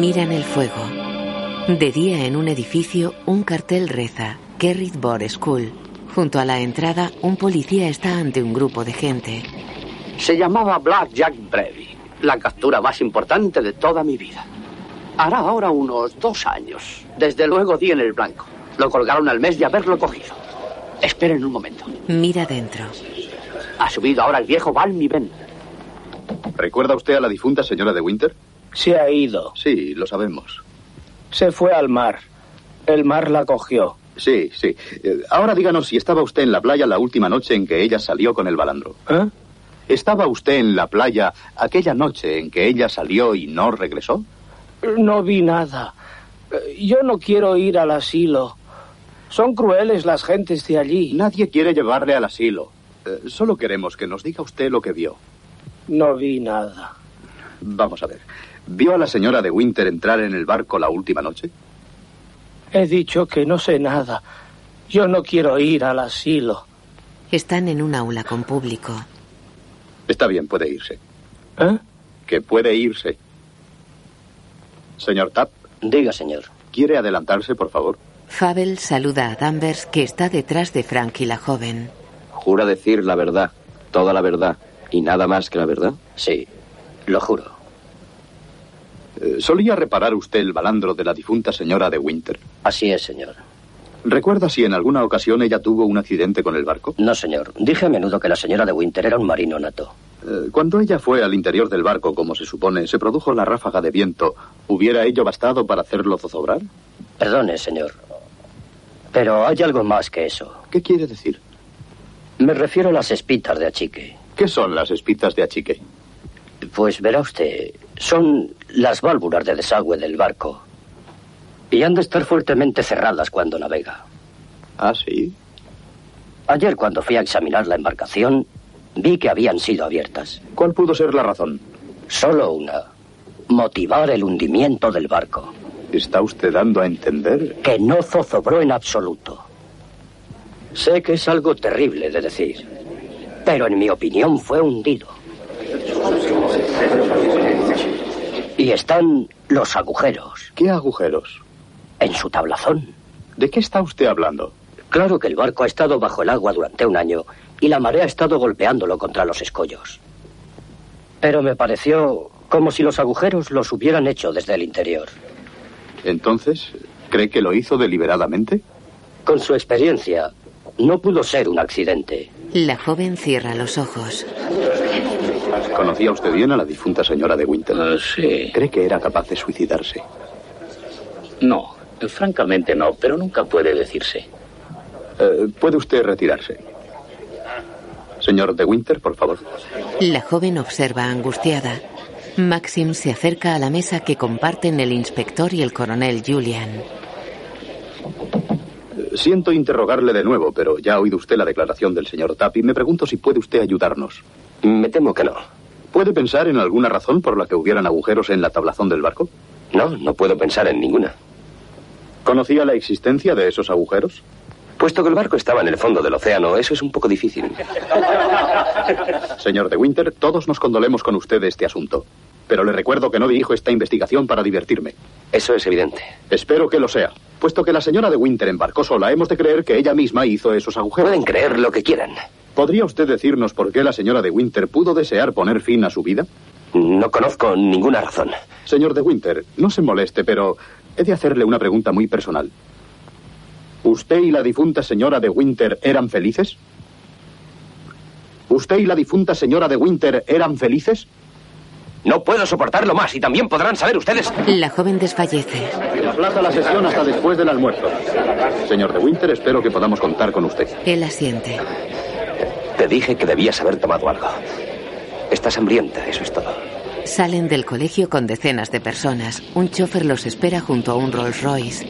Speaker 1: Miran el fuego. De día en un edificio, un cartel reza Kerrit Bor School. Junto a la entrada, un policía está ante un grupo de gente.
Speaker 29: Se llamaba Black Jack Brevy, la captura más importante de toda mi vida. Hará ahora unos dos años. Desde luego di en el blanco. Lo colgaron al mes de haberlo cogido. Esperen un momento.
Speaker 1: Mira dentro.
Speaker 29: Ha subido ahora el viejo Balmy Ben.
Speaker 24: ¿Recuerda usted a la difunta señora de Winter?
Speaker 30: Se ha ido.
Speaker 24: Sí, lo sabemos.
Speaker 30: Se fue al mar. El mar la cogió.
Speaker 24: Sí, sí. Eh, Ahora díganos si estaba usted en la playa la última noche en que ella salió con el balandro.
Speaker 30: ¿Eh?
Speaker 24: ¿Estaba usted en la playa aquella noche en que ella salió y no regresó?
Speaker 30: No vi nada. Eh, Yo no quiero ir al asilo. Son crueles las gentes de allí.
Speaker 24: Nadie quiere llevarle al asilo. Eh, solo queremos que nos diga usted lo que vio.
Speaker 30: No vi nada.
Speaker 24: Vamos a ver. ¿Vio a la señora de Winter entrar en el barco la última noche?
Speaker 30: He dicho que no sé nada. Yo no quiero ir al asilo.
Speaker 1: Están en un aula con público.
Speaker 24: Está bien, puede irse.
Speaker 30: ¿Eh?
Speaker 24: Que puede irse. Señor Tapp,
Speaker 7: Diga, señor.
Speaker 24: ¿quiere adelantarse, por favor?
Speaker 1: Fabel saluda a Danvers, que está detrás de Frank y la joven.
Speaker 7: ¿Jura decir la verdad, toda la verdad y nada más que la verdad?
Speaker 29: Sí, lo juro.
Speaker 24: Eh, ¿Solía reparar usted el balandro de la difunta señora de Winter?
Speaker 29: Así es, señor.
Speaker 24: ¿Recuerda si en alguna ocasión ella tuvo un accidente con el barco?
Speaker 29: No, señor. Dije a menudo que la señora de Winter era un marino nato.
Speaker 24: Eh, Cuando ella fue al interior del barco, como se supone, se produjo la ráfaga de viento. ¿Hubiera ello bastado para hacerlo zozobrar?
Speaker 29: Perdone, señor. Pero hay algo más que eso.
Speaker 24: ¿Qué quiere decir?
Speaker 29: Me refiero a las espitas de achique.
Speaker 24: ¿Qué son las espitas de achique?
Speaker 29: Pues verá usted, son las válvulas de desagüe del barco. Y han de estar fuertemente cerradas cuando navega.
Speaker 24: Ah, sí.
Speaker 29: Ayer cuando fui a examinar la embarcación, vi que habían sido abiertas.
Speaker 24: ¿Cuál pudo ser la razón?
Speaker 29: Solo una. Motivar el hundimiento del barco,
Speaker 24: ¿Está usted dando a entender?
Speaker 29: que no zozobró en absoluto. Sé que es algo terrible de decir, pero en mi opinión fue hundido. Y están los agujeros
Speaker 24: ¿Qué agujeros?
Speaker 29: en su tablazón.
Speaker 24: ¿De qué está usted hablando?
Speaker 29: Claro que el barco ha estado bajo el agua durante un año y la marea ha estado golpeándolo contra los escollos. Pero me pareció como si los agujeros los hubieran hecho desde el interior.
Speaker 24: Entonces, ¿cree que lo hizo deliberadamente?
Speaker 29: Con su experiencia, no pudo ser un accidente.
Speaker 1: La joven cierra los ojos.
Speaker 24: ¿Conocía usted bien a la difunta señora de Winter?
Speaker 10: Ah, sí.
Speaker 24: ¿Cree que era capaz de suicidarse?
Speaker 10: No, francamente no, pero nunca puede decirse.
Speaker 24: Eh, ¿Puede usted retirarse? Señor de Winter, por favor.
Speaker 1: La joven observa angustiada. Maxim se acerca a la mesa que comparten el inspector y el coronel Julian.
Speaker 24: Eh, Siento interrogarle de nuevo, pero ya ha oído usted la declaración del señor Tapp y me pregunto si puede usted ayudarnos.
Speaker 8: Me temo que no.
Speaker 24: ¿Puede pensar en alguna razón por la que hubieran agujeros en la tablazón del barco?
Speaker 8: No, no puedo pensar en ninguna.
Speaker 24: ¿Conocía la existencia de esos agujeros?
Speaker 8: Puesto que el barco estaba en el fondo del océano, eso es un poco difícil.
Speaker 24: Señor de Winter, todos nos condolemos con usted de este asunto. Pero le recuerdo que no dirijo esta investigación para divertirme.
Speaker 8: Eso es evidente.
Speaker 24: Espero que lo sea. Puesto que la señora de Winter embarcó sola, hemos de creer que ella misma hizo esos agujeros.
Speaker 8: Pueden creer lo que quieran.
Speaker 24: ¿Podría usted decirnos por qué la señora de Winter pudo desear poner fin a su vida?
Speaker 8: No conozco ninguna razón.
Speaker 24: Señor de Winter, no se moleste, pero he de hacerle una pregunta muy personal. ¿Usted y la difunta señora de Winter eran felices? ¿Usted y la difunta señora de Winter eran felices?
Speaker 8: No puedo soportarlo más y también podrán saber ustedes.
Speaker 1: La joven desfallece.
Speaker 24: Aplaza la sesión hasta después del almuerzo. Señor de Winter, espero que podamos contar con usted.
Speaker 1: Él asiente.
Speaker 8: Te dije que debías haber tomado algo.
Speaker 5: Estás hambrienta, eso es todo.
Speaker 1: Salen del colegio con decenas de personas. Un chofer los espera junto a un Rolls Royce.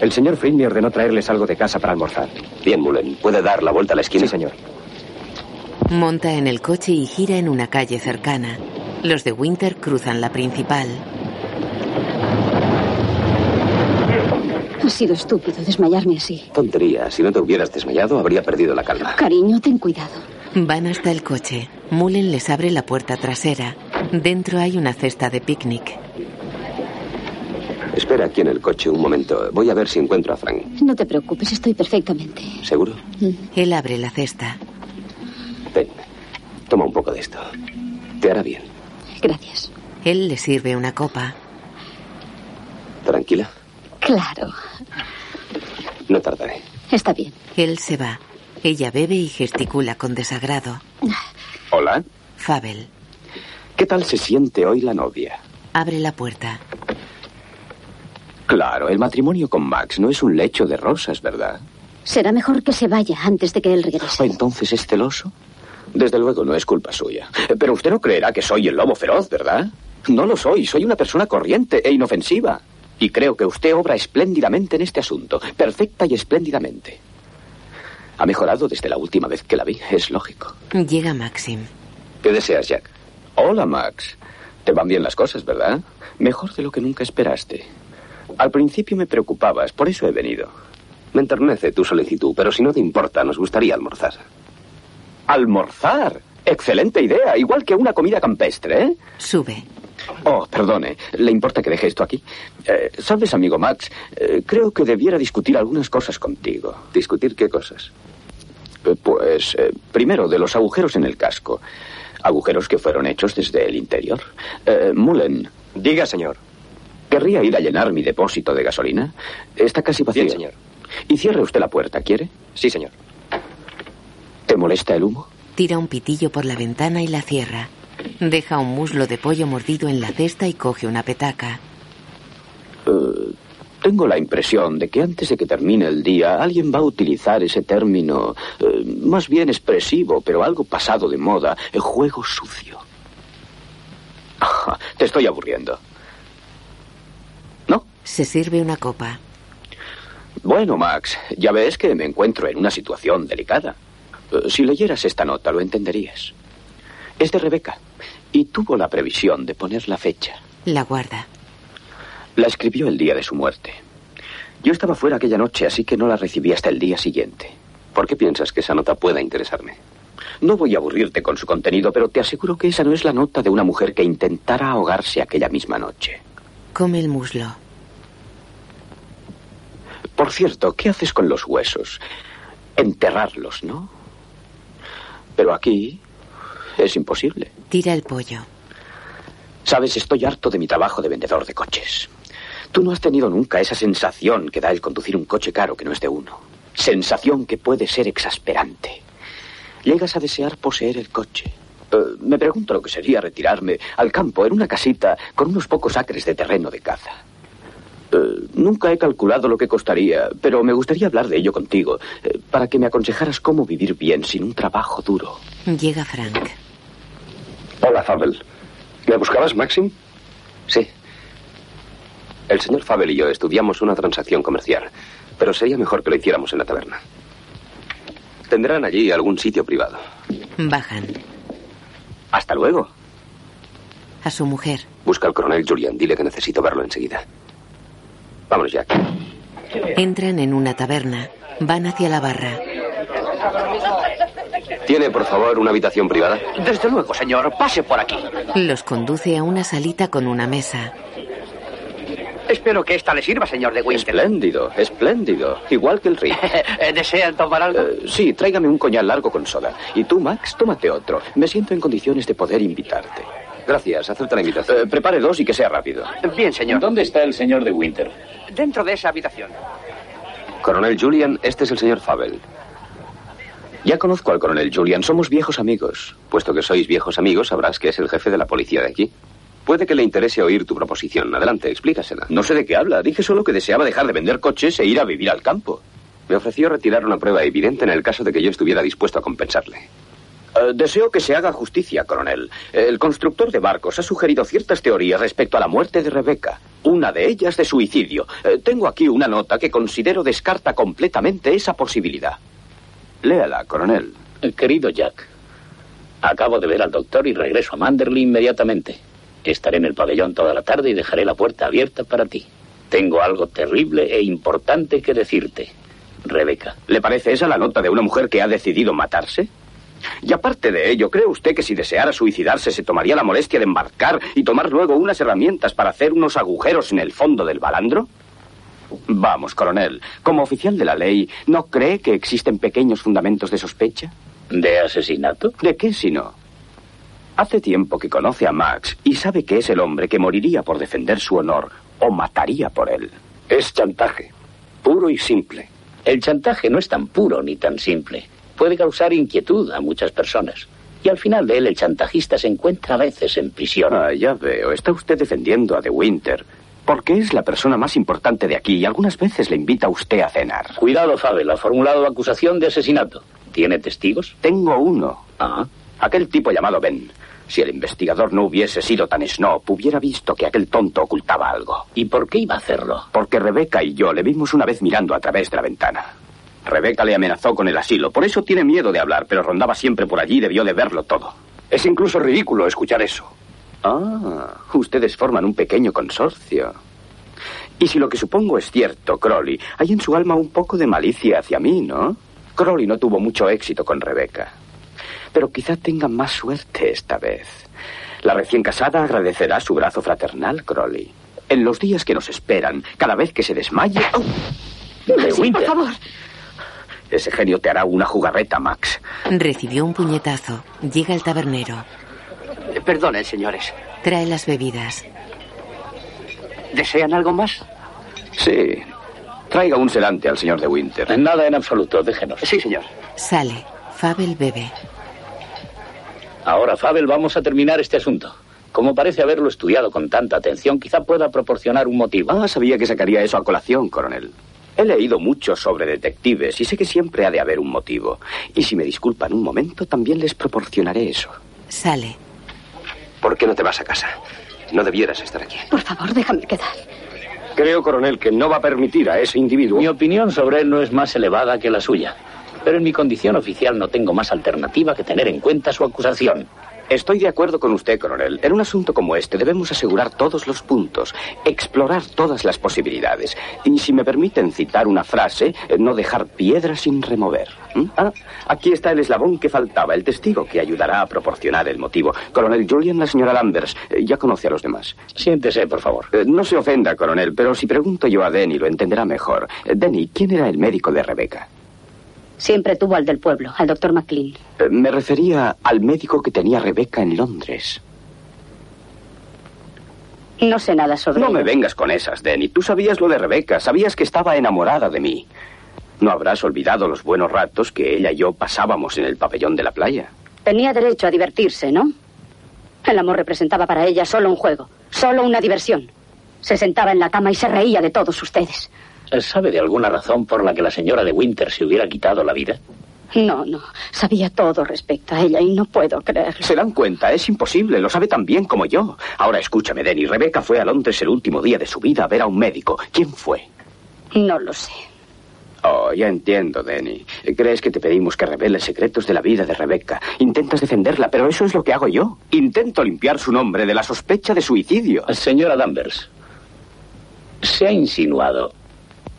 Speaker 5: El señor Flynn me ordenó traerles algo de casa para almorzar. Bien, Mullen. ¿Puede dar la vuelta a la esquina? Sí, señor.
Speaker 1: Monta en el coche y gira en una calle cercana. Los de Winter cruzan la principal.
Speaker 16: Ha sido estúpido desmayarme así.
Speaker 5: Tontería. Si no te hubieras desmayado, habría perdido la calma.
Speaker 16: Cariño, ten cuidado.
Speaker 1: Van hasta el coche. Mullen les abre la puerta trasera. Dentro hay una cesta de picnic.
Speaker 5: Espera aquí en el coche un momento. Voy a ver si encuentro a Frank.
Speaker 16: No te preocupes, estoy perfectamente.
Speaker 5: ¿Seguro?
Speaker 1: Él abre la cesta.
Speaker 5: Ven. Toma un poco de esto. Te hará bien.
Speaker 16: Gracias.
Speaker 1: Él le sirve una copa.
Speaker 5: ¿Tranquila?
Speaker 16: Claro.
Speaker 5: No tardaré.
Speaker 16: Está bien.
Speaker 1: Él se va. Ella bebe y gesticula con desagrado.
Speaker 14: Hola.
Speaker 1: Fabel
Speaker 14: ¿Qué tal se siente hoy la novia?
Speaker 1: abre la puerta.
Speaker 14: Claro, el matrimonio con Max no es un lecho de rosas, ¿verdad?
Speaker 16: Será mejor que se vaya antes de que él regrese.
Speaker 14: ¿Entonces es celoso? Desde luego no es culpa suya. Pero usted no creerá que soy el lobo feroz, ¿verdad? No lo soy, soy una persona corriente e inofensiva. Y creo que usted obra espléndidamente en este asunto, perfecta y espléndidamente. Ha mejorado desde la última vez que la vi, es lógico.
Speaker 1: Llega Maxim.
Speaker 5: ¿Qué deseas, Jack?
Speaker 14: Hola, Max. Te van bien las cosas, ¿verdad? Mejor de lo que nunca esperaste. Al principio me preocupabas, por eso he venido.
Speaker 5: Me enternece tu solicitud, pero si no te importa, nos gustaría almorzar.
Speaker 14: ¿Almorzar? Excelente idea, igual que una comida campestre, ¿eh?
Speaker 1: Sube.
Speaker 14: Oh, perdone, ¿le importa que deje esto aquí? Eh, Sabes, amigo Max, Eh, creo que debiera discutir algunas cosas contigo.
Speaker 5: ¿Discutir qué cosas?
Speaker 14: Eh, Pues, eh, primero, de los agujeros en el casco. Agujeros que fueron hechos desde el interior. Eh, Mullen,
Speaker 8: Diga, señor.
Speaker 14: ¿querría ir a llenar mi depósito de gasolina? Está casi vacío.
Speaker 8: Bien, señor.
Speaker 14: Y cierre usted la puerta, ¿quiere?
Speaker 8: Sí, señor.
Speaker 14: ¿Te molesta el humo?
Speaker 1: Tira un pitillo por la ventana y la cierra. Deja un muslo de pollo mordido en la cesta y coge una petaca.
Speaker 14: Eh, tengo la impresión de que antes de que termine el día alguien va a utilizar ese término eh, más bien expresivo, pero algo pasado de moda, el juego sucio. Ajá, te estoy aburriendo.
Speaker 1: Se sirve una copa.
Speaker 14: Bueno, Max, ya ves que me encuentro en una situación delicada. Eh, Si leyeras esta nota lo entenderías. Es de Rebeca y tuvo la previsión de poner la fecha.
Speaker 1: La guarda.
Speaker 14: La escribió el día de su muerte. Yo estaba fuera aquella noche, así que no la recibí hasta el día siguiente.
Speaker 5: ¿Por qué piensas que esa nota pueda interesarme?
Speaker 14: No voy a aburrirte con su contenido, pero te aseguro que esa no es la nota de una mujer que intentara ahogarse aquella misma noche.
Speaker 1: Come el muslo.
Speaker 14: Por cierto, ¿qué haces con los huesos? Enterrarlos, ¿no? Pero aquí es imposible.
Speaker 1: Tira el pollo.
Speaker 14: Sabes, estoy harto de mi trabajo de vendedor de coches. Tú no has tenido nunca esa sensación que da el conducir un coche caro que no es de uno. Sensación que puede ser exasperante. Llegas a desear poseer el coche. Eh, me pregunto lo que sería retirarme al campo en una casita con unos pocos acres de terreno de caza. Eh, nunca he calculado lo que costaría, pero me gustaría hablar de ello contigo, eh, para que me aconsejaras cómo vivir bien sin un trabajo duro.
Speaker 1: Llega Frank.
Speaker 12: Hola, Fabel. ¿Me buscabas, Maxim?
Speaker 5: Sí. El señor Fabel y yo estudiamos una transacción comercial, pero sería mejor que lo hiciéramos en la taberna. Tendrán allí algún sitio privado.
Speaker 1: Bajan.
Speaker 14: Hasta luego.
Speaker 1: A su mujer.
Speaker 5: Busca al coronel Julian, dile que necesito verlo enseguida. Vámonos, Jack.
Speaker 1: Entran en una taberna. Van hacia la barra.
Speaker 5: ¿Tiene, por favor, una habitación privada?
Speaker 29: Desde luego, señor, pase por aquí.
Speaker 1: Los conduce a una salita con una mesa.
Speaker 29: Espero que esta le sirva, señor de Winter.
Speaker 14: Espléndido, espléndido. Igual que el río.
Speaker 29: Eh, ¿Desean tomar algo?
Speaker 14: Eh, sí, tráigame un coñal largo con soda. Y tú, Max, tómate otro. Me siento en condiciones de poder invitarte.
Speaker 5: Gracias, acepta la invitación.
Speaker 14: Eh, prepare dos y que sea rápido.
Speaker 29: Bien, señor.
Speaker 31: ¿Dónde está el señor de Winter?
Speaker 29: Dentro de esa habitación.
Speaker 5: Coronel Julian, este es el señor Fabel.
Speaker 14: Ya conozco al coronel Julian, somos viejos amigos.
Speaker 5: Puesto que sois viejos amigos, sabrás que es el jefe de la policía de aquí. Puede que le interese oír tu proposición. Adelante, explícasela.
Speaker 14: No sé de qué habla, dije solo que deseaba dejar de vender coches e ir a vivir al campo.
Speaker 5: Me ofreció retirar una prueba evidente en el caso de que yo estuviera dispuesto a compensarle.
Speaker 14: Eh, deseo que se haga justicia, coronel. Eh, El constructor de barcos ha sugerido ciertas teorías respecto a la muerte de Rebeca. Una de ellas de suicidio. Eh, tengo aquí una nota que considero descarta completamente esa posibilidad. Léala, coronel.
Speaker 10: Eh, Querido Jack, acabo de ver al doctor y regreso a Manderley inmediatamente. Estaré en el pabellón toda la tarde y dejaré la puerta abierta para ti. Tengo algo terrible e importante que decirte, Rebeca.
Speaker 14: ¿Le parece esa la nota de una mujer que ha decidido matarse? Y aparte de ello, ¿cree usted que si deseara suicidarse se tomaría la molestia de embarcar y tomar luego unas herramientas para hacer unos agujeros en el fondo del balandro? Vamos, coronel, como oficial de la ley, ¿no cree que existen pequeños fundamentos de sospecha?
Speaker 10: ¿De asesinato?
Speaker 14: ¿De qué si no? Hace tiempo que conoce a Max y sabe que es el hombre que moriría por defender su honor o mataría por él.
Speaker 12: Es chantaje, puro y simple.
Speaker 10: El chantaje no es tan puro ni tan simple puede causar inquietud a muchas personas. Y al final de él, el chantajista se encuentra a veces en prisión.
Speaker 14: Ah, ya veo. Está usted defendiendo a De Winter. Porque es la persona más importante de aquí y algunas veces le invita a usted a cenar.
Speaker 10: Cuidado, Fabel. Ha formulado acusación de asesinato. ¿Tiene testigos?
Speaker 14: Tengo uno.
Speaker 10: Ah.
Speaker 14: Aquel tipo llamado Ben. Si el investigador no hubiese sido tan snob, hubiera visto que aquel tonto ocultaba algo.
Speaker 10: ¿Y por qué iba a hacerlo?
Speaker 14: Porque Rebeca y yo le vimos una vez mirando a través de la ventana. Rebeca le amenazó con el asilo. Por eso tiene miedo de hablar, pero rondaba siempre por allí y debió de verlo todo.
Speaker 12: Es incluso ridículo escuchar eso.
Speaker 14: Ah, ustedes forman un pequeño consorcio. Y si lo que supongo es cierto, Crowley, hay en su alma un poco de malicia hacia mí, ¿no? Crowley no tuvo mucho éxito con Rebeca. Pero quizá tenga más suerte esta vez. La recién casada agradecerá su brazo fraternal, Crowley. En los días que nos esperan, cada vez que se desmaye... ¡Oh!
Speaker 16: Maxi, de por favor.
Speaker 14: Ese genio te hará una jugarreta, Max.
Speaker 1: Recibió un puñetazo. Llega el tabernero.
Speaker 29: Perdonen, señores.
Speaker 1: Trae las bebidas.
Speaker 29: ¿Desean algo más?
Speaker 14: Sí. Traiga un selante al señor de Winter.
Speaker 10: Nada en absoluto, déjenos.
Speaker 29: Sí, señor.
Speaker 1: Sale. Fabel bebe.
Speaker 10: Ahora, Fabel, vamos a terminar este asunto. Como parece haberlo estudiado con tanta atención, quizá pueda proporcionar un motivo.
Speaker 14: Ah, sabía que sacaría eso a colación, coronel. He leído mucho sobre detectives y sé que siempre ha de haber un motivo. Y si me disculpan un momento, también les proporcionaré eso.
Speaker 1: Sale.
Speaker 5: ¿Por qué no te vas a casa? No debieras estar aquí.
Speaker 16: Por favor, déjame quedar.
Speaker 12: Creo, coronel, que no va a permitir a ese individuo.
Speaker 10: Mi opinión sobre él no es más elevada que la suya. Pero en mi condición oficial no tengo más alternativa que tener en cuenta su acusación.
Speaker 14: Estoy de acuerdo con usted, coronel. En un asunto como este debemos asegurar todos los puntos, explorar todas las posibilidades. Y si me permiten citar una frase, eh, no dejar piedra sin remover. ¿Mm? Ah, aquí está el eslabón que faltaba, el testigo que ayudará a proporcionar el motivo. Coronel Julian, la señora Lambers, eh, ya conoce a los demás.
Speaker 10: Siéntese, por favor.
Speaker 14: Eh, no se ofenda, coronel, pero si pregunto yo a Denny lo entenderá mejor. Eh, Denny, ¿quién era el médico de Rebeca?
Speaker 11: Siempre tuvo al del pueblo, al doctor McLean.
Speaker 14: Eh, Me refería al médico que tenía Rebeca en Londres.
Speaker 11: No sé nada sobre
Speaker 14: No
Speaker 11: ello.
Speaker 14: me vengas con esas, Denny. Tú sabías lo de Rebeca, sabías que estaba enamorada de mí. No habrás olvidado los buenos ratos que ella y yo pasábamos en el pabellón de la playa.
Speaker 11: Tenía derecho a divertirse, ¿no? El amor representaba para ella solo un juego, solo una diversión. Se sentaba en la cama y se reía de todos ustedes.
Speaker 10: ¿Sabe de alguna razón por la que la señora de Winter se hubiera quitado la vida?
Speaker 11: No, no. Sabía todo respecto a ella y no puedo creerlo.
Speaker 14: Se dan cuenta, es imposible, lo sabe tan bien como yo. Ahora escúchame, Denny. Rebeca fue a Londres el último día de su vida a ver a un médico. ¿Quién fue?
Speaker 11: No lo sé.
Speaker 14: Oh, ya entiendo, Denny. Crees que te pedimos que reveles secretos de la vida de Rebeca. Intentas defenderla, pero eso es lo que hago yo. Intento limpiar su nombre de la sospecha de suicidio.
Speaker 10: Señora Danvers, se ha insinuado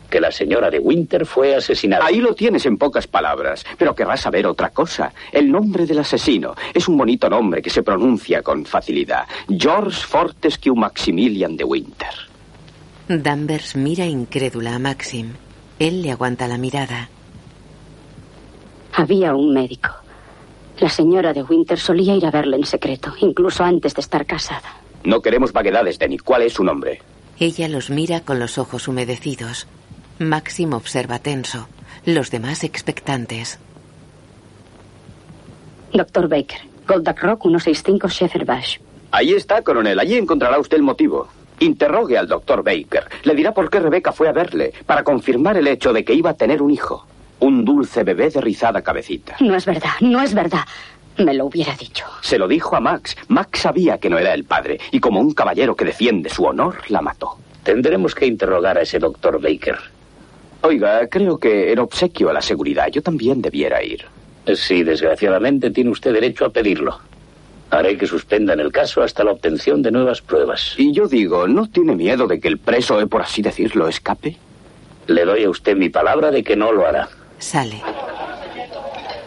Speaker 10: que la señora de Winter fue asesinada.
Speaker 14: Ahí lo tienes en pocas palabras, pero querrás saber otra cosa. El nombre del asesino es un bonito nombre que se pronuncia con facilidad. George Fortescue Maximilian de Winter.
Speaker 1: Danvers mira incrédula a Maxim. Él le aguanta la mirada.
Speaker 11: Había un médico. La señora de Winter solía ir a verle en secreto, incluso antes de estar casada.
Speaker 14: No queremos vaguedades, Denny. ¿Cuál es su nombre?
Speaker 1: Ella los mira con los ojos humedecidos. Maxim observa tenso, los demás expectantes.
Speaker 11: Doctor Baker, Goldak Rock 165 Sheffer Bash.
Speaker 14: Ahí está, coronel. Allí encontrará usted el motivo. Interrogue al doctor Baker. Le dirá por qué Rebeca fue a verle, para confirmar el hecho de que iba a tener un hijo. Un dulce bebé de rizada cabecita.
Speaker 11: No es verdad, no es verdad.
Speaker 3: Me lo hubiera dicho.
Speaker 14: Se lo dijo a Max. Max sabía que no era el padre y como un caballero que defiende su honor, la mató.
Speaker 10: Tendremos que interrogar a ese doctor Baker.
Speaker 14: Oiga, creo que en obsequio a la seguridad yo también debiera ir.
Speaker 10: Sí, desgraciadamente tiene usted derecho a pedirlo. Haré que suspendan el caso hasta la obtención de nuevas pruebas.
Speaker 14: Y yo digo, ¿no tiene miedo de que el preso, eh, por así decirlo, escape?
Speaker 10: Le doy a usted mi palabra de que no lo hará.
Speaker 1: Sale.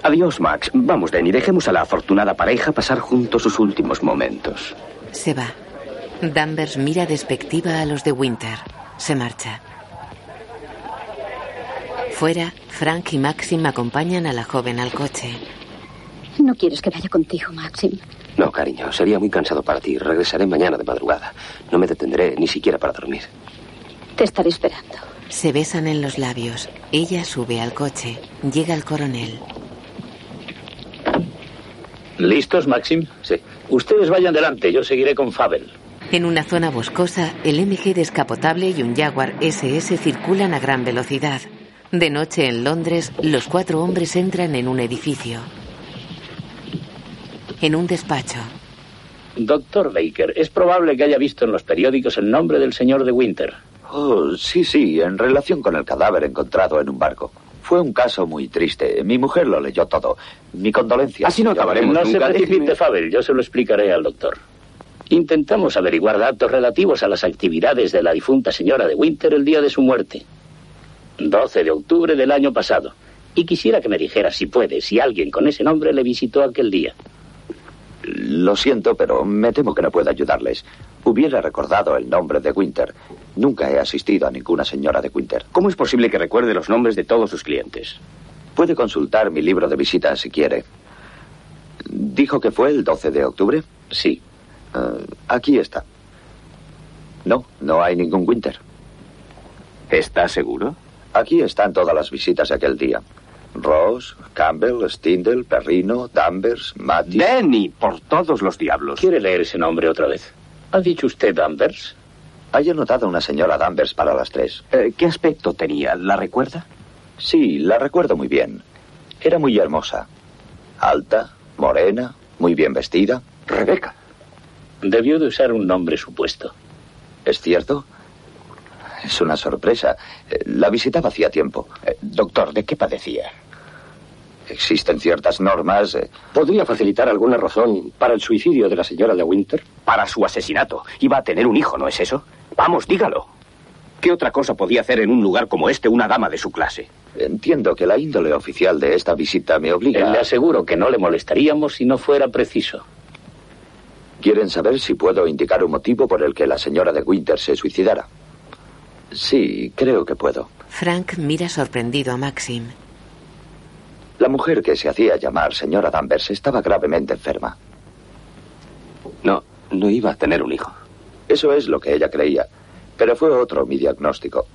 Speaker 14: Adiós, Max. Vamos, Denny, dejemos a la afortunada pareja pasar juntos sus últimos momentos.
Speaker 1: Se va. Danvers mira despectiva a los de Winter. Se marcha. Fuera, Frank y Maxim acompañan a la joven al coche.
Speaker 32: No quieres que vaya contigo, Maxim.
Speaker 33: No, cariño, sería muy cansado para ti. Regresaré mañana de madrugada. No me detendré ni siquiera para dormir.
Speaker 32: Te estaré esperando.
Speaker 1: Se besan en los labios. Ella sube al coche. Llega el coronel.
Speaker 10: ¿Listos, Maxim?
Speaker 33: Sí.
Speaker 10: Ustedes vayan delante, yo seguiré con Fabel.
Speaker 1: En una zona boscosa, el MG descapotable y un Jaguar SS circulan a gran velocidad. De noche en Londres, los cuatro hombres entran en un edificio. En un despacho,
Speaker 10: Doctor Baker, es probable que haya visto en los periódicos el nombre del señor de Winter.
Speaker 5: Oh, sí, sí, en relación con el cadáver encontrado en un barco. Fue un caso muy triste. Mi mujer lo leyó todo. Mi condolencia.
Speaker 14: Así no acabaremos
Speaker 10: No se
Speaker 14: nunca.
Speaker 10: precipite,
Speaker 14: Déjeme-
Speaker 10: Fabel, yo se lo explicaré al doctor. Intentamos averiguar datos relativos a las actividades de la difunta señora de Winter el día de su muerte. 12 de octubre del año pasado. Y quisiera que me dijera, si puede, si alguien con ese nombre le visitó aquel día.
Speaker 5: Lo siento, pero me temo que no puedo ayudarles. Hubiera recordado el nombre de Winter. Nunca he asistido a ninguna señora de Winter.
Speaker 34: ¿Cómo es posible que recuerde los nombres de todos sus clientes?
Speaker 5: Puede consultar mi libro de visitas si quiere. ¿Dijo que fue el 12 de octubre?
Speaker 10: Sí.
Speaker 5: Eh, aquí está. No, no hay ningún Winter.
Speaker 34: ¿Está seguro?
Speaker 5: Aquí están todas las visitas de aquel día. Ross, Campbell, Stindle, Perrino, Danvers, Matty.
Speaker 14: Denny, por todos los diablos.
Speaker 10: ¿Quiere leer ese nombre otra vez? ¿Ha dicho usted Danvers?
Speaker 5: Hay anotada una señora Danvers para las tres.
Speaker 14: Eh, ¿Qué aspecto tenía? ¿La recuerda?
Speaker 5: Sí, la recuerdo muy bien. Era muy hermosa. Alta, morena, muy bien vestida.
Speaker 10: Rebeca. Debió de usar un nombre supuesto.
Speaker 5: ¿Es cierto? Es una sorpresa. Eh, La visitaba hacía tiempo. Eh, Doctor, ¿de qué padecía? Existen ciertas normas. eh,
Speaker 35: ¿Podría facilitar alguna razón para el suicidio de la señora de Winter?
Speaker 14: Para su asesinato. Iba a tener un hijo, ¿no es eso? Vamos, dígalo. ¿Qué otra cosa podía hacer en un lugar como este una dama de su clase?
Speaker 5: Entiendo que la índole oficial de esta visita me
Speaker 10: Eh,
Speaker 5: obliga.
Speaker 10: Le aseguro que no le molestaríamos si no fuera preciso.
Speaker 5: ¿Quieren saber si puedo indicar un motivo por el que la señora de Winter se suicidara? Sí, creo que puedo.
Speaker 1: Frank mira sorprendido a Maxim.
Speaker 5: La mujer que se hacía llamar señora Danvers estaba gravemente enferma.
Speaker 34: No, no iba a tener un hijo.
Speaker 5: Eso es lo que ella creía. Pero fue otro mi diagnóstico.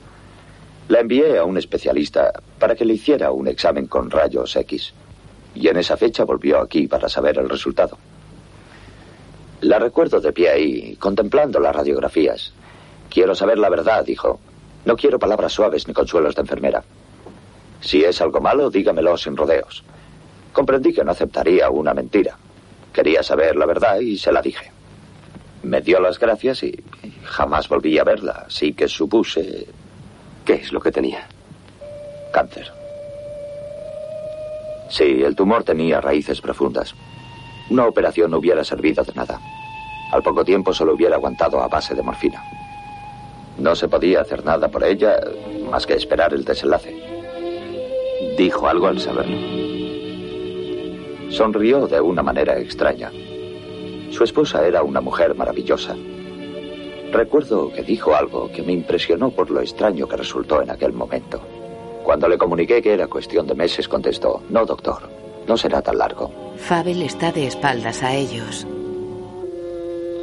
Speaker 5: La envié a un especialista para que le hiciera un examen con rayos X. Y en esa fecha volvió aquí para saber el resultado. La recuerdo de pie ahí, contemplando las radiografías. Quiero saber la verdad, dijo. No quiero palabras suaves ni consuelos de enfermera. Si es algo malo, dígamelo sin rodeos. Comprendí que no aceptaría una mentira. Quería saber la verdad y se la dije. Me dio las gracias y jamás volví a verla, así que supuse... ¿Qué es lo que tenía? Cáncer. Sí, el tumor tenía raíces profundas. Una operación no hubiera servido de nada. Al poco tiempo solo hubiera aguantado a base de morfina. No se podía hacer nada por ella más que esperar el desenlace. Dijo algo al saberlo. Sonrió de una manera extraña. Su esposa era una mujer maravillosa. Recuerdo que dijo algo que me impresionó por lo extraño que resultó en aquel momento. Cuando le comuniqué que era cuestión de meses, contestó, no, doctor, no será tan largo.
Speaker 1: Fabel está de espaldas a ellos.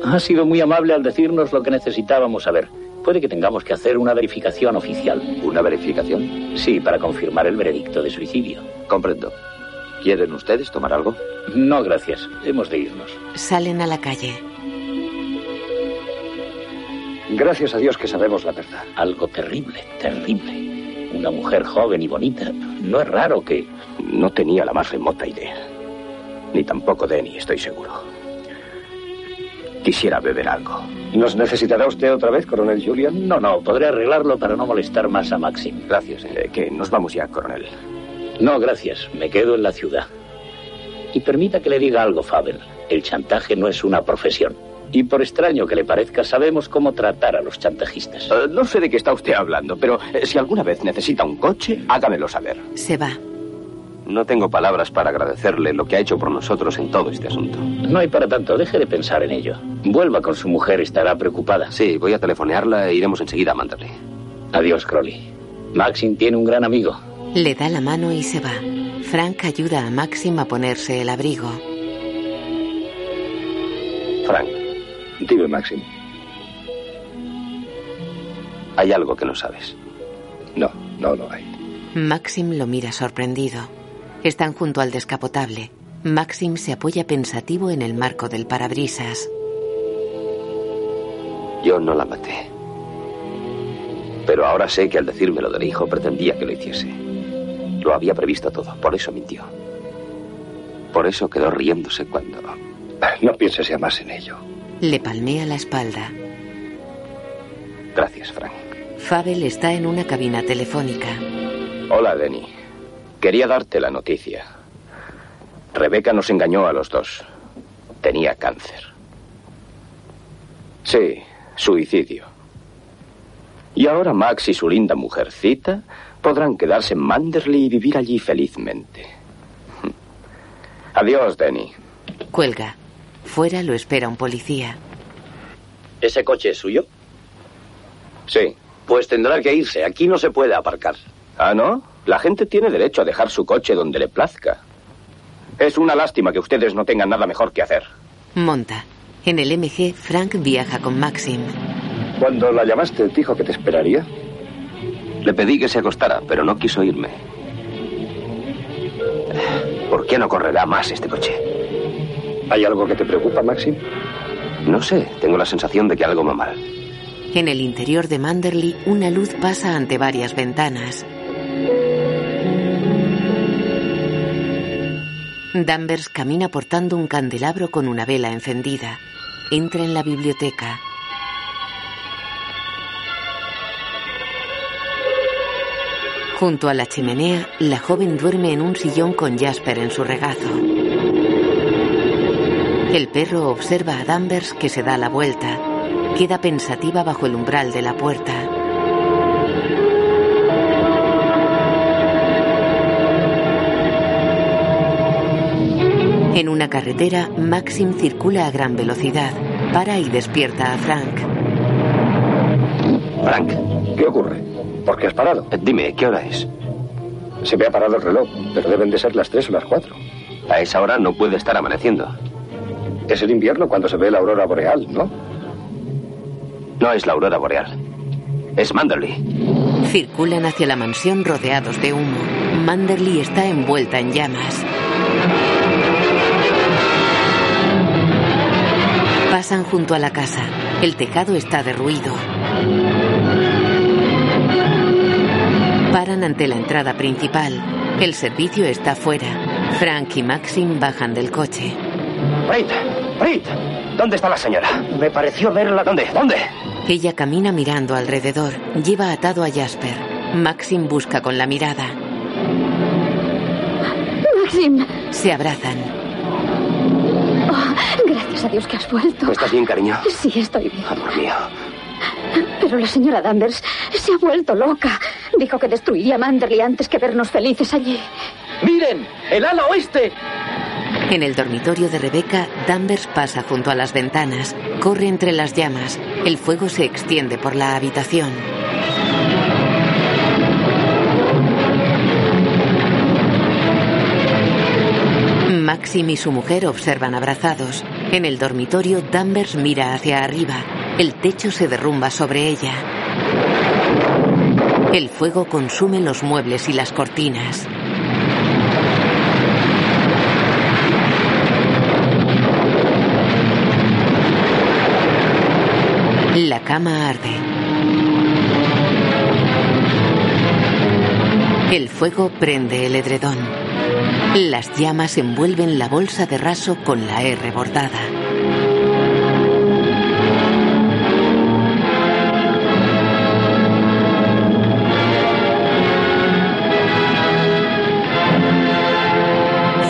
Speaker 10: Ha sido muy amable al decirnos lo que necesitábamos saber. Puede que tengamos que hacer una verificación oficial.
Speaker 5: ¿Una verificación?
Speaker 10: Sí, para confirmar el veredicto de suicidio.
Speaker 5: Comprendo. ¿Quieren ustedes tomar algo?
Speaker 10: No, gracias. Hemos de irnos.
Speaker 1: Salen a la calle.
Speaker 35: Gracias a Dios que sabemos la verdad.
Speaker 10: Algo terrible, terrible. Una mujer joven y bonita. No es raro que...
Speaker 34: No tenía la más remota idea.
Speaker 14: Ni tampoco Denny, estoy seguro. Quisiera beber algo.
Speaker 12: ¿Nos necesitará usted otra vez, coronel Julian?
Speaker 10: No, no, podré arreglarlo para no molestar más a Maxim.
Speaker 14: Gracias. eh, que nos vamos ya, coronel.
Speaker 10: No, gracias, me quedo en la ciudad. Y permita que le diga algo, Faber. El chantaje no es una profesión. Y por extraño que le parezca, sabemos cómo tratar a los chantajistas.
Speaker 14: Eh, no sé de qué está usted hablando, pero eh, si alguna vez necesita un coche, hágamelo saber.
Speaker 1: Se va.
Speaker 5: No tengo palabras para agradecerle lo que ha hecho por nosotros en todo este asunto.
Speaker 10: No hay para tanto, deje de pensar en ello. Vuelva con su mujer, estará preocupada.
Speaker 5: Sí, voy a telefonearla e iremos enseguida a Manderley.
Speaker 10: Adiós, Crowley. Maxim tiene un gran amigo.
Speaker 1: Le da la mano y se va. Frank ayuda a Maxim a ponerse el abrigo.
Speaker 5: Frank,
Speaker 12: dime, Maxim.
Speaker 5: Hay algo que no sabes.
Speaker 12: No, no lo hay.
Speaker 1: Maxim lo mira sorprendido. Están junto al descapotable. Maxim se apoya pensativo en el marco del parabrisas.
Speaker 5: Yo no la maté. Pero ahora sé que al decirme lo del hijo pretendía que lo hiciese. Lo había previsto todo, por eso mintió. Por eso quedó riéndose cuando...
Speaker 12: No pienses ya más en ello.
Speaker 1: Le palmea la espalda.
Speaker 5: Gracias, Frank.
Speaker 1: Fabel está en una cabina telefónica.
Speaker 5: Hola, Denny. Quería darte la noticia. Rebeca nos engañó a los dos. Tenía cáncer. Sí, suicidio. Y ahora Max y su linda mujercita podrán quedarse en Manderley y vivir allí felizmente. Adiós, Denny.
Speaker 1: Cuelga. Fuera lo espera un policía.
Speaker 8: ¿Ese coche es suyo?
Speaker 5: Sí.
Speaker 8: Pues tendrá que irse. Aquí no se puede aparcar.
Speaker 5: ¿Ah, no? La gente tiene derecho a dejar su coche donde le plazca. Es una lástima que ustedes no tengan nada mejor que hacer.
Speaker 1: Monta. En el MG, Frank viaja con Maxim.
Speaker 12: Cuando la llamaste, dijo que te esperaría.
Speaker 5: Le pedí que se acostara, pero no quiso irme. ¿Por qué no correrá más este coche?
Speaker 12: ¿Hay algo que te preocupa, Maxim?
Speaker 5: No sé, tengo la sensación de que algo va mal.
Speaker 1: En el interior de Manderley, una luz pasa ante varias ventanas. Danvers camina portando un candelabro con una vela encendida. Entra en la biblioteca. Junto a la chimenea, la joven duerme en un sillón con Jasper en su regazo. El perro observa a Danvers que se da la vuelta. Queda pensativa bajo el umbral de la puerta. En una carretera, Maxim circula a gran velocidad. Para y despierta a Frank.
Speaker 5: Frank,
Speaker 12: ¿Qué ocurre? ¿Por qué has parado?
Speaker 5: eh, dime, ¿qué hora es?
Speaker 12: Se me ha parado el reloj, pero deben de ser las tres o las cuatro.
Speaker 5: A esa hora no puede estar amaneciendo.
Speaker 12: Es el invierno cuando se ve la aurora boreal, ¿no?
Speaker 5: No es la aurora boreal. Es Manderley.
Speaker 1: Circulan hacia la mansión rodeados de humo. Manderly está envuelta en llamas. Pasan junto a la casa. El tejado está derruido. Paran ante la entrada principal. El servicio está fuera. Frank y Maxim bajan del coche.
Speaker 5: Brit, Brit, ¿dónde está la señora?
Speaker 30: Me pareció verla.
Speaker 5: ¿Dónde? ¿Dónde?
Speaker 1: Ella camina mirando alrededor. Lleva atado a Jasper. Maxim busca con la mirada.
Speaker 16: Maxim,
Speaker 1: Se abrazan.
Speaker 16: oh, gracias a Dios que has vuelto.
Speaker 5: ¿Estás bien, cariño?
Speaker 16: Sí, estoy bien.
Speaker 5: Amor mío.
Speaker 16: Pero la señora Danvers se ha vuelto loca. Dijo que destruiría Manderley antes que vernos felices allí.
Speaker 29: ¡Miren! ¡El ala oeste!
Speaker 1: En el dormitorio de Rebeca, Danvers pasa junto a las ventanas, corre entre las llamas, el fuego se extiende por la habitación. Maxim y su mujer observan abrazados. En el dormitorio, Danvers mira hacia arriba. El techo se derrumba sobre ella. El fuego consume los muebles y las cortinas. La cama arde. El fuego prende el edredón. Las llamas envuelven la bolsa de raso con la R bordada.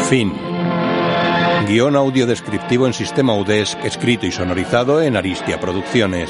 Speaker 2: Fin. Guión E audio descriptivo en sistema UDESC, escrito y sonorizado en Aristia Producciones.